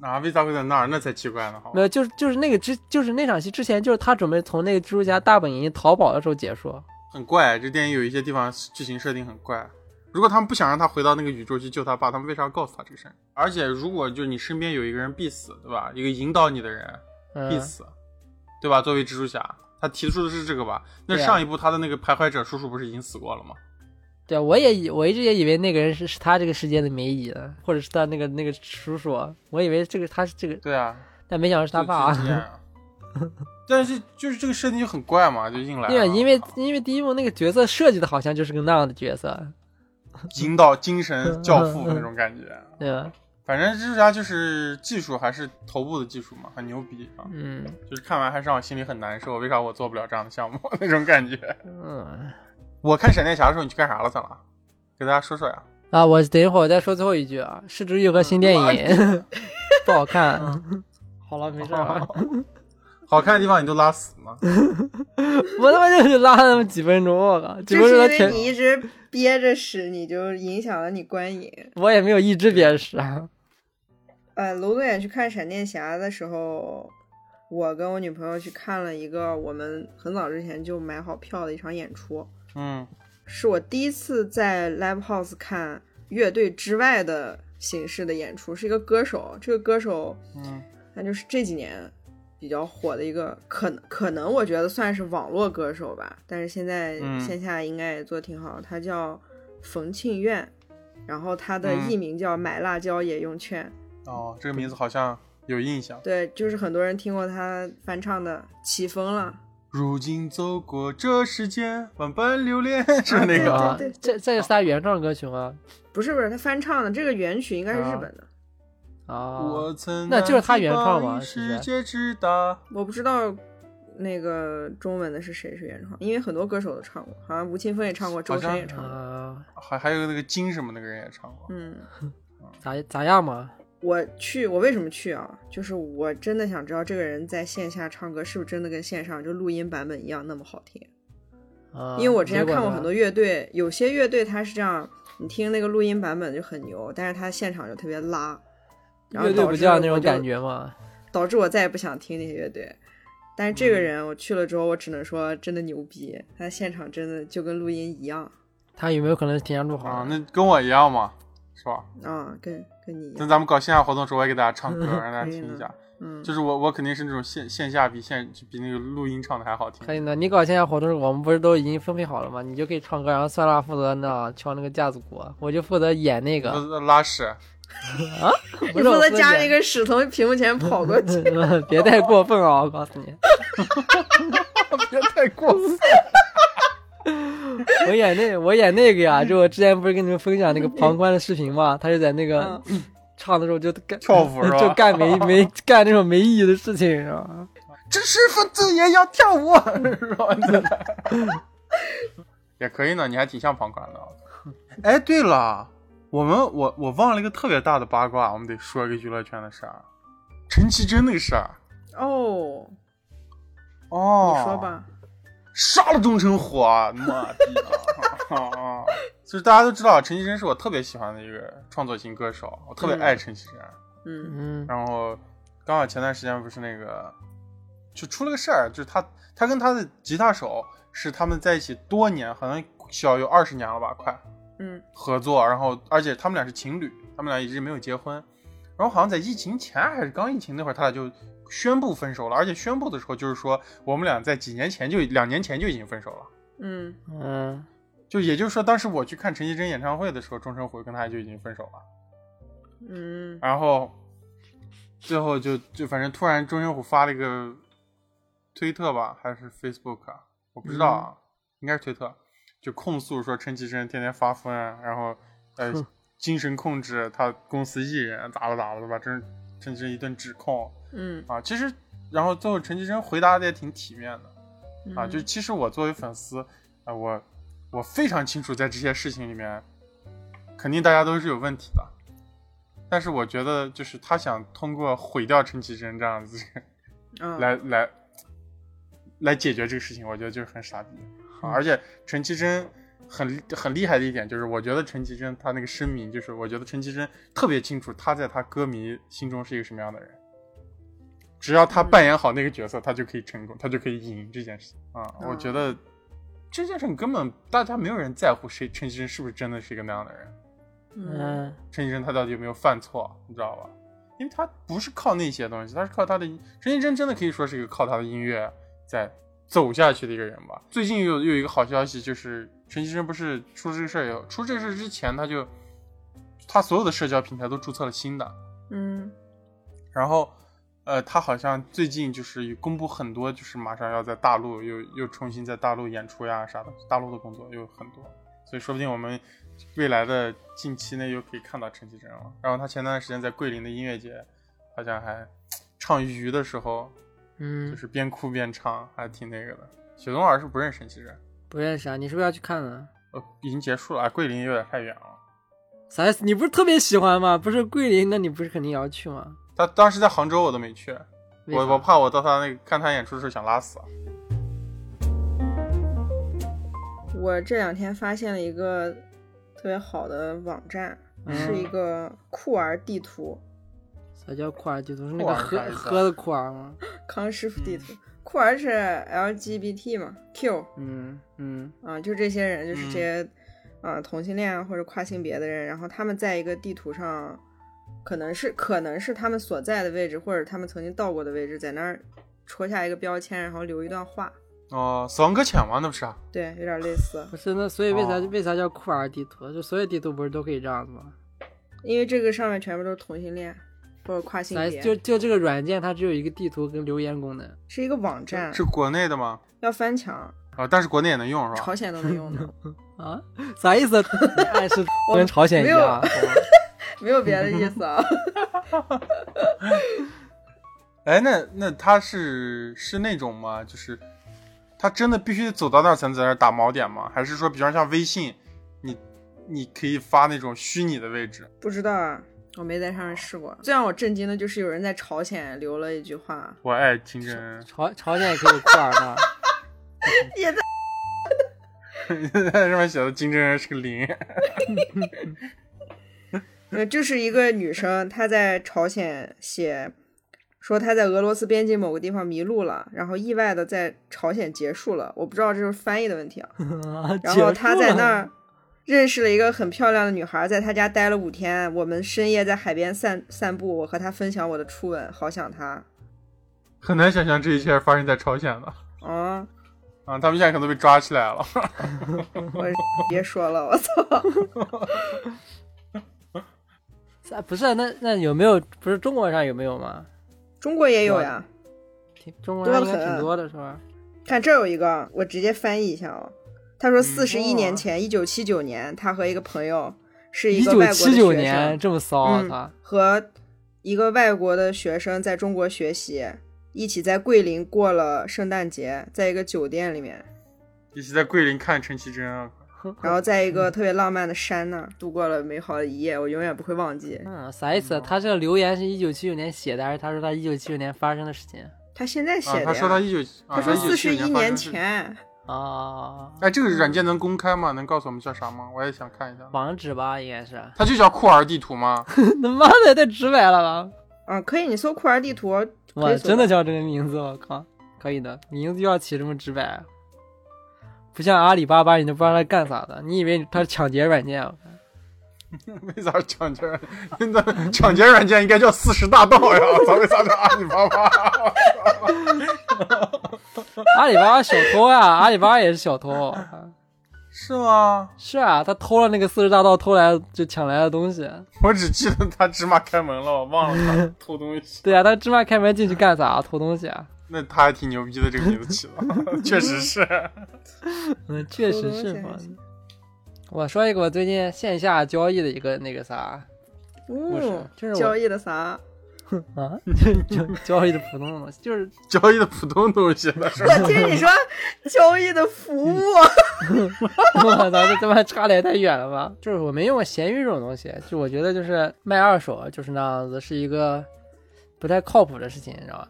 [SPEAKER 3] 啊，为啥会在那儿？那才奇怪呢，好吧
[SPEAKER 1] 没。有，就是就是那个之就是那场戏之前就是他准备从那个蜘蛛侠大本营逃跑的时候结束，
[SPEAKER 3] 很怪，这电影有一些地方剧情设定很怪。如果他们不想让他回到那个宇宙去救他爸，他们为啥要告诉他这个事儿？而且如果就是你身边有一个人必死，对吧？一个引导你的人
[SPEAKER 1] 嗯
[SPEAKER 3] 必死，对吧？作为蜘蛛侠，他提出的是这个吧？那
[SPEAKER 1] 对啊
[SPEAKER 3] 上一部他的那个徘徊者叔叔不是已经死过了吗？
[SPEAKER 1] 对啊，我也以我一直也以为那个人是是他这个世界的梅姨，或者是他那个那个叔叔，我以为这个他是这个，
[SPEAKER 3] 对啊，
[SPEAKER 1] 但没想到是他
[SPEAKER 3] 就
[SPEAKER 1] 爸、啊
[SPEAKER 3] 就。这样啊但是就是这个设定就很怪嘛，就硬来了。
[SPEAKER 1] 对，啊因为因为第一部那个角色设计的好像就是个那样的角色，
[SPEAKER 3] 引导精神教 父那种感觉。
[SPEAKER 1] 对吧？
[SPEAKER 3] 反正蜘蛛侠就是技术还是头部的技术嘛，很牛逼啊。
[SPEAKER 1] 嗯
[SPEAKER 3] 就是看完还是让我心里很难受，为啥我做不了这样的项目 那种感觉。
[SPEAKER 1] 嗯
[SPEAKER 3] 我看闪电侠的时候，你去干啥了，算了，给大家说说呀。
[SPEAKER 1] 啊，我等一会儿我再说最后一句啊，《失之愈合》新电 影不好看。嗯好了，没事啊了，
[SPEAKER 3] 好看的地方你都拉死吗？
[SPEAKER 1] 我他妈就是拉了那么几分钟，我靠，几
[SPEAKER 2] 就
[SPEAKER 1] 分
[SPEAKER 2] 是
[SPEAKER 1] 钟的
[SPEAKER 2] 因为
[SPEAKER 1] 全
[SPEAKER 2] 你一直憋着屎，你就影响了你观影。
[SPEAKER 1] 我也没有一只别人使啊。
[SPEAKER 2] 呃，楼总远去看闪电侠的时候，我跟我女朋友去看了一个我们很早之前就买好票的一场演出，
[SPEAKER 3] 嗯，
[SPEAKER 2] 是我第一次在 live house 看乐队之外的形式的演出，是一个歌手，这个歌手
[SPEAKER 3] 嗯，
[SPEAKER 2] 他就是这几年比较火的一个，可能可能我觉得算是网络歌手吧，但是现在
[SPEAKER 3] 嗯
[SPEAKER 2] 线下应该也做得挺好。他叫冯庆苑，然后他的艺名叫买辣椒也用券，
[SPEAKER 3] 哦，这个名字好像有印象。
[SPEAKER 2] 对，就是很多人听过他翻唱的《起风了
[SPEAKER 3] 如今走过这世界，万般留恋，是不是那
[SPEAKER 2] 对
[SPEAKER 3] 个
[SPEAKER 1] 啊
[SPEAKER 3] 啊？
[SPEAKER 2] 对对
[SPEAKER 1] 这这是他原创歌曲吗？》，
[SPEAKER 2] 不是不是，他翻唱的这个原曲应该是日本的，
[SPEAKER 1] 啊，
[SPEAKER 3] 我曾
[SPEAKER 1] 那就是他原创吗
[SPEAKER 3] 难自拔于世界之大，
[SPEAKER 2] 我不知道。那个中文的是谁是原创？因为很多歌手都唱过，好像吴青峰也唱过，周
[SPEAKER 3] 好像
[SPEAKER 2] 深也唱过。
[SPEAKER 1] 啊，
[SPEAKER 3] 还还有那个金什么那个人也唱过。
[SPEAKER 2] 嗯，
[SPEAKER 1] 咋咋样嘛？
[SPEAKER 2] 我去，我为什么去啊？就是我真的想知道这个人在线下唱歌是不是真的跟线上就录音版本一样那么好听。
[SPEAKER 1] 啊，
[SPEAKER 2] 因为我之前
[SPEAKER 1] 结果
[SPEAKER 2] 看过
[SPEAKER 1] 呢
[SPEAKER 2] 很多乐队，有些乐队它是这样，你听那个录音版本就很牛，但是它现场就特别拉，然后
[SPEAKER 1] 乐队
[SPEAKER 2] 导
[SPEAKER 1] 不
[SPEAKER 2] 致
[SPEAKER 1] 就要那
[SPEAKER 2] 我
[SPEAKER 1] 种
[SPEAKER 2] 就
[SPEAKER 1] 感，觉吗？
[SPEAKER 2] 导致我再也不想听那些乐队。但是
[SPEAKER 3] 嗯
[SPEAKER 2] 这个人我去了之后，我只能说真的牛逼，他现场真的就跟录音一样
[SPEAKER 1] 他有没有可能提前录好
[SPEAKER 3] 啊
[SPEAKER 1] 了？，
[SPEAKER 3] 那跟我一样嘛，是吧？
[SPEAKER 2] 啊，跟跟你一
[SPEAKER 3] 那
[SPEAKER 2] 样，
[SPEAKER 3] 咱们搞线下活动的时候，我也给大家 唱歌，让大家听一下。
[SPEAKER 2] 嗯，
[SPEAKER 3] 就是我，我肯定是那种线线下比线比那个录音唱的还好听
[SPEAKER 1] 可。以呢，你搞线下活动，我们不是都已经分配好了吗？你就可以唱歌，然后酸辣负责那敲那个架子鼓，啊我就负责演那个
[SPEAKER 3] 不。是拉 屎，
[SPEAKER 1] 不
[SPEAKER 2] 你
[SPEAKER 1] 是
[SPEAKER 2] 负
[SPEAKER 1] 我
[SPEAKER 2] 责夹着一
[SPEAKER 1] 演嗯
[SPEAKER 2] 个屎从屏幕前跑过去，
[SPEAKER 1] 别太过分啊！我告诉你，
[SPEAKER 3] 别太过分。
[SPEAKER 1] 我演那我演那个呀，就我之前不是跟你们分享那个旁观的视频嘛，他就在那个 唱的时候就干
[SPEAKER 3] 跳舞是吧
[SPEAKER 1] 就 干没没干那种没意义的事情，是吧？
[SPEAKER 3] 知识分子也要跳舞，啊 是吧？也可以呢，你还挺像旁观的。哎，对了，我们我我忘了一个特别大的八卦，我们得说一个娱乐圈的事儿，陈绮贞那个事儿。
[SPEAKER 2] 哦，
[SPEAKER 3] 哦，
[SPEAKER 2] 你说，吧，
[SPEAKER 3] 杀了钟成虎啊，妈逼啊！就是大家都知道，陈绮贞是我特别喜欢的一个创作型歌手，我特别爱陈绮贞。
[SPEAKER 2] 嗯
[SPEAKER 1] 嗯，
[SPEAKER 3] 然后刚好前段时间不是那个，就出了个事儿，就是他他跟他的吉他手是他们在一起多年，好像小有二十年了吧，快
[SPEAKER 2] 嗯
[SPEAKER 3] 合作，然后而且他们俩是情侣，他们俩一直没有结婚，然后好像在疫情前还是刚疫情那会儿，他俩就宣布分手了，而且宣布的时候就是说我们俩在几年前就两年前就已经分手了。
[SPEAKER 2] 嗯
[SPEAKER 1] 嗯，
[SPEAKER 3] 就也就是说，当时我去看陈绮贞演唱会的时候，钟成虎跟他就已经分手了。
[SPEAKER 2] 嗯
[SPEAKER 3] 然后最后就就反正突然钟成虎发了一个推特吧，还是 Facebook，啊我不知道啊，应该是推特，就控诉说陈绮贞天天发疯，然后呃
[SPEAKER 1] 哼
[SPEAKER 3] 精神控制他公司艺人，咋了咋了的吧，真是陈绮贞一顿指控
[SPEAKER 2] 嗯
[SPEAKER 3] 啊。其实然后最后陈绮贞回答的也挺体面的啊，
[SPEAKER 2] 嗯
[SPEAKER 3] 就其实我作为粉丝，啊我我非常清楚在这些事情里面，肯定大家都是有问题的。但是我觉得，就是他想通过毁掉陈绮贞这样子
[SPEAKER 2] 啊
[SPEAKER 3] 来来来解决这个事情，我觉得就是很傻逼。
[SPEAKER 1] 嗯
[SPEAKER 3] 啊而且陈绮贞很很厉害的一点就是，我觉得陈绮贞她那个声明，就是我觉得陈绮贞特别清楚她在她歌迷心中是一个什么样的人。只要她扮演好那个角色，她就可以成功，她就可以赢这件事情啊！我觉得这件事情根本大家没有人在乎谁陈绮贞是不是真的是一个那样的人。
[SPEAKER 2] 嗯
[SPEAKER 1] 嗯，
[SPEAKER 3] 陈绮贞她到底有没有犯错，你知道吧？因为她不是靠那些东西，她是靠她的陈绮贞真的可以说是一个靠她的音乐在走下去的一个人吧。最近又又有一个好消息，就是陈绮贞不是出这个事儿以后，出这个事儿之前，她就她所有的社交平台都注册了新的，
[SPEAKER 2] 嗯
[SPEAKER 3] 然后呃，她好像最近就是公布很多，就是马上要在大陆又又重新在大陆演出呀啥的，大陆的工作又很多，所以说不定我们未来的近期内又可以看到陈绮贞了。然后她前段时间在桂林的音乐节，好像还唱鱼的时候，就
[SPEAKER 1] 嗯，
[SPEAKER 3] 是边哭边唱，还挺那个的。雪松老师不认识陈绮贞，
[SPEAKER 1] 不认识啊，你是不是要去看呢？
[SPEAKER 3] 呃，已经结束了，啊桂林有点太远了。
[SPEAKER 1] 啥意思？你不是特别喜欢吗？不是桂林，那你不是肯定也要去吗？
[SPEAKER 3] 他当时在杭州，我都没去，
[SPEAKER 1] 为啥
[SPEAKER 3] 我我怕我到他那个看他演出的时候想拉死。啊
[SPEAKER 2] 我这两天发现了一个特别好的网站，
[SPEAKER 1] 嗯
[SPEAKER 2] 是一个酷儿地图，
[SPEAKER 1] 啥叫库尔地图？是那
[SPEAKER 3] 库
[SPEAKER 1] 个
[SPEAKER 3] 尔
[SPEAKER 1] 喝
[SPEAKER 3] 啥意思啊
[SPEAKER 1] 喝的库尔吗？
[SPEAKER 2] 康师傅地
[SPEAKER 3] 嗯
[SPEAKER 2] 图。酷儿是 LGBT 嘛，Q
[SPEAKER 1] 嗯嗯
[SPEAKER 2] 啊，就这些人，就是
[SPEAKER 3] 嗯
[SPEAKER 2] 这些啊、同性恋啊或者跨性别的人，然后他们在一个地图上，可能是可能是他们所在的位置或者他们曾经到过的位置，在那儿戳下一个标签，然后留一段话，
[SPEAKER 3] 哦，死亡搁浅吗？那不是啊？
[SPEAKER 2] 对，有点类似。
[SPEAKER 1] 不是，那所以为啥、
[SPEAKER 3] 哦
[SPEAKER 1] 为啥叫库尔地图？就所有地图不是都可以这样子吗？
[SPEAKER 2] 因为这个上面全部都是同性恋或者跨性
[SPEAKER 1] 啥意
[SPEAKER 2] 别，
[SPEAKER 1] 思？就就这个软件，它只有一个地图跟留言功能。
[SPEAKER 2] 是一个网站，
[SPEAKER 3] 是国内的吗？
[SPEAKER 2] 要翻墙，
[SPEAKER 3] 啊，但是国内也能用是吧
[SPEAKER 2] 朝？鲜都能用 的，
[SPEAKER 1] 啊， 啥意思？你暗 示跟朝鲜一
[SPEAKER 2] 没有
[SPEAKER 1] 样？，
[SPEAKER 2] 没有别的意思啊。
[SPEAKER 3] 哎，那那他是是那种吗？就是他真的必须走到那儿才能在那儿打锚点吗？还是说，比方像微信，你你可以发那种虚拟的位置？
[SPEAKER 2] 不知道啊，我没在上面试过。最让我震惊的就是有人在朝鲜留了一句话，
[SPEAKER 3] 我爱清真
[SPEAKER 1] 朝朝鲜也可以有库尔 吗？
[SPEAKER 2] 也在
[SPEAKER 3] 上面写的金正恩是个零。
[SPEAKER 2] 呃，就是一个女生，她在朝鲜写说他在俄罗斯边境某个地方迷路了，然后意外的在朝鲜结束了。我不知道这是翻译的问题啊。然后他在那儿认识了一个很漂亮的女孩，在她家待了五天。我们深夜在海边散散步，我和她分享我的初吻，好想她。
[SPEAKER 3] 很难想象这一切发生在朝鲜了
[SPEAKER 2] 啊！
[SPEAKER 3] 啊，他们现在可能被抓起来了。
[SPEAKER 2] 我别说了，我操！
[SPEAKER 1] 啊，不是啊那那有没有不是中国上有没有吗？
[SPEAKER 2] 中国也有呀。
[SPEAKER 1] 挺中国上应该挺多的是吧？
[SPEAKER 2] 看这有一个，我直接翻译一下哦。他说，四十一
[SPEAKER 1] 哦
[SPEAKER 2] 年前，一九七九年，他和一个朋友是一
[SPEAKER 1] 一
[SPEAKER 2] 个
[SPEAKER 1] 九
[SPEAKER 2] 外国的
[SPEAKER 1] 七九
[SPEAKER 2] 学
[SPEAKER 1] 年
[SPEAKER 2] 生，
[SPEAKER 1] 这么骚啊，他
[SPEAKER 2] 嗯，和一个外国的学生在中国学习，一起在桂林过了圣诞节，在一个酒店里面，
[SPEAKER 3] 一起在桂林看陈绮贞啊，
[SPEAKER 2] 然后在一个特别浪漫的山那儿度过了美好的一夜，我永远不会忘记。
[SPEAKER 1] 嗯，啥意思啊？他这个留言是一九七九年写的，还是他说他一九七九年发生的事情？
[SPEAKER 2] 他现在写
[SPEAKER 3] 啊
[SPEAKER 2] 的，呀，
[SPEAKER 3] 他说他一九，啊
[SPEAKER 2] 他说
[SPEAKER 3] 1979
[SPEAKER 2] 四十一
[SPEAKER 3] 发
[SPEAKER 2] 年
[SPEAKER 3] 生是。
[SPEAKER 2] 前，哦
[SPEAKER 1] 啊，
[SPEAKER 3] 哎，这个软件能公开吗？能告诉我们叫啥吗？我也想看一下。
[SPEAKER 1] 网址吧，应该是。
[SPEAKER 3] 它就叫酷儿地图吗？
[SPEAKER 1] 他妈的，太直白了吧！
[SPEAKER 2] 嗯，可以，你搜酷儿地图，可
[SPEAKER 1] 我
[SPEAKER 2] 以搜
[SPEAKER 1] 真的
[SPEAKER 2] 到
[SPEAKER 1] 叫这个名字，我靠，可以的，名字就要起这么直白，啊不像阿里巴巴，你都不知道他干啥的，你以为他是抢劫软件啊？
[SPEAKER 3] 为啥抢劫软？那抢劫软件应该叫四十大盗 呀！我操，为啥叫阿里巴巴？
[SPEAKER 1] 阿里巴巴小偷呀、阿里巴巴也是小偷。啊
[SPEAKER 3] 是吗？
[SPEAKER 1] 是啊，他偷了那个四十大盗偷来就抢来的东西。啊
[SPEAKER 3] 我只记得他芝麻开门了，我忘了他偷东 西。
[SPEAKER 1] 对啊，他芝麻开门进去干啥？偷东西啊？
[SPEAKER 3] 那他还挺牛逼的，这个名字起的， 确实是。
[SPEAKER 1] 嗯，确实
[SPEAKER 2] 偷东
[SPEAKER 1] 是
[SPEAKER 2] 西
[SPEAKER 1] 嘛
[SPEAKER 2] 还行。
[SPEAKER 1] 我说一个我最近线下交易的一个那个啥不是
[SPEAKER 2] 哦，
[SPEAKER 1] 就是我
[SPEAKER 2] 交易的啥？
[SPEAKER 1] 啊， 就交易的普通的东西，就是
[SPEAKER 3] 交易的普通东西那是。
[SPEAKER 2] 我听你说交易的服务，
[SPEAKER 1] 我操，这他妈差的也太远了吧！就是我没用过闲鱼这种东西，就我觉得就是卖二手啊就是那样子，是一个不太靠谱的事情，你知道吧？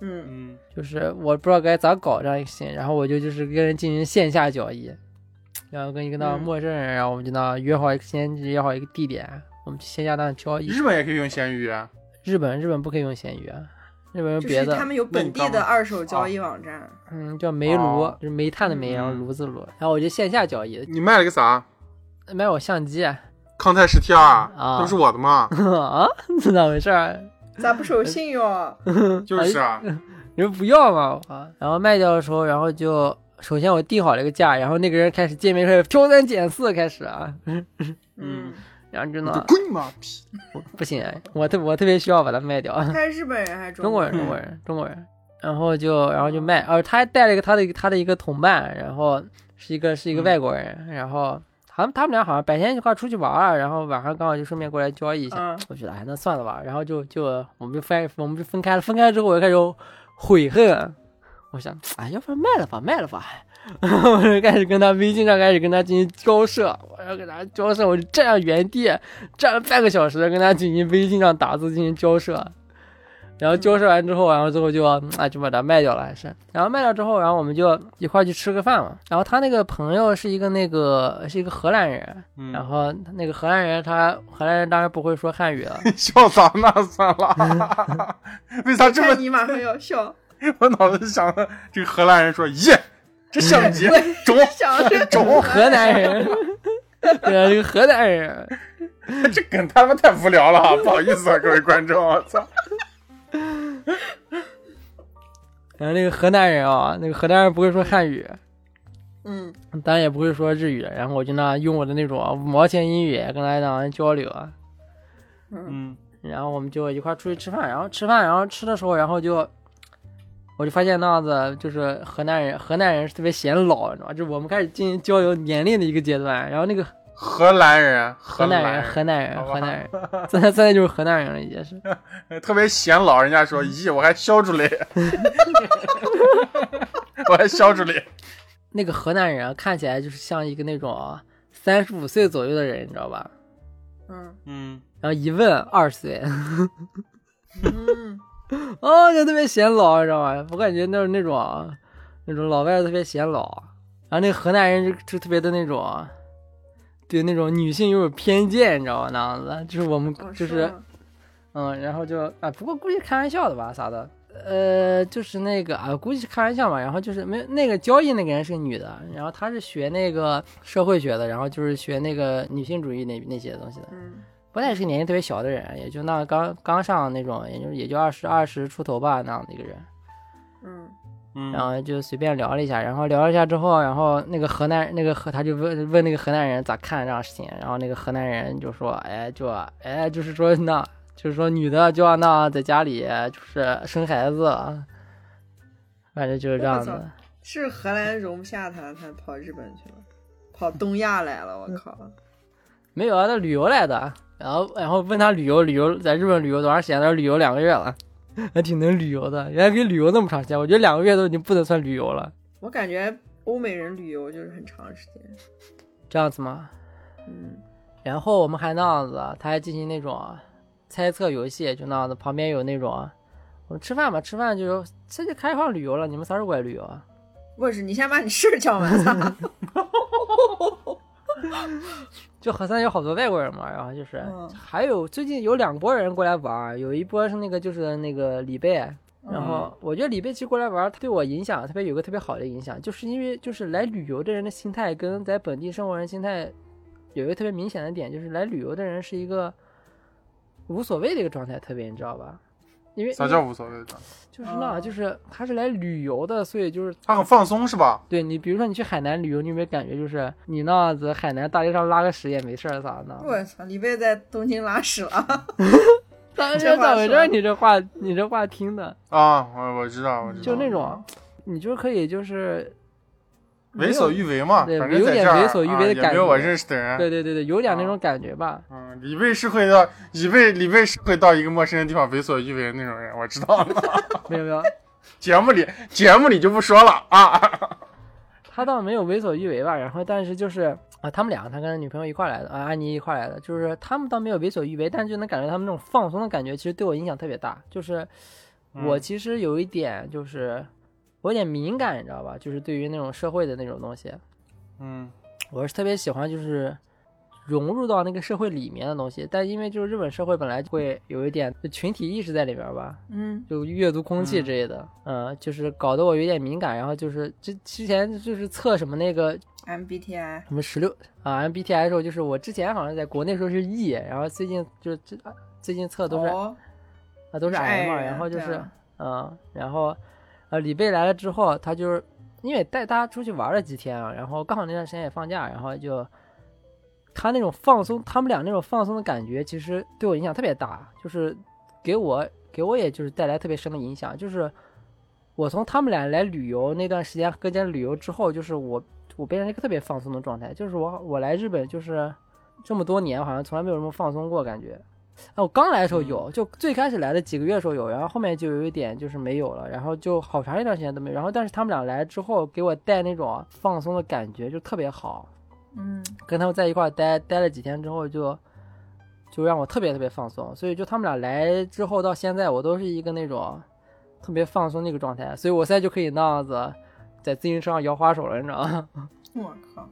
[SPEAKER 2] 嗯，
[SPEAKER 3] 嗯，
[SPEAKER 1] 就是我不知道该咋搞这样一个事情，然后我就就是跟人进行线下交易，然后跟一个那
[SPEAKER 2] 嗯
[SPEAKER 1] 陌生人，然后我们就那约好一个先约好一个地点，我们去线下那交易。
[SPEAKER 3] 日本也可以用闲鱼啊。
[SPEAKER 1] 日本日本不可以用闲鱼啊，日本
[SPEAKER 2] 就
[SPEAKER 1] 用别
[SPEAKER 2] 是
[SPEAKER 1] 的，啊
[SPEAKER 2] 他们有本
[SPEAKER 3] 那
[SPEAKER 2] 地
[SPEAKER 3] 你干
[SPEAKER 2] 的
[SPEAKER 3] 嘛
[SPEAKER 2] 二手交易网 站，
[SPEAKER 1] 嗯，叫煤炉，
[SPEAKER 3] 哦
[SPEAKER 1] 就是煤炭的煤，然后
[SPEAKER 3] 嗯
[SPEAKER 1] 炉子炉，然后我就线下交易，
[SPEAKER 3] 你卖了个啥？
[SPEAKER 1] 买我相机啊，
[SPEAKER 3] 康泰十 T 二，
[SPEAKER 1] 啊
[SPEAKER 3] 那不是我的 吗？
[SPEAKER 1] 是咋回事儿？啊
[SPEAKER 2] 咋不
[SPEAKER 1] 呃
[SPEAKER 2] 守 信用？嗯
[SPEAKER 3] 就是啊，
[SPEAKER 1] 你说不要嘛，啊，然后卖掉的时候，然后就首先我定好了一个价，然后那个人开始见面开始挑三拣四开始啊，
[SPEAKER 2] 嗯
[SPEAKER 3] 嗯，
[SPEAKER 1] 然后真
[SPEAKER 3] 你个
[SPEAKER 1] 的
[SPEAKER 3] 滚马屁！
[SPEAKER 1] 不行，我特我特别需要把它卖掉，啊
[SPEAKER 2] 他是日本人还是
[SPEAKER 1] 中
[SPEAKER 2] 国
[SPEAKER 1] 国人中国人中国人，然后就然后就卖，呃，他还带了一个他的他的一个同伴，然后是一个是一个
[SPEAKER 3] 嗯
[SPEAKER 1] 外国人，然后他们他们俩好像白天一块儿出去玩儿了，啊然后晚上刚好就顺便过来交易一下，
[SPEAKER 2] 嗯，
[SPEAKER 1] 我觉得哎，那算了吧。然后就就我们就分我们就分开了，分开之后我就开始悔恨，啊我想哎，要不然卖了吧，卖了吧。 我就开始跟他微信上开始跟他进行交涉，我要跟他交涉，我就站在原地站了半个小时，跟他进行微信上打字进行交涉。然后交涉完之后，然后最后就啊、就把它卖掉了，还是。然后卖掉之后，然后我们就一块儿去吃个饭嘛。然后他那个朋友是一个那个是一个荷兰人，
[SPEAKER 3] 嗯
[SPEAKER 1] 然后那个荷兰人他荷兰人当然不会说汉语了，
[SPEAKER 3] 笑啥呢？算了， 为啥 这
[SPEAKER 2] 看
[SPEAKER 3] 么？
[SPEAKER 2] 你马上要笑，
[SPEAKER 3] 我脑子想的，这个荷兰人说耶，这相机
[SPEAKER 2] 我
[SPEAKER 3] 中
[SPEAKER 2] 想着
[SPEAKER 3] 中，
[SPEAKER 1] 河南人，对啊，这个河南人，
[SPEAKER 3] 这梗他妈太无聊了啊，不好意思啊，各位观众，我操！
[SPEAKER 1] 然后那个河南人啊，那个河南人不会说汉语，
[SPEAKER 2] 嗯，
[SPEAKER 1] 当然也不会说日语，然后我就那用我的那种啊五毛钱英语跟他两人交流，啊。
[SPEAKER 3] 嗯，
[SPEAKER 1] 然后我们就一块儿出去吃饭，然后吃饭，然后吃的时候，然后就我就发现那样子就是河南人，河南人是特别显老，你知道吗？就是我们开始进行交流年龄的一个阶段，然后那个
[SPEAKER 3] 荷兰人，
[SPEAKER 1] 河
[SPEAKER 3] 荷
[SPEAKER 1] 南
[SPEAKER 3] 兰
[SPEAKER 1] 人，河南人，
[SPEAKER 3] 好吧
[SPEAKER 1] 河南人，现在现在就是河南人了，已经是。
[SPEAKER 3] 特别显老，人家说咦，我还笑出 来，我还笑出来，
[SPEAKER 1] 那个河南人啊看起来就是像一个那种啊三十五岁左右的人，你知道吧？
[SPEAKER 2] 嗯
[SPEAKER 3] 嗯，
[SPEAKER 1] 然后一问二十岁，
[SPEAKER 2] 嗯，
[SPEAKER 1] 哦，就特别显老，你知道吧？我感觉那是那种啊那种老外特别显老，然后那个河南人就就特别的那种啊，对那种女性又有偏见，你知道吧？那样子，就是我们
[SPEAKER 2] 哦
[SPEAKER 1] 就是是
[SPEAKER 2] 吗
[SPEAKER 1] 嗯，然后就啊，不过估计开玩笑的吧，啥的，呃，就是那个啊，估计是开玩笑嘛。然后就是没有那个交易那个人是个女的，然后她是学那个社会学的，然后就是学那个女性主义那那些东西的。
[SPEAKER 2] 嗯
[SPEAKER 1] 不太是个年纪特别小的人，也就那刚刚上那种，也就也就二十二十出头吧那样的一个人。
[SPEAKER 2] 嗯
[SPEAKER 3] 嗯，
[SPEAKER 1] 然后就随便聊了一下，然后聊了一下之后，然后那个河南那个河他就问问那个河南人咋看这样事情，然后那个河南人就说，哎，就哎，就是说那，就是说女的就要那在家里就是生孩子，反正就是这样
[SPEAKER 2] 我
[SPEAKER 1] 子
[SPEAKER 2] 操。是荷兰容不下他，他跑日本去了，跑东亚来了，
[SPEAKER 1] 嗯
[SPEAKER 2] 我靠！
[SPEAKER 1] 没有啊，他旅游来的，然后然后问他旅游旅游在日本旅游多长时间，他说旅游两个月了，还挺能旅游的，原来可以旅游那么长时间，我觉得两个月都已经不能算旅游了，
[SPEAKER 2] 我感觉欧美人旅游就是很长时间，
[SPEAKER 1] 这样子吗？
[SPEAKER 2] 嗯，
[SPEAKER 1] 然后我们还那样子，他还进行那种猜测游戏，就那样子，旁边有那种，我们吃饭吧，吃饭就有，这就开放旅游了，你们啥时候过来旅游啊？
[SPEAKER 2] 不是你先把你事儿 讲完，操
[SPEAKER 1] 就河三有好多外国人嘛，然后就是、
[SPEAKER 2] 嗯
[SPEAKER 1] 还有最近有两拨人过来玩儿，有一波是那个就是那个李贝，然后我觉得李贝奇过来玩儿，他对我影响特别有个特别好的影响，就是因为就是来旅游的人的心态跟在本地生活人心态有一个特别明显的点，就是来旅游的人是一个无所谓的一个状态，特别你知道吧？因为
[SPEAKER 3] 啥叫无所谓的？
[SPEAKER 1] 就是那，
[SPEAKER 2] 哦
[SPEAKER 1] 就是他是来旅游的，所以就是
[SPEAKER 3] 他很放松是吧？
[SPEAKER 1] 对你，比如说你去海南旅游，你有没有感觉就是你那样子海南大街上拉个屎也没事儿咋的？
[SPEAKER 2] 我操！李贝在东京拉屎了，
[SPEAKER 1] 咋
[SPEAKER 2] 这话
[SPEAKER 1] 咋回事
[SPEAKER 2] 说
[SPEAKER 1] 儿？你这话你这话听的，
[SPEAKER 3] 啊，我我知道，我知道，
[SPEAKER 1] 就那种，你就可以就是，没有
[SPEAKER 3] 为所欲为嘛，
[SPEAKER 1] 对
[SPEAKER 3] 反正
[SPEAKER 1] 有
[SPEAKER 3] 在
[SPEAKER 1] 点
[SPEAKER 3] 这儿
[SPEAKER 1] 为所欲为的
[SPEAKER 3] 啊也
[SPEAKER 1] 感
[SPEAKER 3] 没有
[SPEAKER 1] 觉
[SPEAKER 3] 我认识的人。
[SPEAKER 1] 对对对对，有点那种感觉吧。
[SPEAKER 3] 嗯，李贝是会到李贝，李贝是会到一个陌生的地方为所欲为的那种人，我知道 了。
[SPEAKER 1] 没有没有，
[SPEAKER 3] 节目里节目里就不说了啊。
[SPEAKER 1] 他倒没有为所欲为吧，然后但是就是啊，他们俩，他跟女朋友一块儿来的，啊，安妮一块儿来的，就是他们倒没有为所欲为，但就能感觉他们那种放松的感觉，其实对我影响特别大。就是我
[SPEAKER 3] 嗯
[SPEAKER 1] 其实有一点就是我有点敏感，你知道吧？就是对于那种社会的那种东西，
[SPEAKER 3] 嗯
[SPEAKER 1] 我是特别喜欢就是融入到那个社会里面的东西，但因为就是日本社会本来就会有一点就群体意识在里边儿吧，
[SPEAKER 2] 嗯，
[SPEAKER 1] 就阅读空气
[SPEAKER 3] 嗯
[SPEAKER 1] 之类的，嗯、就是搞得我有点敏感，然后就是之之前就是测什么那个
[SPEAKER 2] MBTI
[SPEAKER 1] 什么十六啊 MBTI 的时候，就是我之前好像在国内时候是 E，然后最近就这最近测都是、
[SPEAKER 2] 哦，
[SPEAKER 1] 啊都是
[SPEAKER 2] 是
[SPEAKER 1] I 嘛，
[SPEAKER 2] I 人
[SPEAKER 1] 然后就
[SPEAKER 2] 对
[SPEAKER 1] 是
[SPEAKER 2] 啊
[SPEAKER 1] 嗯，然后呃李贝来了之后，他就是因为带他出去玩了几天啊，然后刚好那段时间也放假，然后就他那种放松，他们俩那种放松的感觉，其实对我影响特别大，就是给我给我也就是带来特别深的影响，就是我从他们俩来旅游那段时间跟家旅游之后，就是我我变成一个特别放松的状态，就是我我来日本就是这么多年好像从来没有这么放松过感觉。啊，我刚来的时候有，就最开始来的几个月的时候有，然后后面就有一点就是没有了，然后就好长一段时间都没有。然后但是他们俩来之后，给我带那种放松的感觉，就特别好。
[SPEAKER 2] 嗯
[SPEAKER 1] 跟他们在一块儿待待了几天之后就，就让我特别特别放松。所以就他们俩来之后到现在，我都是一个那种特别放松的一个状态。所以我现在就可以那样子在自行车上摇花手了，你知道吗？
[SPEAKER 2] 我靠，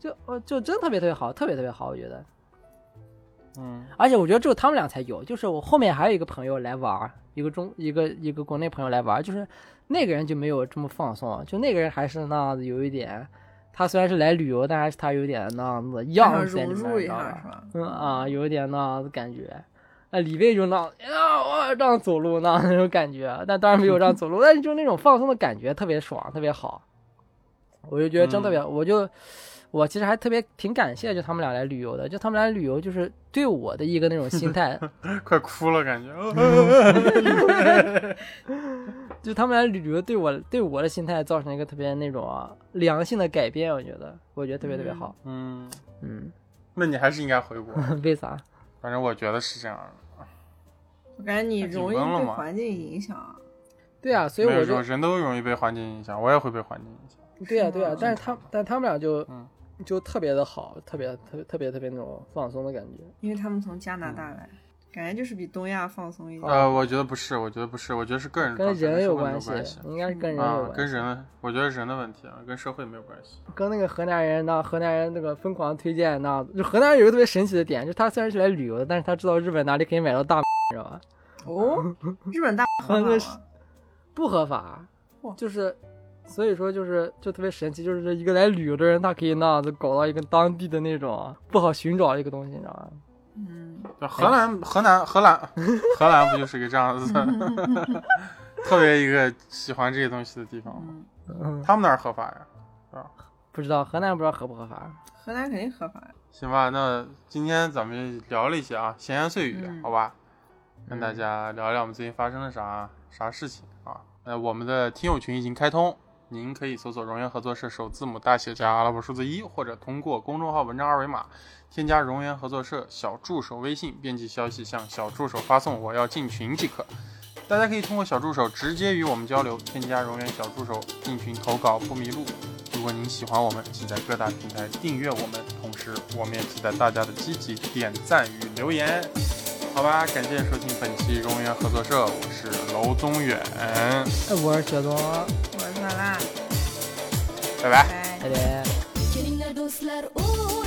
[SPEAKER 1] 就呃就真特别特别好，特别特别好，我觉得。
[SPEAKER 3] 嗯
[SPEAKER 1] 而且我觉得只有他们俩才有，就是我后面还有一个朋友来玩儿，一个中一个一个国内朋友来玩儿，就是那个人就没有这么放松，就那个人还是那样子有一点，他虽然是来旅游，但还是他有点那样子样
[SPEAKER 2] 想
[SPEAKER 1] 子在里
[SPEAKER 2] 融
[SPEAKER 1] 面，
[SPEAKER 2] 入
[SPEAKER 1] 你
[SPEAKER 2] 一
[SPEAKER 1] 知道
[SPEAKER 2] 下
[SPEAKER 1] 吧
[SPEAKER 2] 是？
[SPEAKER 1] 嗯
[SPEAKER 2] 吧？
[SPEAKER 1] 啊，有一点那样子感觉。啊，李贝就那样啊，我这样走路那样那种感觉，但当然没有这样走路，但是就那种放松的感觉特别爽，特别好。我就觉得真特别，我就我其实还特别挺感谢就他们俩来旅游的，就他们俩旅游就是对我的一个那种心态，
[SPEAKER 3] 快哭了感 觉。
[SPEAKER 1] 就他们俩旅游对我对我的心态造成一个特别那种、啊、良性的改变，我觉得我觉得特别特别
[SPEAKER 2] 嗯
[SPEAKER 1] 好，
[SPEAKER 3] 嗯，
[SPEAKER 1] 嗯，
[SPEAKER 3] 那你还是应该回国，
[SPEAKER 1] 为啥？
[SPEAKER 3] 反正我觉得是这样的。
[SPEAKER 2] 我感觉你容易
[SPEAKER 3] 紧绷了
[SPEAKER 2] 对
[SPEAKER 3] 嘛
[SPEAKER 2] 环境影响，
[SPEAKER 1] 对啊，所以
[SPEAKER 3] 没有
[SPEAKER 1] 我
[SPEAKER 3] 说
[SPEAKER 1] 就
[SPEAKER 3] 人都容易被环境影响，我也会被环境影响。
[SPEAKER 1] 对呀、
[SPEAKER 2] 是
[SPEAKER 1] 对呀、
[SPEAKER 2] 吗
[SPEAKER 1] 但是他但他们俩就、
[SPEAKER 3] 嗯
[SPEAKER 1] 就特别的好，特别特别特别特别那种放松的感觉。
[SPEAKER 2] 因为他们从加拿大来，感觉就是比东亚放松一点。
[SPEAKER 3] 呃，我觉得不是，我觉得不是，我觉得是个人
[SPEAKER 1] 嗯跟
[SPEAKER 3] 创伤
[SPEAKER 1] 人有
[SPEAKER 3] 嗯跟社会
[SPEAKER 1] 关
[SPEAKER 3] 没有
[SPEAKER 1] 系
[SPEAKER 3] 关，
[SPEAKER 1] 应该是跟人有
[SPEAKER 3] 啊，
[SPEAKER 1] 关
[SPEAKER 3] 跟
[SPEAKER 1] 系。
[SPEAKER 3] 人的，我觉得是人的问题啊，跟社会没有关系。
[SPEAKER 1] 跟那个河南人那河南人那个疯狂推荐那，就河南人有一个特别神奇的点，就是他虽然是来旅游的，但是他知道日本哪里可以买到大，你知道吧？
[SPEAKER 2] 哦，日本大
[SPEAKER 1] 那
[SPEAKER 2] 很
[SPEAKER 1] 个是不合法
[SPEAKER 2] 哇，
[SPEAKER 1] 就是，所以说就是就特别神奇，就是一个来旅游的人，他可以那样子搞到一个当地的那种不好寻找的一个东西，你知道吧？
[SPEAKER 2] 嗯，
[SPEAKER 3] 对，荷兰，荷兰，荷兰，荷兰不就是一个这样子的， 特别一个喜欢这些东西的地方吗？
[SPEAKER 2] 嗯
[SPEAKER 1] 嗯，
[SPEAKER 3] 他们哪儿合法呀？
[SPEAKER 1] 不知道河南不知道合不合法，
[SPEAKER 2] 河南肯定合法呀。
[SPEAKER 3] 行吧，那今天咱们就聊了一些啊闲言碎语，
[SPEAKER 2] 嗯
[SPEAKER 3] 好吧，跟大家聊聊我们最近发生了啥啥事情啊。那我们的听友群已经开通，您可以搜索“荣源合作社”首字母大写加阿拉伯数字一，或者通过公众号文章二维码添加“荣源合作社”小助手微信，编辑消息向小助手发送“我要进群”即可。大家可以通过小助手直接与我们交流，添加荣源小助手进群投稿不迷路。如果您喜欢我们，请在各大平台订阅我们，同时我们也期待大家的积极点赞与留言。好吧，感谢收听本期荣源合作社，我是娄宗远，
[SPEAKER 1] 哎我是雪宗，
[SPEAKER 2] 我是辣辣，
[SPEAKER 3] 拜拜。
[SPEAKER 2] 拜。
[SPEAKER 1] 拜拜。
[SPEAKER 4] Gelingler dostlar oy